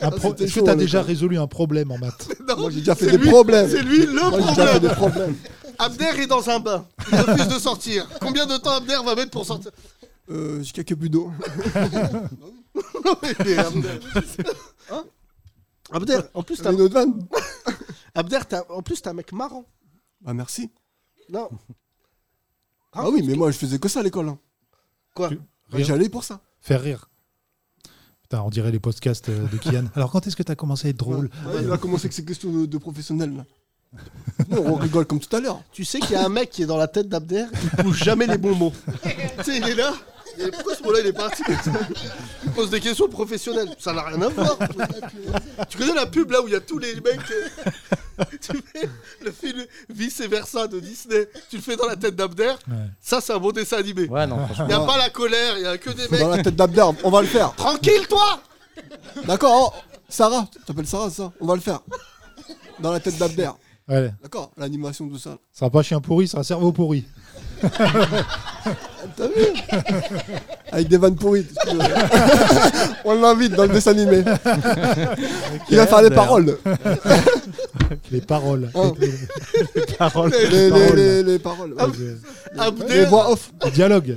[SPEAKER 3] Un pro-
[SPEAKER 1] Ah, c'était
[SPEAKER 3] Est-ce que
[SPEAKER 1] chaud,
[SPEAKER 3] tu as
[SPEAKER 1] là,
[SPEAKER 3] déjà
[SPEAKER 1] quoi.
[SPEAKER 3] résolu un problème en
[SPEAKER 1] *laughs*
[SPEAKER 3] maths
[SPEAKER 1] Moi, j'ai déjà fait
[SPEAKER 2] c'est
[SPEAKER 1] des
[SPEAKER 2] lui-
[SPEAKER 1] problèmes.
[SPEAKER 2] C'est lui le
[SPEAKER 1] Moi,
[SPEAKER 2] problème.
[SPEAKER 1] j'ai déjà fait des problèmes.
[SPEAKER 2] Abder est dans un bain. Il refuse de sortir. Combien de temps Abder va mettre pour sortir
[SPEAKER 1] Euh, j'ai quelques
[SPEAKER 2] *laughs*
[SPEAKER 1] buts *laughs* d'eau.
[SPEAKER 2] Il est Abder. Hein Abder, en plus, t'as.
[SPEAKER 1] Une autre vanne
[SPEAKER 2] *laughs* Abder, t'as- en plus, t'es un mec marrant.
[SPEAKER 1] Ah, merci.
[SPEAKER 2] Non.
[SPEAKER 1] Ah, oui, mais moi, je faisais que ça à l'école. hein.
[SPEAKER 2] Quoi
[SPEAKER 1] Ouais, J'allais pour ça.
[SPEAKER 3] Faire rire. Putain, on dirait les podcasts euh, de
[SPEAKER 1] *laughs*
[SPEAKER 3] Kian. Alors, quand est-ce que tu as commencé à être drôle
[SPEAKER 1] Ouais, il a commencé avec ses questions de, de professionnels, là. Non, on rigole comme tout à l'heure.
[SPEAKER 2] Tu sais qu'il y a un mec qui est dans la tête d'Abder, il pose jamais les bons mots. *laughs* tu sais, il est là. Et pourquoi ce mot-là, il est parti Il pose des questions professionnelles. Ça n'a rien à voir. Tu connais la pub là où il y a tous les mecs. euh, *laughs* tu fais le film Vice versa de Disney. Tu le fais dans la tête d'Abder. Ça, c'est un bon dessin animé. Il n'y a
[SPEAKER 1] franchement.
[SPEAKER 2] pas la colère, il n'y a que des mecs.
[SPEAKER 1] Dans la tête d'Abder, on va le faire.
[SPEAKER 2] Tranquille, toi
[SPEAKER 1] D'accord, oh, Sarah, tu t'appelles Sarah, ça On va le faire. Dans la tête d'Abder.
[SPEAKER 3] Ouais.
[SPEAKER 1] D'accord, l'animation, tout ça.
[SPEAKER 3] Ça sera pas chien pourri, ça sera cerveau pourri.
[SPEAKER 1] *laughs* T'as vu Avec des vannes pourries. tu veux. on l'invite dans le dessin animé. Il va faire des
[SPEAKER 3] Merde.
[SPEAKER 1] paroles.
[SPEAKER 3] les paroles.
[SPEAKER 1] Hein.
[SPEAKER 3] les paroles.
[SPEAKER 1] Les- les- les- les paroles, ouais.
[SPEAKER 2] Abder.
[SPEAKER 3] Les voix
[SPEAKER 1] *laughs*
[SPEAKER 3] off. Dialogue.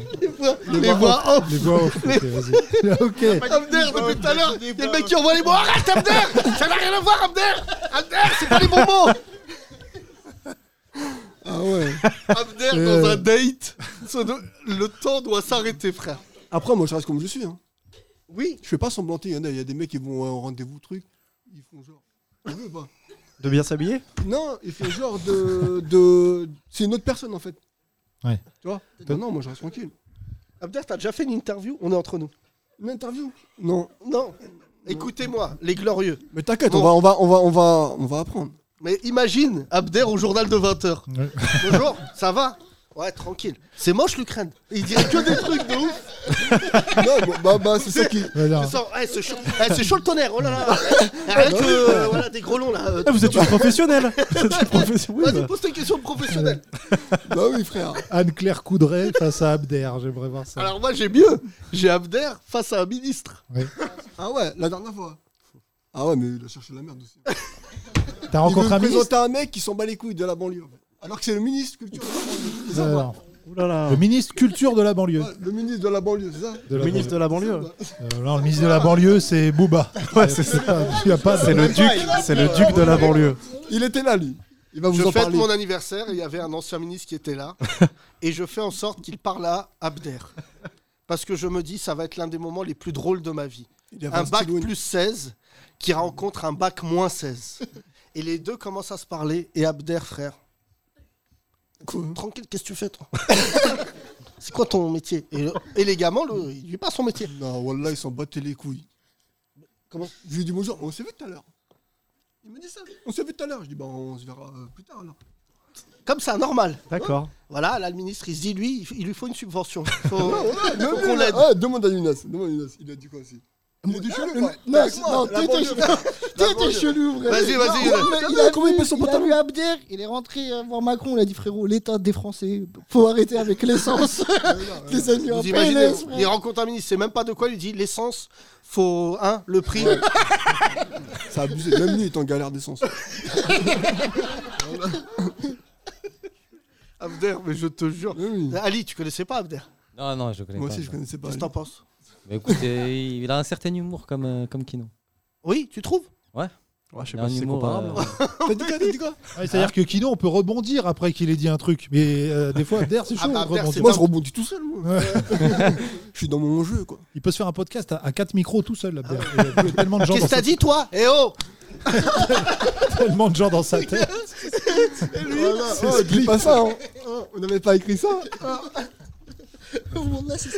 [SPEAKER 2] Les, voix off.
[SPEAKER 3] Les voix off. Ok,
[SPEAKER 1] *laughs*
[SPEAKER 3] vas-y. Ok.
[SPEAKER 2] Abder, depuis tout à l'heure, il y a le mec qui envoie les mots. Arrête, Abder Ça n'a rien à voir, Abder Abder, c'est pas les bons mots
[SPEAKER 1] Ah ouais.
[SPEAKER 2] Abder,
[SPEAKER 1] Euh.
[SPEAKER 2] dans un date, ça doit- le temps doit s'arrêter, frère.
[SPEAKER 1] Après, moi, je reste comme je suis. Hein.
[SPEAKER 2] Oui.
[SPEAKER 1] Je fais pas semblanter. Il y en a, il y a des mecs qui vont euh, en rendez-vous, truc. Ils font genre. Je veux pas.
[SPEAKER 6] De bien s'habiller
[SPEAKER 1] Non, il fait genre de. de... C'est une autre personne, en fait.
[SPEAKER 3] Ouais.
[SPEAKER 1] Tu vois Non, non, moi, je reste tranquille.
[SPEAKER 2] Abder, t'as déjà fait une interview On est entre nous.
[SPEAKER 1] Une interview Non.
[SPEAKER 2] Non. Écoutez-moi, les glorieux.
[SPEAKER 1] Mais t'inquiète,
[SPEAKER 2] Bon.
[SPEAKER 1] on, va, on, va, on, va, on, va, on va apprendre.
[SPEAKER 2] Mais imagine Abder *laughs* au journal de 20h. *laughs* Bonjour, ça va Ouais, tranquille. C'est moche l'Ukraine. Il dirait que des trucs de ouf.
[SPEAKER 1] *laughs* non, bon, bah, bah, c'est ça qui.
[SPEAKER 2] Je sens, eh, c'est chaud, eh, c'est chaud le tonnerre, oh là là
[SPEAKER 6] *laughs*
[SPEAKER 2] Eh, Arrête, euh, voilà, des grelons là euh,
[SPEAKER 6] Ah, Vous êtes une
[SPEAKER 1] *laughs*
[SPEAKER 6] professionnelle Vous êtes une bah. professionnelle.
[SPEAKER 2] Vas-y, pose tes questions professionnelles
[SPEAKER 1] Bah oui, frère
[SPEAKER 3] Anne-Claire Coudray face à Abder, j'aimerais voir ça.
[SPEAKER 2] Alors moi j'ai mieux, j'ai Abder face à un ministre.
[SPEAKER 3] Oui.
[SPEAKER 1] Ah ouais, la dernière fois. Ah ouais, mais il a cherché la merde aussi.
[SPEAKER 6] Ah,
[SPEAKER 3] T'as rencontré un
[SPEAKER 1] Il veut
[SPEAKER 3] ministre
[SPEAKER 1] présenter un mec qui s'en bat les couilles de la banlieue. en fait. Alors que c'est le ministre culture. C'est ça,
[SPEAKER 6] Euh,
[SPEAKER 3] Alors, Euh, Le ministre culture de la banlieue.
[SPEAKER 1] quoi le ministre de la banlieue, c'est ça
[SPEAKER 3] De la ministre
[SPEAKER 6] de la banlieue
[SPEAKER 3] Euh, non, le ministre de la banlieue, c'est Booba. Ouais, c'est ça. Il y a pas de-
[SPEAKER 6] C'est le duc, c'est le duc de la banlieue.
[SPEAKER 1] Il était là, lui. Il va vous
[SPEAKER 2] je
[SPEAKER 1] en
[SPEAKER 2] fête
[SPEAKER 1] parler.
[SPEAKER 2] mon anniversaire, il y avait un ancien ministre qui était
[SPEAKER 1] *laughs*
[SPEAKER 2] là, et je fais en sorte qu'il parle à Abder. Parce que je me dis, ça va être l'un des moments les plus drôles de ma vie.
[SPEAKER 1] Il avait
[SPEAKER 2] Un
[SPEAKER 1] un
[SPEAKER 2] bac
[SPEAKER 1] stylo.
[SPEAKER 2] plus 16 qui rencontre un bac moins 16. Et les deux commencent à se parler, et Abder, frère. Tranquille, qu'est-ce que tu fais, toi *laughs* C'est quoi ton métier et, le- et les gamins, le, il lui pas son métier.
[SPEAKER 1] Non, Wallah, ils s'en battent les couilles.
[SPEAKER 2] Comment
[SPEAKER 1] Je lui dis bonjour, on s'est vu tout à l'heure. Il me dit ça. On s'est vu tout à l'heure. Je dis, bah, on se verra euh, plus tard alors.
[SPEAKER 2] Comme ça, normal.
[SPEAKER 6] D'accord.
[SPEAKER 2] Voilà, là, le ministre, il se dit, lui, il lui faut une subvention. Il faut,
[SPEAKER 1] Ouais, ouais,
[SPEAKER 2] faut
[SPEAKER 1] demande-
[SPEAKER 2] qu'on l'aide.
[SPEAKER 1] ouais, demande à Younes. Demande à Younes. Il a dit quoi aussi Il a dit chelou. quoi.
[SPEAKER 8] Non,
[SPEAKER 1] Avec moi,
[SPEAKER 8] non,
[SPEAKER 1] la
[SPEAKER 8] t'étais
[SPEAKER 1] banlieue.
[SPEAKER 8] chelou.
[SPEAKER 1] La
[SPEAKER 8] T'étais
[SPEAKER 1] banlieue.
[SPEAKER 8] chelou, frère.
[SPEAKER 2] Vas-y, vas-y,
[SPEAKER 8] Non,
[SPEAKER 2] vas-y.
[SPEAKER 8] mais
[SPEAKER 1] Il a combien il peut son
[SPEAKER 8] il a
[SPEAKER 1] pantalon
[SPEAKER 8] vu Abder, il est rentré euh, voir Macron, il a dit frérot, l'état des Français, faut arrêter avec
[SPEAKER 1] *laughs*
[SPEAKER 8] l'essence. *laughs* Les amis en
[SPEAKER 2] Euh, Vous imaginez,
[SPEAKER 8] PLS,
[SPEAKER 2] il rencontre un ministre, c'est même pas de quoi, il dit l'essence, faut, hein, le prix.
[SPEAKER 1] Ça a abusé. Même lui, il est en galère d'essence.
[SPEAKER 2] *laughs* Abder, mais je te jure.
[SPEAKER 1] Oui.
[SPEAKER 2] Ali, tu connaissais pas Abder
[SPEAKER 15] Non, non, je connais
[SPEAKER 1] Moi
[SPEAKER 15] pas.
[SPEAKER 1] aussi, je
[SPEAKER 15] ça.
[SPEAKER 1] connaissais pas.
[SPEAKER 2] Qu'est-ce que t'en penses
[SPEAKER 15] Bah, écoute, euh, *laughs* il a un certain humour comme, euh, comme Kino.
[SPEAKER 2] Oui, tu trouves
[SPEAKER 15] Ouais.
[SPEAKER 6] Ouais, je
[SPEAKER 15] sais pas si c'est comparable. hein.
[SPEAKER 1] T'as dit quoi T'as dit quoi
[SPEAKER 3] Ouais,
[SPEAKER 1] Ah.
[SPEAKER 3] C'est-à-dire que Kino, on peut rebondir après qu'il ait dit un truc. Mais euh, des fois, Abder, c'est
[SPEAKER 2] Ah
[SPEAKER 3] chaud.
[SPEAKER 2] bah,
[SPEAKER 3] de
[SPEAKER 2] Abder, c'est
[SPEAKER 3] rebondir.
[SPEAKER 2] pas-
[SPEAKER 1] Moi, je rebondis tout seul. moi.
[SPEAKER 3] Ouais.
[SPEAKER 1] Je suis dans mon jeu, quoi.
[SPEAKER 3] Il peut se faire un podcast à, à quatre micros tout seul, Abder. Il y a tellement de gens,
[SPEAKER 2] Qu'est-ce
[SPEAKER 3] dans
[SPEAKER 2] que t'as
[SPEAKER 3] sa,
[SPEAKER 2] dit, toi Eh oh
[SPEAKER 3] *laughs* tellement de gens dans sa tête.
[SPEAKER 2] Et lui
[SPEAKER 1] Voilà.
[SPEAKER 3] C'est
[SPEAKER 1] Oh,
[SPEAKER 3] ce
[SPEAKER 1] dis
[SPEAKER 3] clip.
[SPEAKER 1] pas ça. hein. Oh, On n'avait pas écrit ça.
[SPEAKER 2] *laughs*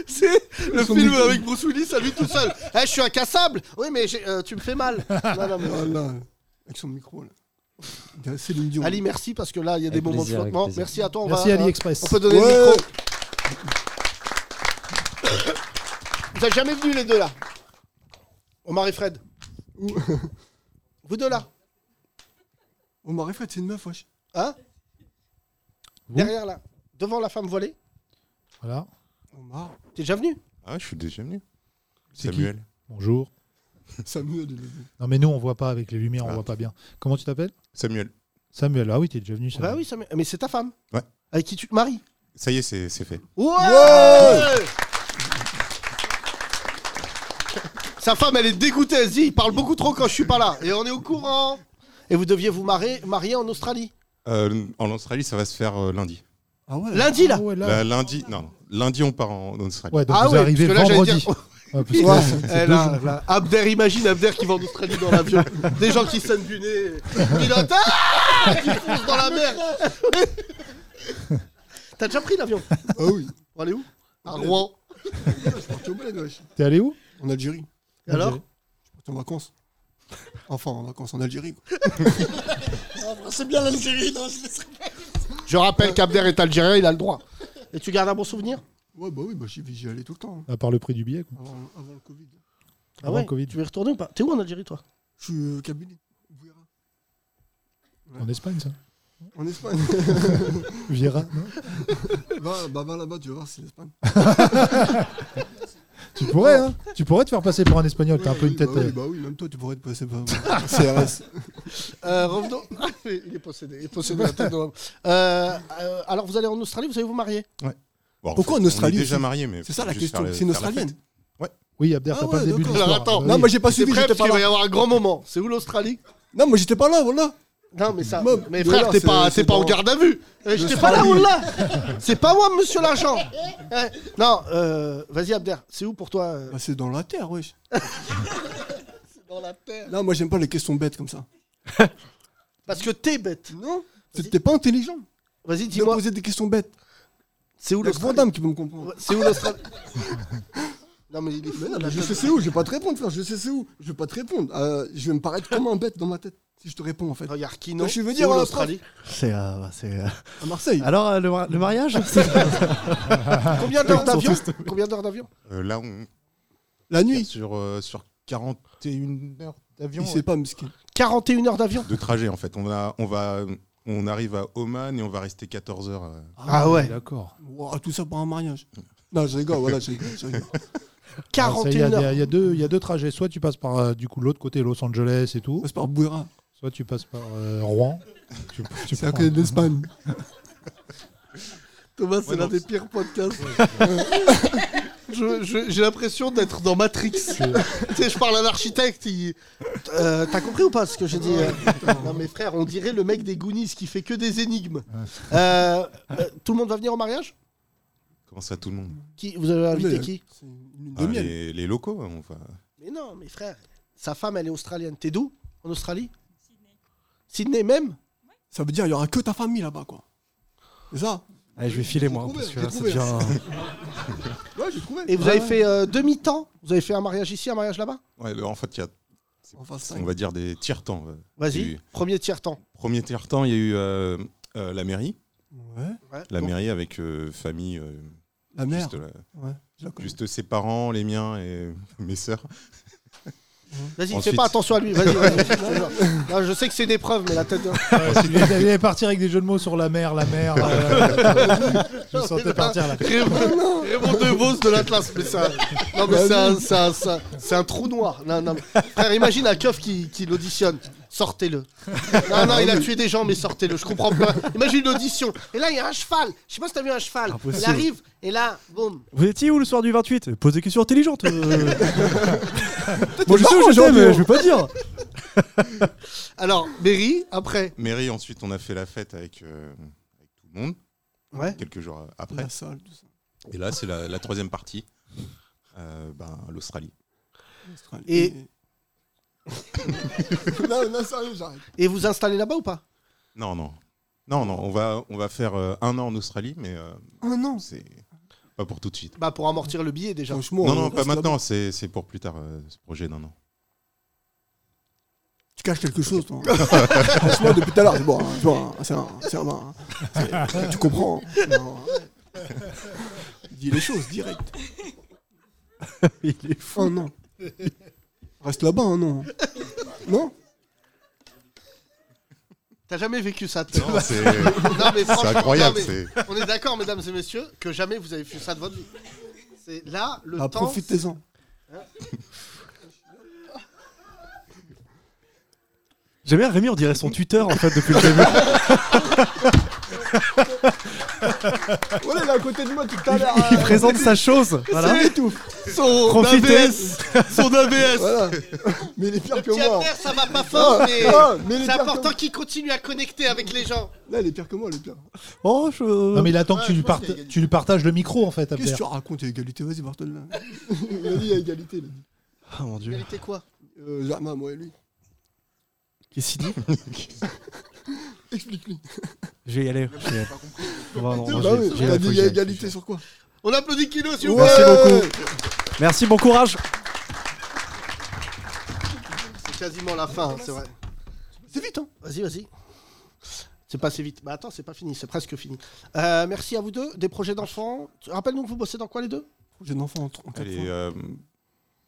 [SPEAKER 2] C'est le
[SPEAKER 1] sont
[SPEAKER 2] film
[SPEAKER 1] des-
[SPEAKER 2] avec Bruce Willis à lui tout
[SPEAKER 1] *laughs*
[SPEAKER 2] seul. Eh, je suis incassable Oui, mais j'ai- euh, tu me fais mal. Non, non, mais-
[SPEAKER 1] Oh là, avec son micro là. Céline Dion.
[SPEAKER 2] Ali, merci parce que là, il y a des
[SPEAKER 1] Avec
[SPEAKER 2] moments
[SPEAKER 1] plaisir,
[SPEAKER 2] de
[SPEAKER 1] avec
[SPEAKER 2] flottement.
[SPEAKER 1] plaisir.
[SPEAKER 2] Merci à toi. On
[SPEAKER 1] Merci,
[SPEAKER 2] va,
[SPEAKER 1] Ali
[SPEAKER 2] euh,
[SPEAKER 1] Express.
[SPEAKER 2] On peut donner
[SPEAKER 1] Ouais.
[SPEAKER 2] le micro. Vous n'êtes jamais venus les deux là Omar et
[SPEAKER 1] *laughs*
[SPEAKER 2] Fred. Vous deux là
[SPEAKER 1] Omar et Fred, c'est une meuf, wesh.
[SPEAKER 2] Hein Derrière là. Devant la femme voilée.
[SPEAKER 3] Voilà.
[SPEAKER 2] Omar. T'es déjà venu
[SPEAKER 12] Ah ouais, je suis déjà venu.
[SPEAKER 3] C'est qui
[SPEAKER 12] Samuel.
[SPEAKER 3] Bonjour.
[SPEAKER 1] *laughs* Samuel, il est Ah.
[SPEAKER 3] Non, mais nous, on voit pas avec les lumières, on voit pas bien. Comment tu t'appelles
[SPEAKER 12] Samuel.
[SPEAKER 3] Samuel, ah oui, t'es déjà venu. Samuel.
[SPEAKER 2] Bah oui, ça m'est- mais c'est ta femme.
[SPEAKER 12] Ouais.
[SPEAKER 2] Avec qui tu te maries
[SPEAKER 12] Ça y est, c'est c'est fait.
[SPEAKER 2] Ouais Sa femme, elle est dégoûtée. Elle se dit, il parle beaucoup trop quand je suis pas là. Et on est au courant. Et vous deviez vous marier, marier en Australie.
[SPEAKER 12] Euh, en Australie, ça va se faire euh, lundi.
[SPEAKER 2] Ah Lundi là.
[SPEAKER 12] Là, lundi, non, non. lundi, on part en, en Australie.
[SPEAKER 3] Ah Ouais, donc vous arrivez
[SPEAKER 2] Ah parce que là, j'allais
[SPEAKER 3] vendredi.
[SPEAKER 2] dire- oh.
[SPEAKER 3] Ouais, parce que là, c'est- c'est
[SPEAKER 2] Eh,
[SPEAKER 3] deux
[SPEAKER 2] là,
[SPEAKER 3] jours.
[SPEAKER 2] là. Abder, imagine Abder qui va en Australie dans
[SPEAKER 3] *laughs*
[SPEAKER 2] l'avion. Des gens qui saignent du nez. Pilote, ah qui fonce dans la mer. *laughs* T'as déjà pris l'avion Ah
[SPEAKER 1] oui.
[SPEAKER 2] Pour aller où À Rouen.
[SPEAKER 1] Je partais au bled, wesh.
[SPEAKER 3] T'es allé où
[SPEAKER 1] En Algérie.
[SPEAKER 2] Et alors
[SPEAKER 1] Je partais en vacances. Enfin, en vacances en Algérie.
[SPEAKER 3] *laughs*
[SPEAKER 1] quoi.
[SPEAKER 8] C'est bien l'Algérie, non, je laisserai pas.
[SPEAKER 2] Je rappelle qu'Abder est algérien, il a le droit. Et tu gardes un bon souvenir
[SPEAKER 1] Ouais, bah oui, bah j'y vais- j'y allais tout le temps. hein.
[SPEAKER 3] À part le prix du billet. quoi.
[SPEAKER 1] Avant, avant le Covid.
[SPEAKER 2] Ah
[SPEAKER 3] Avant
[SPEAKER 2] ouais
[SPEAKER 3] le Covid.
[SPEAKER 2] Tu veux y retourner ou pas T'es où en Algérie toi
[SPEAKER 1] Je suis euh,
[SPEAKER 2] *laughs*
[SPEAKER 1] Kabylie. Bouira.
[SPEAKER 3] En Espagne, ça.
[SPEAKER 1] En Espagne.
[SPEAKER 3] *laughs* Viera,
[SPEAKER 1] *laughs* va, bah va là-bas, tu vas voir, c'est l'Espagne.
[SPEAKER 3] *laughs* Tu pourrais, hein Tu pourrais te faire passer pour un espagnol. T'as un peu
[SPEAKER 1] Oui,
[SPEAKER 3] une tête.
[SPEAKER 1] Bah oui,
[SPEAKER 3] euh,
[SPEAKER 1] bah oui, même toi, tu pourrais te passer *laughs* par CRS.
[SPEAKER 2] Euh, revenons. il est possédé. Il est possédé la tête de l'homme. Euh, euh, alors, vous allez en Australie, vous allez vous marier
[SPEAKER 12] Ouais. Bon,
[SPEAKER 1] Pourquoi
[SPEAKER 12] fait,
[SPEAKER 1] en Australie
[SPEAKER 12] On est déjà
[SPEAKER 1] aussi
[SPEAKER 12] mariés, mais
[SPEAKER 1] C'est ça la
[SPEAKER 12] juste
[SPEAKER 1] question.
[SPEAKER 12] faire la-
[SPEAKER 1] C'est une
[SPEAKER 12] faire la fête.
[SPEAKER 1] Australienne.
[SPEAKER 3] Oui, Abder, t'as
[SPEAKER 1] Ah
[SPEAKER 3] pas
[SPEAKER 1] ouais,
[SPEAKER 3] le début de
[SPEAKER 1] d'accord.
[SPEAKER 3] l'histoire.
[SPEAKER 2] Alors, attends.
[SPEAKER 3] Bah
[SPEAKER 1] Non,
[SPEAKER 3] oui.
[SPEAKER 1] moi j'ai pas
[SPEAKER 2] T'es
[SPEAKER 1] suivi,
[SPEAKER 2] prêt
[SPEAKER 1] j'étais
[SPEAKER 2] parce
[SPEAKER 1] pas
[SPEAKER 2] qu'il va y
[SPEAKER 1] là.
[SPEAKER 2] avoir un grand moment. C'est où l'Australie
[SPEAKER 1] Non, moi j'étais pas là, voilà.
[SPEAKER 2] Non, mais ça.
[SPEAKER 1] Moi,
[SPEAKER 2] mais
[SPEAKER 1] voilà,
[SPEAKER 2] frère, t'es
[SPEAKER 1] c'est-
[SPEAKER 2] pas, t'es
[SPEAKER 1] c'est
[SPEAKER 2] pas en
[SPEAKER 1] dans-
[SPEAKER 2] garde à vue. Eh, J'étais pas là, on l'a. C'est pas moi, monsieur l'argent. Eh, non, euh, vas-y, Abder. C'est où pour toi euh,
[SPEAKER 1] Bah, c'est dans la
[SPEAKER 2] *laughs*
[SPEAKER 1] terre, wesh.
[SPEAKER 2] Dans la terre.
[SPEAKER 1] Là, moi j'aime pas les questions bêtes comme ça.
[SPEAKER 2] *laughs* Parce que t'es bête. Non.
[SPEAKER 1] C'est- T'es pas intelligent.
[SPEAKER 2] Vas-y,
[SPEAKER 1] Tu vas
[SPEAKER 2] dis-moi.
[SPEAKER 1] poser des questions bêtes.
[SPEAKER 2] C'est où
[SPEAKER 1] Y'a que
[SPEAKER 2] l'Australie
[SPEAKER 1] Vandame qui peut me comprendre.
[SPEAKER 2] Ouais, C'est où l'Australie Non, mais il est fou.
[SPEAKER 1] Mais *laughs* non,
[SPEAKER 2] la
[SPEAKER 1] mais je
[SPEAKER 2] tête.
[SPEAKER 1] sais c'est où, je vais pas te répondre, frère, je sais c'est où. Je vais pas te répondre. Euh, je vais me paraître comme un bête dans ma tête si je te réponds en fait.
[SPEAKER 2] Regarde, Kino.
[SPEAKER 1] Je veux
[SPEAKER 2] Ah, C'est
[SPEAKER 1] dire
[SPEAKER 2] où
[SPEAKER 1] en
[SPEAKER 2] l'Australie
[SPEAKER 6] C'est. euh, bah, c'est, euh,
[SPEAKER 1] À Marseille.
[SPEAKER 6] Alors, euh, le, mar- le
[SPEAKER 1] *laughs*
[SPEAKER 6] mariage
[SPEAKER 2] Combien d'heures d'avion Combien d'heures d'avion
[SPEAKER 12] Euh, là, on.
[SPEAKER 1] La nuit
[SPEAKER 12] Sur, euh, sur 41 heures d'avion.
[SPEAKER 1] Il sait
[SPEAKER 12] ouais.
[SPEAKER 1] pas, mesquin.
[SPEAKER 2] 41 heures *laughs* d'avion
[SPEAKER 12] De trajet, en fait. On, a, on, va, on arrive à Oman et on va rester 14 heures. euh.
[SPEAKER 2] Ah ouais.
[SPEAKER 3] D'accord.
[SPEAKER 1] Ouah, tout ça pour un mariage. Non, je rigole, voilà, je rigole.
[SPEAKER 2] *laughs*
[SPEAKER 1] je rigole.
[SPEAKER 3] Alors,
[SPEAKER 6] Ah,
[SPEAKER 3] Ah, ça, Il y, a
[SPEAKER 2] 41
[SPEAKER 3] des-
[SPEAKER 2] heures.
[SPEAKER 3] il y a deux- il y a deux trajets. Soit tu passes par euh, du coup l'autre côté, Los Angeles et tout.
[SPEAKER 1] C'est par Bouira.
[SPEAKER 3] Soit tu passes par euh, Rouen. Tu- tu
[SPEAKER 1] C'est à
[SPEAKER 3] prends-
[SPEAKER 1] côté de l'Espagne.
[SPEAKER 2] Thomas, c'est
[SPEAKER 1] Ouais,
[SPEAKER 2] l'un
[SPEAKER 1] non,
[SPEAKER 2] des
[SPEAKER 1] c'est-
[SPEAKER 2] pires podcasts. *laughs* Je- je- J'ai l'impression d'être dans
[SPEAKER 1] *laughs*
[SPEAKER 2] Matrix. tu sais, je parle à un architecte. il- Euh, T'as compris ou pas ce que j'ai dit euh Non, mais frère, on dirait le mec des Goonies qui fait que des énigmes. Euh, euh, tout le monde va venir au mariage
[SPEAKER 12] Comment ça, tout le monde
[SPEAKER 2] qui, Vous avez invité
[SPEAKER 1] Mais,
[SPEAKER 2] qui
[SPEAKER 1] c'est une lune de
[SPEAKER 12] Ah,
[SPEAKER 1] miel.
[SPEAKER 12] les, les locaux, hein, on va.
[SPEAKER 2] Mais non, mais frère, sa femme, elle est australienne. T'es d'où En Australie Sydney. Sydney même
[SPEAKER 1] Ça veut dire il y aura que ta famille là-bas, quoi. C'est ça
[SPEAKER 6] Allez, je vais filer moi,
[SPEAKER 1] trouvé,
[SPEAKER 6] parce que
[SPEAKER 1] j'ai
[SPEAKER 6] là, ça
[SPEAKER 1] trouvé.
[SPEAKER 6] devient.
[SPEAKER 1] Ouais, j'ai trouvé.
[SPEAKER 2] Et vous
[SPEAKER 1] Ouais,
[SPEAKER 2] avez
[SPEAKER 1] ouais.
[SPEAKER 2] fait euh, demi-temps Vous avez fait un mariage ici, un mariage là-bas
[SPEAKER 12] Ouais, le- en fait, il y a,
[SPEAKER 1] Enfin, ça.
[SPEAKER 12] on va dire, des tiers-temps. euh. Il y a
[SPEAKER 2] Vas-y,
[SPEAKER 12] eu-
[SPEAKER 2] premier tiers-temps.
[SPEAKER 12] Premier tiers-temps, il y a eu euh, euh, la mairie.
[SPEAKER 1] Ouais.
[SPEAKER 2] Ouais.
[SPEAKER 12] La
[SPEAKER 2] Donc,
[SPEAKER 12] mairie avec euh, famille. euh,
[SPEAKER 1] La mère.
[SPEAKER 12] Juste, la-
[SPEAKER 1] Ouais, je la connais.
[SPEAKER 12] juste ses parents, les miens et *laughs* mes sœurs.
[SPEAKER 2] Vas-y, fais
[SPEAKER 12] Ensuite-
[SPEAKER 2] pas attention à lui.
[SPEAKER 12] *laughs*
[SPEAKER 2] Vas-y, vas-y. Non, je sais que c'est une épreuve, mais la tête de.
[SPEAKER 3] Il allait partir avec des jeux de mots sur la mer, la mer.
[SPEAKER 1] *laughs*
[SPEAKER 2] *laughs*
[SPEAKER 3] euh, je le sentais partir là.
[SPEAKER 2] Raymond Raymond Devos de l'Atlas, mais c'est un, non,
[SPEAKER 1] Bah
[SPEAKER 2] mais c'est un- c'est un- c'est un- c'est un trou noir. Non, non, mais- Frère, imagine un keuf qui, qui l'auditionne. Sortez-le. Non, non, il a tué des gens, mais sortez-le. Je comprends pas. Imagine l'audition. Et là, il y a un cheval. Je sais pas si t'as vu un cheval.
[SPEAKER 6] Impossible.
[SPEAKER 2] Il arrive, et là, boum.
[SPEAKER 6] Vous étiez où le soir du 28 Posez des questions intelligentes. euh. Moi, je
[SPEAKER 1] marrant
[SPEAKER 6] sais où j'étais,
[SPEAKER 1] aujourd'hui,
[SPEAKER 6] mais
[SPEAKER 1] hein.
[SPEAKER 6] je vais pas dire.
[SPEAKER 2] *laughs* Alors, Berry, après.
[SPEAKER 12] Mairie, ensuite, on a fait la fête avec, euh, avec tout le monde.
[SPEAKER 2] Ouais.
[SPEAKER 12] Quelques jours après.
[SPEAKER 1] La salle, tout ça.
[SPEAKER 12] Et là, c'est la, la troisième partie. Euh, ben, L'Australie.
[SPEAKER 1] L'Australie.
[SPEAKER 2] Et-
[SPEAKER 1] non, non, sérieux, j'arrête.
[SPEAKER 2] Et vous installez là-bas ou pas
[SPEAKER 12] Non, non. Non, non, on va, on va faire euh, un an en Australie, mais euh,
[SPEAKER 1] Oh non.
[SPEAKER 12] c'est pas pour tout de suite.
[SPEAKER 2] Bah, pour amortir le billet déjà.
[SPEAKER 1] Franchement, hein,
[SPEAKER 12] non,
[SPEAKER 1] on
[SPEAKER 12] non, pas
[SPEAKER 1] reste
[SPEAKER 12] maintenant, c'est c'est pour plus tard, euh, ce projet d'un an.
[SPEAKER 1] Tu caches quelque chose, toi. *laughs* Franchement, depuis tout à l'heure, c'est bon, hein, tu vois, c'est un. C'est un, un- c'est- *laughs* tu comprends. hein. Non. Dis les choses direct.
[SPEAKER 6] Il est fou.
[SPEAKER 1] Oh *laughs* non. Reste là-bas, hein, non.
[SPEAKER 6] *laughs*
[SPEAKER 1] Non
[SPEAKER 2] T'as jamais vécu ça de
[SPEAKER 12] Non,
[SPEAKER 2] *laughs* toi
[SPEAKER 12] c'est-
[SPEAKER 2] Non, mais
[SPEAKER 12] c'est
[SPEAKER 2] franchement,
[SPEAKER 12] incroyable,
[SPEAKER 2] non, mais
[SPEAKER 12] c'est-
[SPEAKER 2] On est d'accord, mesdames et messieurs, que jamais vous avez fait ça de votre vie. C'est là le
[SPEAKER 1] Ah,
[SPEAKER 2] temps. Hein
[SPEAKER 1] profitez-en.
[SPEAKER 6] J'aime bien Rémi, on dirait son Twitter en fait depuis le
[SPEAKER 1] *laughs*
[SPEAKER 6] début.
[SPEAKER 1] Voilà, il est à côté de moi tout à l'heure.
[SPEAKER 6] Il
[SPEAKER 1] euh,
[SPEAKER 6] présente sa chose.
[SPEAKER 1] C'est
[SPEAKER 6] Voilà.
[SPEAKER 1] tout.
[SPEAKER 2] Son
[SPEAKER 6] Profitez.
[SPEAKER 2] ABS. Son ABS.
[SPEAKER 1] Voilà. Mais il est pire que
[SPEAKER 2] Tiens,
[SPEAKER 1] moi.
[SPEAKER 2] merde, ça va pas fort,
[SPEAKER 1] Ah,
[SPEAKER 2] mais,
[SPEAKER 1] ah, mais il
[SPEAKER 2] c'est
[SPEAKER 1] est pire que
[SPEAKER 2] important
[SPEAKER 1] moi.
[SPEAKER 2] qu'il continue à connecter avec les gens.
[SPEAKER 1] Là, il est pire que moi, le pire.
[SPEAKER 6] Oh, je...
[SPEAKER 3] Non, mais il attend
[SPEAKER 1] Ouais,
[SPEAKER 3] que tu
[SPEAKER 1] je
[SPEAKER 3] lui, parta-
[SPEAKER 1] pense qu'il y a égalité.
[SPEAKER 3] tu lui partages le micro, en fait,
[SPEAKER 1] Qu'est-ce
[SPEAKER 3] Abder.
[SPEAKER 1] que tu racontes Égalité, vas-y, Bartol. Là. il a dit égalité. il a dit.
[SPEAKER 6] Ah mon dieu.
[SPEAKER 2] Égalité quoi
[SPEAKER 1] Euh, Germain, moi et lui.
[SPEAKER 6] Qu'est-ce
[SPEAKER 14] *laughs*
[SPEAKER 6] qu'il dit
[SPEAKER 1] Explique-lui.
[SPEAKER 6] Je vais y aller. je vais y aller. On va- on va-
[SPEAKER 1] Bah
[SPEAKER 6] j'ai-
[SPEAKER 1] oui,
[SPEAKER 6] j'ai-
[SPEAKER 1] t'as
[SPEAKER 6] faut
[SPEAKER 1] dit
[SPEAKER 6] que
[SPEAKER 1] il y
[SPEAKER 6] j'y
[SPEAKER 1] a
[SPEAKER 6] aille.
[SPEAKER 1] égalité sur quoi
[SPEAKER 2] On applaudit Kilo, s'il vous plaît.
[SPEAKER 6] Merci beaucoup. Merci, bon courage.
[SPEAKER 2] C'est quasiment la fin, hein, c'est vrai.
[SPEAKER 1] C'est vite, hein
[SPEAKER 2] Vas-y, vas-y. C'est passé vite. Bah attends, c'est pas fini, c'est presque fini. Euh, merci à vous deux. Des projets d'enfants. Tu- Rappelle-nous que vous bossez dans quoi les deux
[SPEAKER 1] J'ai un enfant en tr- en
[SPEAKER 12] Elle
[SPEAKER 1] quatre
[SPEAKER 12] est euh,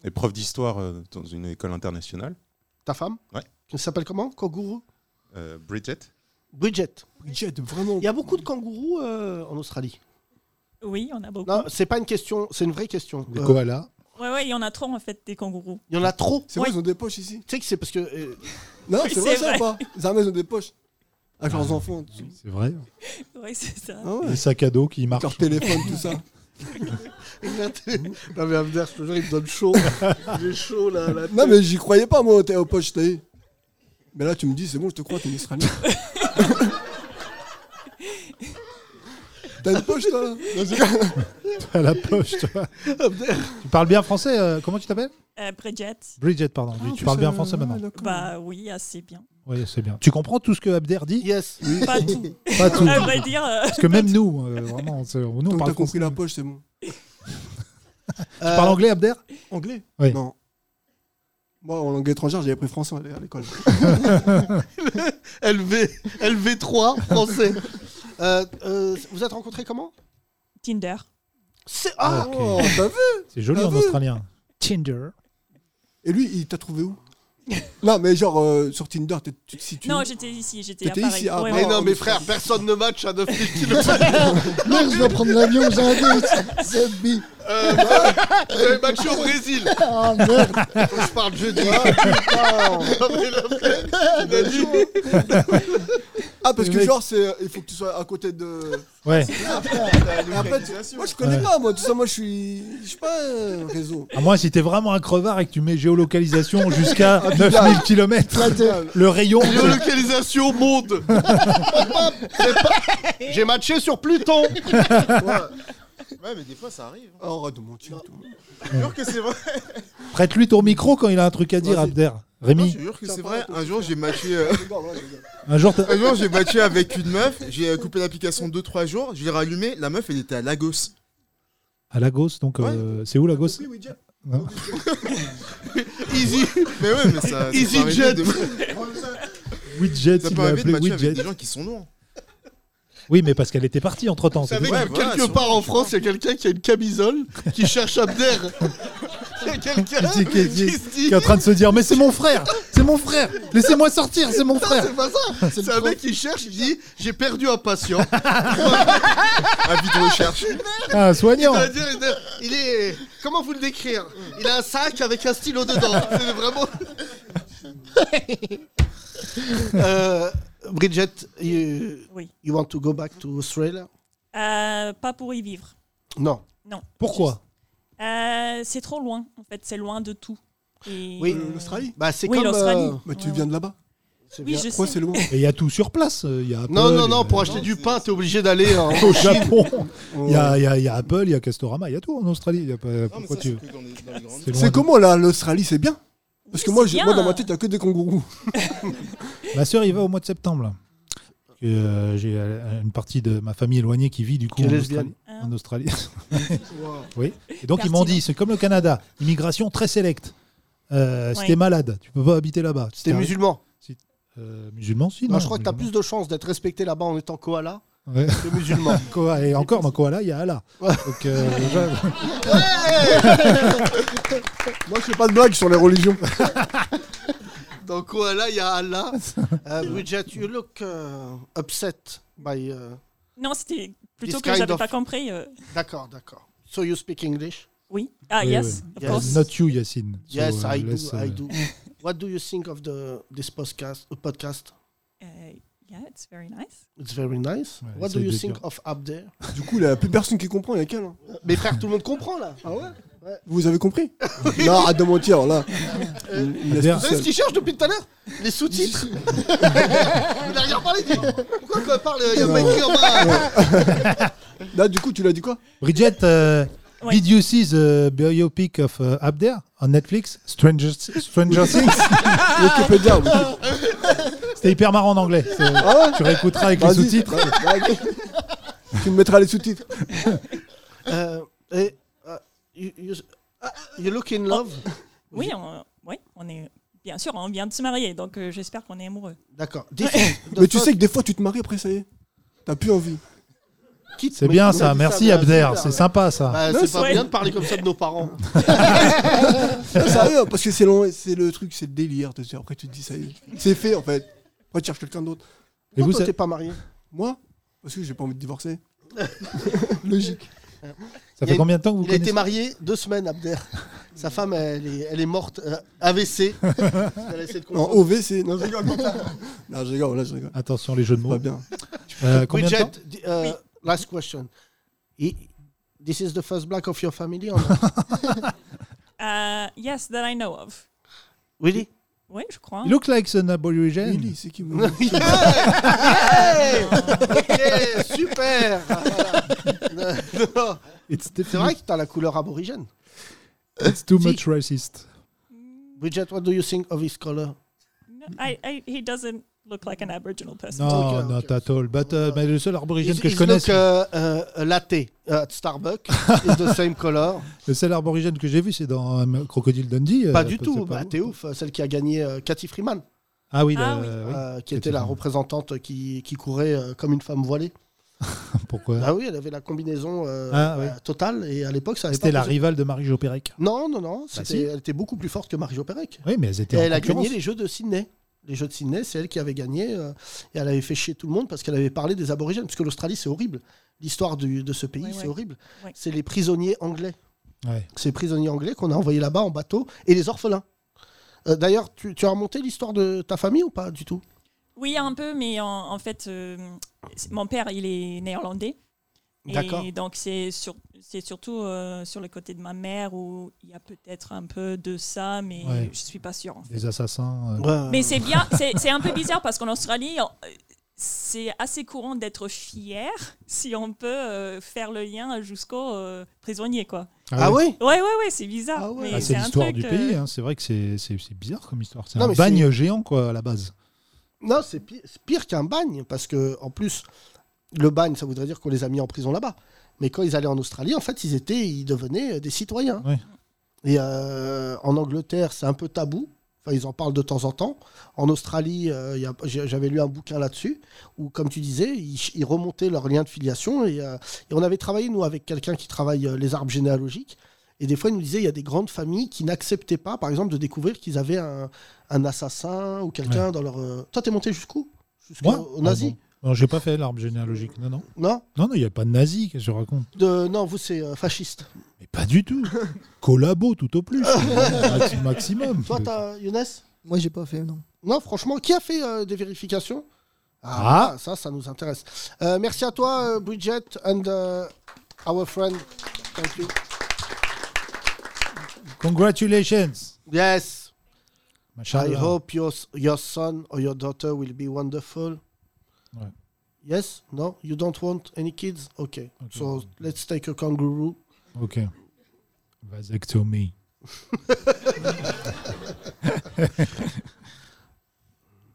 [SPEAKER 12] épreuve d'histoire euh, dans une école internationale.
[SPEAKER 2] Ta femme
[SPEAKER 12] Ouais.
[SPEAKER 2] Qui s'appelle comment Kangourou
[SPEAKER 12] Euh, Bridget.
[SPEAKER 2] Bridget.
[SPEAKER 1] Bridget, vraiment.
[SPEAKER 2] Il y a beaucoup de kangourous euh, en Australie.
[SPEAKER 16] Oui, on a beaucoup.
[SPEAKER 2] Non, c'est pas une question, c'est une vraie question.
[SPEAKER 3] Des
[SPEAKER 2] Euh,
[SPEAKER 3] koalas.
[SPEAKER 16] Ouais, ouais, il y en a trop en fait des kangourous.
[SPEAKER 2] Il y en a trop.
[SPEAKER 1] C'est vrai, ils ont des poches ici.
[SPEAKER 2] Tu sais que c'est parce que. euh,
[SPEAKER 1] Non,
[SPEAKER 16] Oui,
[SPEAKER 1] c'est vrai,
[SPEAKER 16] c'est
[SPEAKER 1] ça
[SPEAKER 16] vrai.
[SPEAKER 1] ou pas Les armées ils ont des poches. Avec
[SPEAKER 6] Ah.
[SPEAKER 1] leurs enfants. tout ça.
[SPEAKER 3] C'est vrai.
[SPEAKER 16] *laughs* Ouais, c'est ça.
[SPEAKER 1] Ah ouais.
[SPEAKER 3] Les sacs à dos qui marchent.
[SPEAKER 1] Leur téléphone,
[SPEAKER 3] *laughs*
[SPEAKER 1] tout ça. *laughs*
[SPEAKER 2] non, mais Abder, je te jure, il me donne chaud. *laughs* Il est chaud là. la
[SPEAKER 1] Non,
[SPEAKER 2] tête.
[SPEAKER 1] mais j'y croyais pas, moi, t'es aux poches, t'as eu. Mais là, tu me dis, c'est bon, je te crois, t'es une Israélien. T'as une poche, toi là Non, c'est-
[SPEAKER 3] T'as la poche, toi. tu parles bien français. euh, comment tu t'appelles
[SPEAKER 16] *laughs* Euh, Bridget. Ah,
[SPEAKER 3] Bridget, pardon. Tu- tu parles bien français maintenant.
[SPEAKER 16] Bah oui, assez
[SPEAKER 2] *laughs*
[SPEAKER 16] bien.
[SPEAKER 3] Oui, c'est bien. Tu comprends tout ce que Abder dit
[SPEAKER 2] Yes.
[SPEAKER 16] Pas tout.
[SPEAKER 3] Pas tout.
[SPEAKER 16] À vrai dire, euh,
[SPEAKER 3] Parce que même nous, euh, vraiment, on se- nous, on
[SPEAKER 1] Donc,
[SPEAKER 3] parle
[SPEAKER 1] t'as compris
[SPEAKER 3] français.
[SPEAKER 1] la poche, c'est bon.
[SPEAKER 3] Tu parles anglais, Abder
[SPEAKER 1] Euh, Anglais
[SPEAKER 3] Oui.
[SPEAKER 1] Non. Moi, en langue étrangère, j'avais pris français à l'école.
[SPEAKER 2] *laughs* LV, LV3 français. Euh, euh, vous êtes rencontrés comment
[SPEAKER 16] Tinder.
[SPEAKER 2] C'est. Ah
[SPEAKER 3] Ok.
[SPEAKER 1] Oh, t'as vu
[SPEAKER 3] C'est joli
[SPEAKER 1] T'as
[SPEAKER 3] en
[SPEAKER 1] vu
[SPEAKER 3] australien. Tinder.
[SPEAKER 1] Et lui, il t'a trouvé où *laughs* Non, mais genre, euh, sur Tinder, t'es- tu te situes
[SPEAKER 16] Non,
[SPEAKER 1] où
[SPEAKER 16] j'étais ici, j'étais à
[SPEAKER 1] T'étais
[SPEAKER 16] Paris.
[SPEAKER 1] ici ah,
[SPEAKER 16] Ouais,
[SPEAKER 1] bah,
[SPEAKER 2] Mais non,
[SPEAKER 1] en
[SPEAKER 2] mais
[SPEAKER 1] Australie.
[SPEAKER 2] frère, personne ne match à 9000
[SPEAKER 1] *laughs*
[SPEAKER 8] Merde, je dois prendre l'avion aux Indies. C'est bi.
[SPEAKER 2] Euh, bah, J'avais matché au Brésil.
[SPEAKER 8] Ah merde.
[SPEAKER 2] Faut que Je parle jeudi.
[SPEAKER 1] *laughs*
[SPEAKER 2] Après la fête, il a dit-
[SPEAKER 1] Ah, parce
[SPEAKER 3] Le
[SPEAKER 1] que
[SPEAKER 3] mec-
[SPEAKER 1] genre, c'est, euh, il faut que tu sois à côté de. Ah,
[SPEAKER 3] Ouais.
[SPEAKER 1] C'est ça, frère. Et après, tu- moi, je connais
[SPEAKER 3] Ouais.
[SPEAKER 1] pas, moi, tout ça, moi, je suis. Je suis pas euh, réseau.
[SPEAKER 3] À moins Ah, si t'es vraiment un crevard et que tu mets
[SPEAKER 2] *laughs*
[SPEAKER 3] géolocalisation jusqu'à
[SPEAKER 1] Ah, putain.
[SPEAKER 3] 9000 km, le rayon. de- *laughs*
[SPEAKER 2] Géolocalisation monde. C'est pas- *laughs* J'ai matché sur Pluton.
[SPEAKER 7] Ouais, mais des fois ça arrive. hein.
[SPEAKER 1] Oh, arrête de mentir. toi.
[SPEAKER 7] Je jure que c'est vrai.
[SPEAKER 3] Prête-lui ton micro quand il a un truc à dire,
[SPEAKER 7] Vas-y.
[SPEAKER 3] Abder.
[SPEAKER 7] Non,
[SPEAKER 3] Rémi,
[SPEAKER 7] je jure que c'est vrai. Un jour, j'ai matché. euh,
[SPEAKER 3] un jour, t'as-
[SPEAKER 7] Un jour, j'ai matché avec une meuf. J'ai euh, coupé l'application 2-3 jours. Je l'ai rallumée. La meuf, elle était à Lagos.
[SPEAKER 3] à Lagos, donc euh, c'est où Lagos Non.
[SPEAKER 2] *laughs*
[SPEAKER 7] Easy. Mais ouais, mais ça.
[SPEAKER 2] Easy
[SPEAKER 7] EasyJet.
[SPEAKER 2] Jet.
[SPEAKER 3] Widget,
[SPEAKER 7] Ça
[SPEAKER 3] il
[SPEAKER 7] peut
[SPEAKER 3] m'a
[SPEAKER 7] arriver de
[SPEAKER 3] appelé
[SPEAKER 7] matcher avec
[SPEAKER 3] Widget.
[SPEAKER 7] des gens qui sont loin.
[SPEAKER 3] Oui, mais parce qu'elle était partie entre temps.
[SPEAKER 2] Vous savez que quelque part
[SPEAKER 3] *laughs*
[SPEAKER 2] en France, il y a quelqu'un qui a une camisole qui cherche Abder. Il y a quelqu'un
[SPEAKER 3] qui, qui-
[SPEAKER 2] qui
[SPEAKER 3] qui-
[SPEAKER 2] se dit.
[SPEAKER 3] qui est en train de se dire Mais c'est
[SPEAKER 2] *laughs*
[SPEAKER 3] mon frère C'est mon frère Laissez-moi sortir, c'est mon frère
[SPEAKER 2] C'est pas ça C'est un mec qui cherche, il dit J'ai perdu un
[SPEAKER 3] *laughs*
[SPEAKER 2] patient.
[SPEAKER 7] Avis de recherche.
[SPEAKER 3] Ah, un soignant
[SPEAKER 2] C'est-à-dire, il est- il est. Comment vous le décrire Il a un sac avec un stylo dedans. C'est
[SPEAKER 16] *laughs*
[SPEAKER 2] vraiment. Euh, Bridget, you,
[SPEAKER 16] Oui.
[SPEAKER 2] you want to go back to Australia
[SPEAKER 16] Euh, pas pour y vivre.
[SPEAKER 2] Non.
[SPEAKER 16] Non.
[SPEAKER 3] Pourquoi
[SPEAKER 16] Euh, c'est trop loin, en fait, c'est loin de tout. Et,
[SPEAKER 2] Oui,
[SPEAKER 16] euh,
[SPEAKER 1] l'Australie
[SPEAKER 2] Bah, c'est
[SPEAKER 16] oui,
[SPEAKER 2] comme.
[SPEAKER 16] l'Australie.
[SPEAKER 2] euh,
[SPEAKER 1] Bah, tu
[SPEAKER 16] Ouais,
[SPEAKER 1] viens
[SPEAKER 16] ouais.
[SPEAKER 1] de là-bas.
[SPEAKER 16] Oui, bien. je
[SPEAKER 1] Pourquoi
[SPEAKER 16] sais.
[SPEAKER 1] c'est loin
[SPEAKER 3] Et il y a tout sur place. euh, Il y a Apple,
[SPEAKER 2] Non, non, non,
[SPEAKER 3] il y a-
[SPEAKER 2] pour acheter du pain, t'es obligé d'aller en
[SPEAKER 3] *laughs*
[SPEAKER 2] Chine.
[SPEAKER 3] Au Japon Il y a, il y a- il y a Apple, il y a Castorama, il y a tout en Australie. il y a pas- pourquoi tu veux loin
[SPEAKER 1] C'est
[SPEAKER 3] de-
[SPEAKER 1] comment là, l'Australie, c'est bien Parce que moi, j'ai-
[SPEAKER 16] bien.
[SPEAKER 1] moi, dans ma tête, t'as que des *laughs* kangourous.
[SPEAKER 3] Ma sœur, il va au mois de septembre. là. Parce que, euh, J'ai euh, une partie de ma famille éloignée qui vit du coup
[SPEAKER 2] Qui est
[SPEAKER 3] en
[SPEAKER 2] lesbienne. Ah.
[SPEAKER 3] Australie. En Australie. oui. Et donc ils m'ont dit, c'est comme le Canada, immigration très sélecte. Euh, Si
[SPEAKER 2] Ouais.
[SPEAKER 3] t'es malade, tu peux pas habiter là-bas. Si
[SPEAKER 2] T'es
[SPEAKER 3] t'as-
[SPEAKER 2] musulman.
[SPEAKER 3] si- euh, musulman, si.
[SPEAKER 2] Non,
[SPEAKER 3] non,
[SPEAKER 2] je crois que t'as
[SPEAKER 3] musulman.
[SPEAKER 2] plus de chances d'être respecté là-bas en étant koala
[SPEAKER 3] Ouais.
[SPEAKER 2] que
[SPEAKER 3] *laughs*
[SPEAKER 2] musulman.
[SPEAKER 3] Koa- Et encore, dans Koala, il y a Allah.
[SPEAKER 2] *laughs*
[SPEAKER 3] Donc, euh, je-
[SPEAKER 1] Moi, je fais pas de blagues sur les religions.
[SPEAKER 2] Dans koala, il y a Allah. Euh, Bridget, you look euh, upset by euh,
[SPEAKER 16] Non, c'était plutôt
[SPEAKER 2] This
[SPEAKER 16] que j'avais
[SPEAKER 2] kind of-
[SPEAKER 16] pas compris. euh.
[SPEAKER 2] D'accord, d'accord. So you speak English?
[SPEAKER 16] Oui. Ah,
[SPEAKER 3] Oui,
[SPEAKER 16] yes,
[SPEAKER 3] oui.
[SPEAKER 16] of
[SPEAKER 3] Yes.
[SPEAKER 16] course.
[SPEAKER 3] Not you, Yacine. So,
[SPEAKER 2] yes,
[SPEAKER 3] uh,
[SPEAKER 2] I do,
[SPEAKER 3] let's, uh,
[SPEAKER 2] I
[SPEAKER 3] *laughs*
[SPEAKER 2] do. What do you think of the this podcast? uh, podcast?
[SPEAKER 16] Uh, yeah, it's very nice.
[SPEAKER 2] It's very nice. What do
[SPEAKER 1] essaye
[SPEAKER 2] you
[SPEAKER 1] de
[SPEAKER 2] think
[SPEAKER 1] dire.
[SPEAKER 2] of up there?
[SPEAKER 1] Du coup, il y a plus personne qui comprend, il y a qu'elle. hein.
[SPEAKER 2] Mes frères, tout le monde comprend là. Ah ouais? Ouais.
[SPEAKER 1] Vous avez
[SPEAKER 2] *laughs*
[SPEAKER 1] compris Non, arrête de mentir, là. Il-
[SPEAKER 2] Vous
[SPEAKER 1] il est
[SPEAKER 2] savez Euh, ce
[SPEAKER 1] spécial.
[SPEAKER 2] qu'ils cherchent depuis tout à l'heure Les
[SPEAKER 3] *laughs*
[SPEAKER 2] sous-titres Il a rien parlé dit. Pourquoi quand on parle, euh,
[SPEAKER 3] *laughs*
[SPEAKER 2] il y a pas écrit en bas
[SPEAKER 3] Là, du coup, tu l'as dit quoi Bridget, euh, did you see the biopic of euh, Abder on Netflix Stranger, Stranger *laughs* Things
[SPEAKER 1] Wikipédia,
[SPEAKER 3] C'était hyper marrant en anglais. C'est-
[SPEAKER 1] Ah ouais
[SPEAKER 3] tu réécouteras avec les
[SPEAKER 1] Vas-y.
[SPEAKER 3] sous-titres.
[SPEAKER 1] Ouais, ouais, ok. tu me mettras les sous-titres.
[SPEAKER 2] Euh, et, euh, you, you- ah, you look in love
[SPEAKER 16] Oh. *laughs* Oui, on, oui, on est. Bien sûr, on vient de se marier, donc euh, j'espère qu'on est amoureux.
[SPEAKER 2] D'accord. *laughs*
[SPEAKER 1] Mais tu sais que des fois, tu te maries après, ça y est. T'as plus envie.
[SPEAKER 3] C'est bien ça, merci Abder, c'est sympa ça.
[SPEAKER 2] Bah,
[SPEAKER 1] Non,
[SPEAKER 2] c'est
[SPEAKER 1] c'est
[SPEAKER 2] pas
[SPEAKER 1] vrai.
[SPEAKER 2] bien de parler comme ça de nos
[SPEAKER 3] *laughs*
[SPEAKER 2] parents.
[SPEAKER 1] *laughs* Non, Sérieux, parce que c'est long- c'est le truc, c'est le délire. tu sais. Après, tu te dis, ça y est. C'est fait, en fait. Après, tu cherches quelqu'un d'autre.
[SPEAKER 3] Et
[SPEAKER 1] Pourquoi
[SPEAKER 3] vous,
[SPEAKER 1] toi,
[SPEAKER 3] ça-
[SPEAKER 1] t'es pas marié Moi Parce que j'ai pas envie de divorcer. Logique.
[SPEAKER 3] Ça fait combien de temps que vous
[SPEAKER 2] Il a été
[SPEAKER 3] connaissez
[SPEAKER 2] marié deux semaines,
[SPEAKER 3] *laughs*
[SPEAKER 2] Abder. Sa femme, elle est, elle est morte, euh, AVC. Elle a essayé de
[SPEAKER 1] Non,
[SPEAKER 2] comprendre.
[SPEAKER 1] OVC. Non, je
[SPEAKER 2] *laughs*
[SPEAKER 1] rigole. non, je rigole, là, je rigole.
[SPEAKER 3] Attention les jeux de mots.
[SPEAKER 1] Pas bien.
[SPEAKER 3] Euh, combien de
[SPEAKER 2] Bridget,
[SPEAKER 3] temps
[SPEAKER 2] d- uh, last question. I- This is the first black of your family or
[SPEAKER 3] *laughs*
[SPEAKER 2] not?
[SPEAKER 16] Euh, yes, that I know of.
[SPEAKER 2] Really?
[SPEAKER 16] Oui, je crois.
[SPEAKER 3] Il look like an aborigine.
[SPEAKER 1] Really, c'est
[SPEAKER 3] *laughs*
[SPEAKER 16] *laughs*
[SPEAKER 1] qui me-
[SPEAKER 2] Yeah! *laughs* *laughs* Yeah! Ok,
[SPEAKER 3] *laughs*
[SPEAKER 2] super! Ah, Voilà. Non.
[SPEAKER 3] It's
[SPEAKER 2] C'est vrai que t'as la couleur aborigène.
[SPEAKER 3] It's too much racist.
[SPEAKER 2] Bridget, what do you think of his color?
[SPEAKER 16] No, I, I, he doesn't look like an Aboriginal person.
[SPEAKER 3] Non, non, t'as tort. But, euh, mais le seul aborigène
[SPEAKER 2] Is-
[SPEAKER 3] que je
[SPEAKER 2] is
[SPEAKER 3] connais,
[SPEAKER 2] look,
[SPEAKER 3] c'est-
[SPEAKER 2] uh, uh, a latte at Starbucks is the same color.
[SPEAKER 3] le seul aborigène que j'ai vu, c'est dans euh, Crocodile Dundee. *laughs* euh,
[SPEAKER 2] euh. Pas du
[SPEAKER 3] c'est
[SPEAKER 2] tout,
[SPEAKER 3] pas-
[SPEAKER 2] bah, t'es ouf, celle qui a gagné euh, Cathy Freeman.
[SPEAKER 3] Ah oui, Ah la- oui. oui.
[SPEAKER 2] Euh, qui
[SPEAKER 3] Cathy
[SPEAKER 2] était la
[SPEAKER 3] Freeman.
[SPEAKER 2] représentante qui, qui courait euh, comme une femme voilée.
[SPEAKER 3] Pourquoi
[SPEAKER 2] Ah oui, elle avait la combinaison euh,
[SPEAKER 3] Ah, oui.
[SPEAKER 2] euh, totale et à l'époque ça avait
[SPEAKER 3] C'était
[SPEAKER 2] pas
[SPEAKER 3] la
[SPEAKER 2] posé-
[SPEAKER 3] rivale de Marie-Jo Pérec.
[SPEAKER 2] Non, non, non,
[SPEAKER 3] Bah,
[SPEAKER 2] c'était-
[SPEAKER 3] si.
[SPEAKER 2] elle était beaucoup plus forte que Marie-Jo Pérec.
[SPEAKER 3] Oui, mais elles
[SPEAKER 2] Et
[SPEAKER 3] étaient
[SPEAKER 2] elle
[SPEAKER 3] en
[SPEAKER 2] a gagné
[SPEAKER 3] concurrence.
[SPEAKER 2] les Jeux de Sydney. Les Jeux de Sydney, c'est elle qui avait gagné euh, et elle avait fait chier tout le monde parce qu'elle avait parlé des aborigènes. Parce que l'Australie, c'est horrible. L'histoire du- de ce pays,
[SPEAKER 1] Ouais,
[SPEAKER 2] c'est
[SPEAKER 1] ouais.
[SPEAKER 2] horrible.
[SPEAKER 1] Ouais.
[SPEAKER 2] C'est les prisonniers anglais.
[SPEAKER 3] Ouais.
[SPEAKER 2] Ces prisonniers anglais qu'on a envoyés là-bas en bateau et les orphelins. Euh, D'ailleurs, tu, tu as remonté l'histoire de ta famille ou pas du tout
[SPEAKER 16] Oui, un peu, mais en, en fait, euh, c'est- mon père, il est néerlandais.
[SPEAKER 2] D'accord.
[SPEAKER 16] Et donc, c'est sur- c'est surtout euh, sur le côté de ma mère où il y a peut-être un peu de ça, mais
[SPEAKER 3] Ouais.
[SPEAKER 16] je suis pas sûre. en fait.
[SPEAKER 3] Des assassins. euh.
[SPEAKER 1] Ouais.
[SPEAKER 16] Mais c'est bien, c'est c'est un
[SPEAKER 1] *laughs*
[SPEAKER 16] peu bizarre parce qu'en Australie, on- euh, c'est assez courant d'être fier si on peut euh, faire le lien jusqu'au euh, prisonnier, quoi.
[SPEAKER 3] Ah Ah ouais
[SPEAKER 16] Ouais, ouais, ouais, c'est bizarre. mais
[SPEAKER 3] Ah,
[SPEAKER 16] c'est
[SPEAKER 3] c'est
[SPEAKER 16] un
[SPEAKER 3] l'histoire
[SPEAKER 16] truc,
[SPEAKER 3] du
[SPEAKER 16] euh,
[SPEAKER 3] pays. hein. C'est vrai que c'est c'est- c'est bizarre comme histoire. C'est
[SPEAKER 2] Non,
[SPEAKER 3] un
[SPEAKER 2] mais
[SPEAKER 3] bagne
[SPEAKER 2] c'est-
[SPEAKER 3] géant, quoi, à la base.
[SPEAKER 2] Non, c'est pi- c'est pire, qu'un bagne, parce que en plus, le bagne, ça voudrait dire qu'on les a mis en prison là-bas. Mais quand ils allaient en Australie, en fait, ils étaient, ils devenaient euh, des citoyens. Et euh, en Angleterre, c'est un peu tabou. Enfin, ils en parlent de temps en temps. En Australie, euh, il y a- j'ai- j'avais lu un bouquin là-dessus où, comme tu disais, ils, ch- ils remontaient leur lien de filiation. Et, euh, et on avait travaillé, nous, avec quelqu'un qui travaille euh, les arbres généalogiques. Et des fois, il nous disait il y a des grandes familles qui n'acceptaient pas, par exemple, de découvrir qu'ils avaient un, un assassin ou quelqu'un dans leur. euh, Toi, t'es monté jusqu'où
[SPEAKER 3] Moi
[SPEAKER 2] Jusqu'au nazi
[SPEAKER 3] Ah bon. Non, j'ai pas fait l'arbre généalogique. Non, non.
[SPEAKER 2] Non
[SPEAKER 3] Non, non, il n'y a pas de nazi, qu'est-ce que je raconte
[SPEAKER 2] De- Non, vous, c'est euh,
[SPEAKER 3] *laughs*
[SPEAKER 2] fasciste.
[SPEAKER 3] Pas du
[SPEAKER 2] *laughs*
[SPEAKER 3] tout. Collabo, tout au plus. Maxi- Ah, maximum.
[SPEAKER 2] Toi, t'as Younes
[SPEAKER 8] Moi, j'ai pas fait, non.
[SPEAKER 2] Non, franchement, qui a fait euh, des vérifications
[SPEAKER 3] Ah.
[SPEAKER 2] voilà, ça, ça nous intéresse. Euh, merci à toi, euh, Bridget, and euh, our friend. Thank you.
[SPEAKER 3] Congratulations.
[SPEAKER 2] Yes. I
[SPEAKER 3] Machallah.
[SPEAKER 2] hope your, your son or your daughter will be wonderful.
[SPEAKER 3] Ouais.
[SPEAKER 2] Yes? No? You don't want any kids? Okay. So let's take a kangaroo.
[SPEAKER 3] Ok.
[SPEAKER 2] *laughs*
[SPEAKER 3] Vasectomie.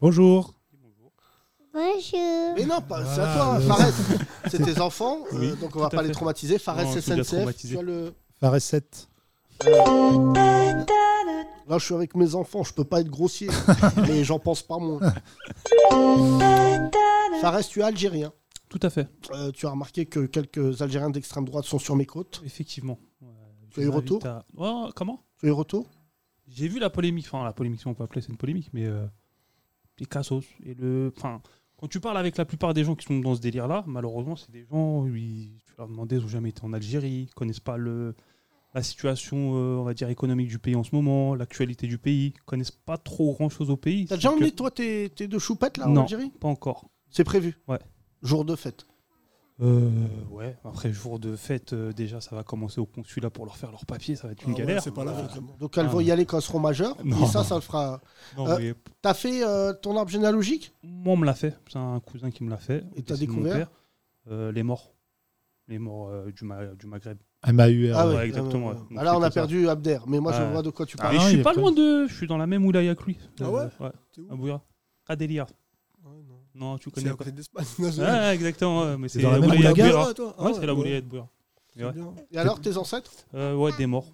[SPEAKER 3] Bonjour.
[SPEAKER 13] Bonjour.
[SPEAKER 2] Mais non, pas, c'est à toi,
[SPEAKER 3] Voilà, le-
[SPEAKER 2] Fares. C'est tes enfants, euh,
[SPEAKER 3] Oui,
[SPEAKER 2] donc on va
[SPEAKER 3] tout à
[SPEAKER 2] pas les
[SPEAKER 3] fait.
[SPEAKER 2] traumatiser. Fares,
[SPEAKER 3] Non, on peut déjà
[SPEAKER 2] SNCF,
[SPEAKER 3] traumatiser.
[SPEAKER 2] tu vois le...
[SPEAKER 3] Fares 7.
[SPEAKER 2] Là, je suis avec mes enfants, je peux pas être *laughs* grossier, mais j'en pense pas moins. Fares, tu es algérien.
[SPEAKER 17] Tout à fait.
[SPEAKER 2] Euh, tu as remarqué que quelques Algériens d'extrême droite sont sur mes côtes.
[SPEAKER 17] Effectivement.
[SPEAKER 2] Tu as eu
[SPEAKER 17] Je l'invite
[SPEAKER 2] retour
[SPEAKER 17] à- Ouais, Comment
[SPEAKER 2] Tu as eu retour
[SPEAKER 17] J'ai vu la polémique, enfin la polémique, si on peut appeler c'est une polémique, mais euh, les cassos. Et le, enfin, quand tu parles avec la plupart des gens qui sont dans ce délire-là, malheureusement, c'est des gens, ils, tu leur demandes, ils n'ont jamais été en Algérie, ils connaissent pas le, la situation, euh, on va dire, économique du pays en ce moment, l'actualité du pays, ils connaissent pas trop grand-chose au pays.
[SPEAKER 2] T'as déjà
[SPEAKER 17] C'est
[SPEAKER 2] emmené,
[SPEAKER 17] que-
[SPEAKER 2] toi, tes, tes deux choupettes, là, en
[SPEAKER 17] Non,
[SPEAKER 2] Algérie
[SPEAKER 17] pas encore.
[SPEAKER 2] C'est prévu
[SPEAKER 17] Ouais.
[SPEAKER 2] Jour de fête
[SPEAKER 17] Euh, ouais, après jour de fête, euh, déjà ça va commencer au consulat pour leur faire leurs papiers, ça va être une
[SPEAKER 2] Ah ouais,
[SPEAKER 17] galère.
[SPEAKER 2] c'est pas la
[SPEAKER 17] Euh,
[SPEAKER 2] route, vraiment. Donc elles vont y
[SPEAKER 17] Ah.
[SPEAKER 2] aller quand elles seront majeures,
[SPEAKER 17] Non,
[SPEAKER 2] et ça,
[SPEAKER 17] non.
[SPEAKER 2] ça le fera.
[SPEAKER 17] Non,
[SPEAKER 2] Euh,
[SPEAKER 17] mais-
[SPEAKER 2] T'as fait euh, ton arbre généalogique
[SPEAKER 17] Moi, on me l'a fait. C'est un cousin qui me l'a fait.
[SPEAKER 2] Et t'as
[SPEAKER 17] Décès de mon
[SPEAKER 2] découvert
[SPEAKER 17] père. Euh, Les morts. Les morts euh, du, Ma- du Maghreb.
[SPEAKER 3] MAUR.
[SPEAKER 17] Ah
[SPEAKER 2] ouais,
[SPEAKER 17] ouais, exactement.
[SPEAKER 2] euh,
[SPEAKER 17] ouais. Donc,
[SPEAKER 2] alors on a
[SPEAKER 17] c'était ça.
[SPEAKER 2] perdu Abder, mais moi je
[SPEAKER 17] Ouais.
[SPEAKER 2] vois de quoi tu
[SPEAKER 17] Ah,
[SPEAKER 2] parles.
[SPEAKER 17] mais je suis pas loin de. Je suis dans la même oulaya que lui. Euh,
[SPEAKER 2] Ah ouais
[SPEAKER 17] À Bouira. À Delia. non. tu connais
[SPEAKER 1] à
[SPEAKER 17] pas.
[SPEAKER 1] côté d'Espagne.
[SPEAKER 17] Ah, exactement. ouais, Mais
[SPEAKER 1] T'es
[SPEAKER 17] c'est
[SPEAKER 1] dans la
[SPEAKER 17] la
[SPEAKER 1] même
[SPEAKER 17] oulaya de
[SPEAKER 1] oulaya,
[SPEAKER 17] Bouira.
[SPEAKER 1] toi Ah
[SPEAKER 17] Ouais,
[SPEAKER 1] ouais,
[SPEAKER 17] c'est la
[SPEAKER 1] ouais.
[SPEAKER 17] oulaya de Bouira.
[SPEAKER 1] C'est
[SPEAKER 17] Ouais.
[SPEAKER 1] bien.
[SPEAKER 2] Et alors tes ancêtres
[SPEAKER 17] Euh, Ouais, des morts.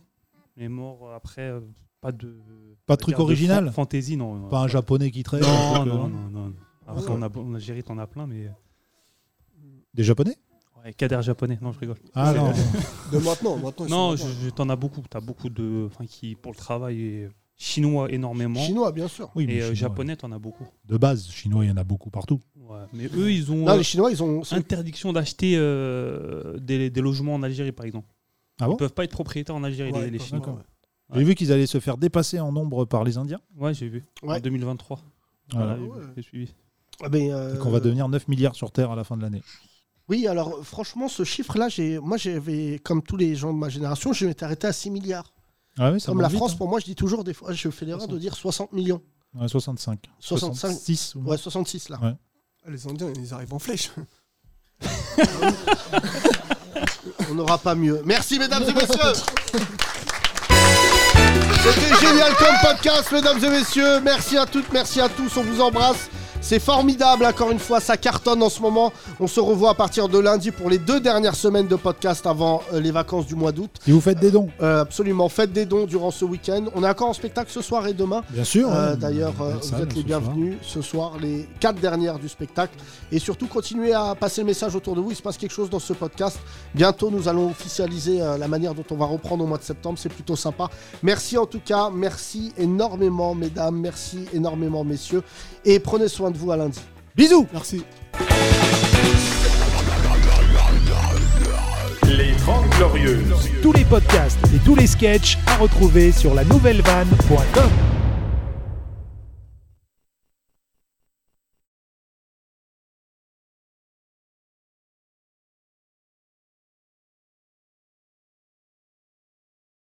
[SPEAKER 17] Les morts, euh, après, euh, pas Bah, de.
[SPEAKER 3] Pas de truc original
[SPEAKER 17] Fantaisie, non. non.
[SPEAKER 3] Pas un japonais qui traîne un
[SPEAKER 17] Non,
[SPEAKER 3] truc,
[SPEAKER 17] non,
[SPEAKER 3] euh,
[SPEAKER 17] non, non. Après, on a, en Algérie, t'en as plein, mais. euh,
[SPEAKER 3] Des japonais
[SPEAKER 17] Ouais, Kader japonais, non, je rigole.
[SPEAKER 3] Ah,
[SPEAKER 17] C'est-
[SPEAKER 3] non.
[SPEAKER 1] De maintenant, maintenant, ils sont
[SPEAKER 17] Non,
[SPEAKER 1] maintenant.
[SPEAKER 17] je- je- t'en as beaucoup. T'as beaucoup de. Enfin, qui, pour le travail, est chinois énormément.
[SPEAKER 2] Chinois, bien sûr.
[SPEAKER 3] Oui, mais
[SPEAKER 17] et euh,
[SPEAKER 3] chinois,
[SPEAKER 17] japonais, t'en as beaucoup.
[SPEAKER 3] De base, chinois, il y en a beaucoup partout.
[SPEAKER 17] Ouais, Mais eux, ils ont.
[SPEAKER 2] Non,
[SPEAKER 17] euh,
[SPEAKER 2] les Chinois, ils ont. c'est-
[SPEAKER 17] Interdiction d'acheter euh, des, des logements en Algérie, par exemple.
[SPEAKER 3] Ah bon
[SPEAKER 17] ils peuvent pas être propriétaires en Algérie,
[SPEAKER 3] Ouais,
[SPEAKER 17] les, les
[SPEAKER 3] d'accord,
[SPEAKER 17] Chinois.
[SPEAKER 3] d'accord.
[SPEAKER 17] Ouais,
[SPEAKER 3] J'ai vu qu'ils allaient se faire dépasser en nombre par les Indiens.
[SPEAKER 17] j'ai vu.
[SPEAKER 2] Ouais.
[SPEAKER 17] En 2023.
[SPEAKER 3] Voilà.
[SPEAKER 17] Voilà, j'ai- j'ai suivi.
[SPEAKER 2] Ah, mais, euh,
[SPEAKER 3] Et qu'on va devenir 9 milliards sur Terre à la fin de l'année.
[SPEAKER 2] Oui, alors franchement, ce chiffre-là, j'ai, moi, j'avais, comme tous les gens de ma génération, je m'étais arrêté à 6 milliards.
[SPEAKER 3] Ah oui, ça
[SPEAKER 2] comme
[SPEAKER 3] monte
[SPEAKER 2] la
[SPEAKER 3] vite,
[SPEAKER 2] France,
[SPEAKER 3] hein.
[SPEAKER 2] pour moi, je dis toujours, des fois, je fais l'erreur de dire 60 millions.
[SPEAKER 3] Ouais, 65.
[SPEAKER 2] 65.
[SPEAKER 3] 66. ou-
[SPEAKER 2] Ouais, 66 là.
[SPEAKER 3] Ouais.
[SPEAKER 1] Ah, Les Indiens, ils arrivent en flèche.
[SPEAKER 2] *laughs* On n'aura pas mieux. Merci, mesdames et messieurs. C'était génial comme podcast, mesdames et messieurs. Merci à toutes, merci à tous. On vous embrasse. C'est formidable, encore une fois, ça cartonne en ce moment. On se revoit à partir de lundi pour les deux dernières semaines de podcast avant euh, les vacances du mois d'août.
[SPEAKER 3] Si vous faites des dons.
[SPEAKER 2] Euh, absolument, faites des dons durant ce week-end. On est encore en spectacle ce soir et demain.
[SPEAKER 3] Bien sûr,
[SPEAKER 2] Euh,
[SPEAKER 3] ouais.
[SPEAKER 2] D'ailleurs, euh,
[SPEAKER 3] Belle
[SPEAKER 2] vous
[SPEAKER 3] salle,
[SPEAKER 2] êtes les
[SPEAKER 3] ce
[SPEAKER 2] bienvenus ce soir, les quatre dernières du spectacle. Et surtout, continuez à passer le message autour de vous. Il se passe quelque chose dans ce podcast. Bientôt, nous allons officialiser euh, la manière dont on va reprendre au mois de septembre. C'est plutôt sympa. Merci en tout cas. Merci énormément, mesdames. Merci énormément, messieurs. Et prenez soin de vous à lundi. Bisous Merci.
[SPEAKER 18] Les 30 Glorieuses.
[SPEAKER 19] Tous les podcasts et tous les sketchs à retrouver sur la nouvelle vanne.com.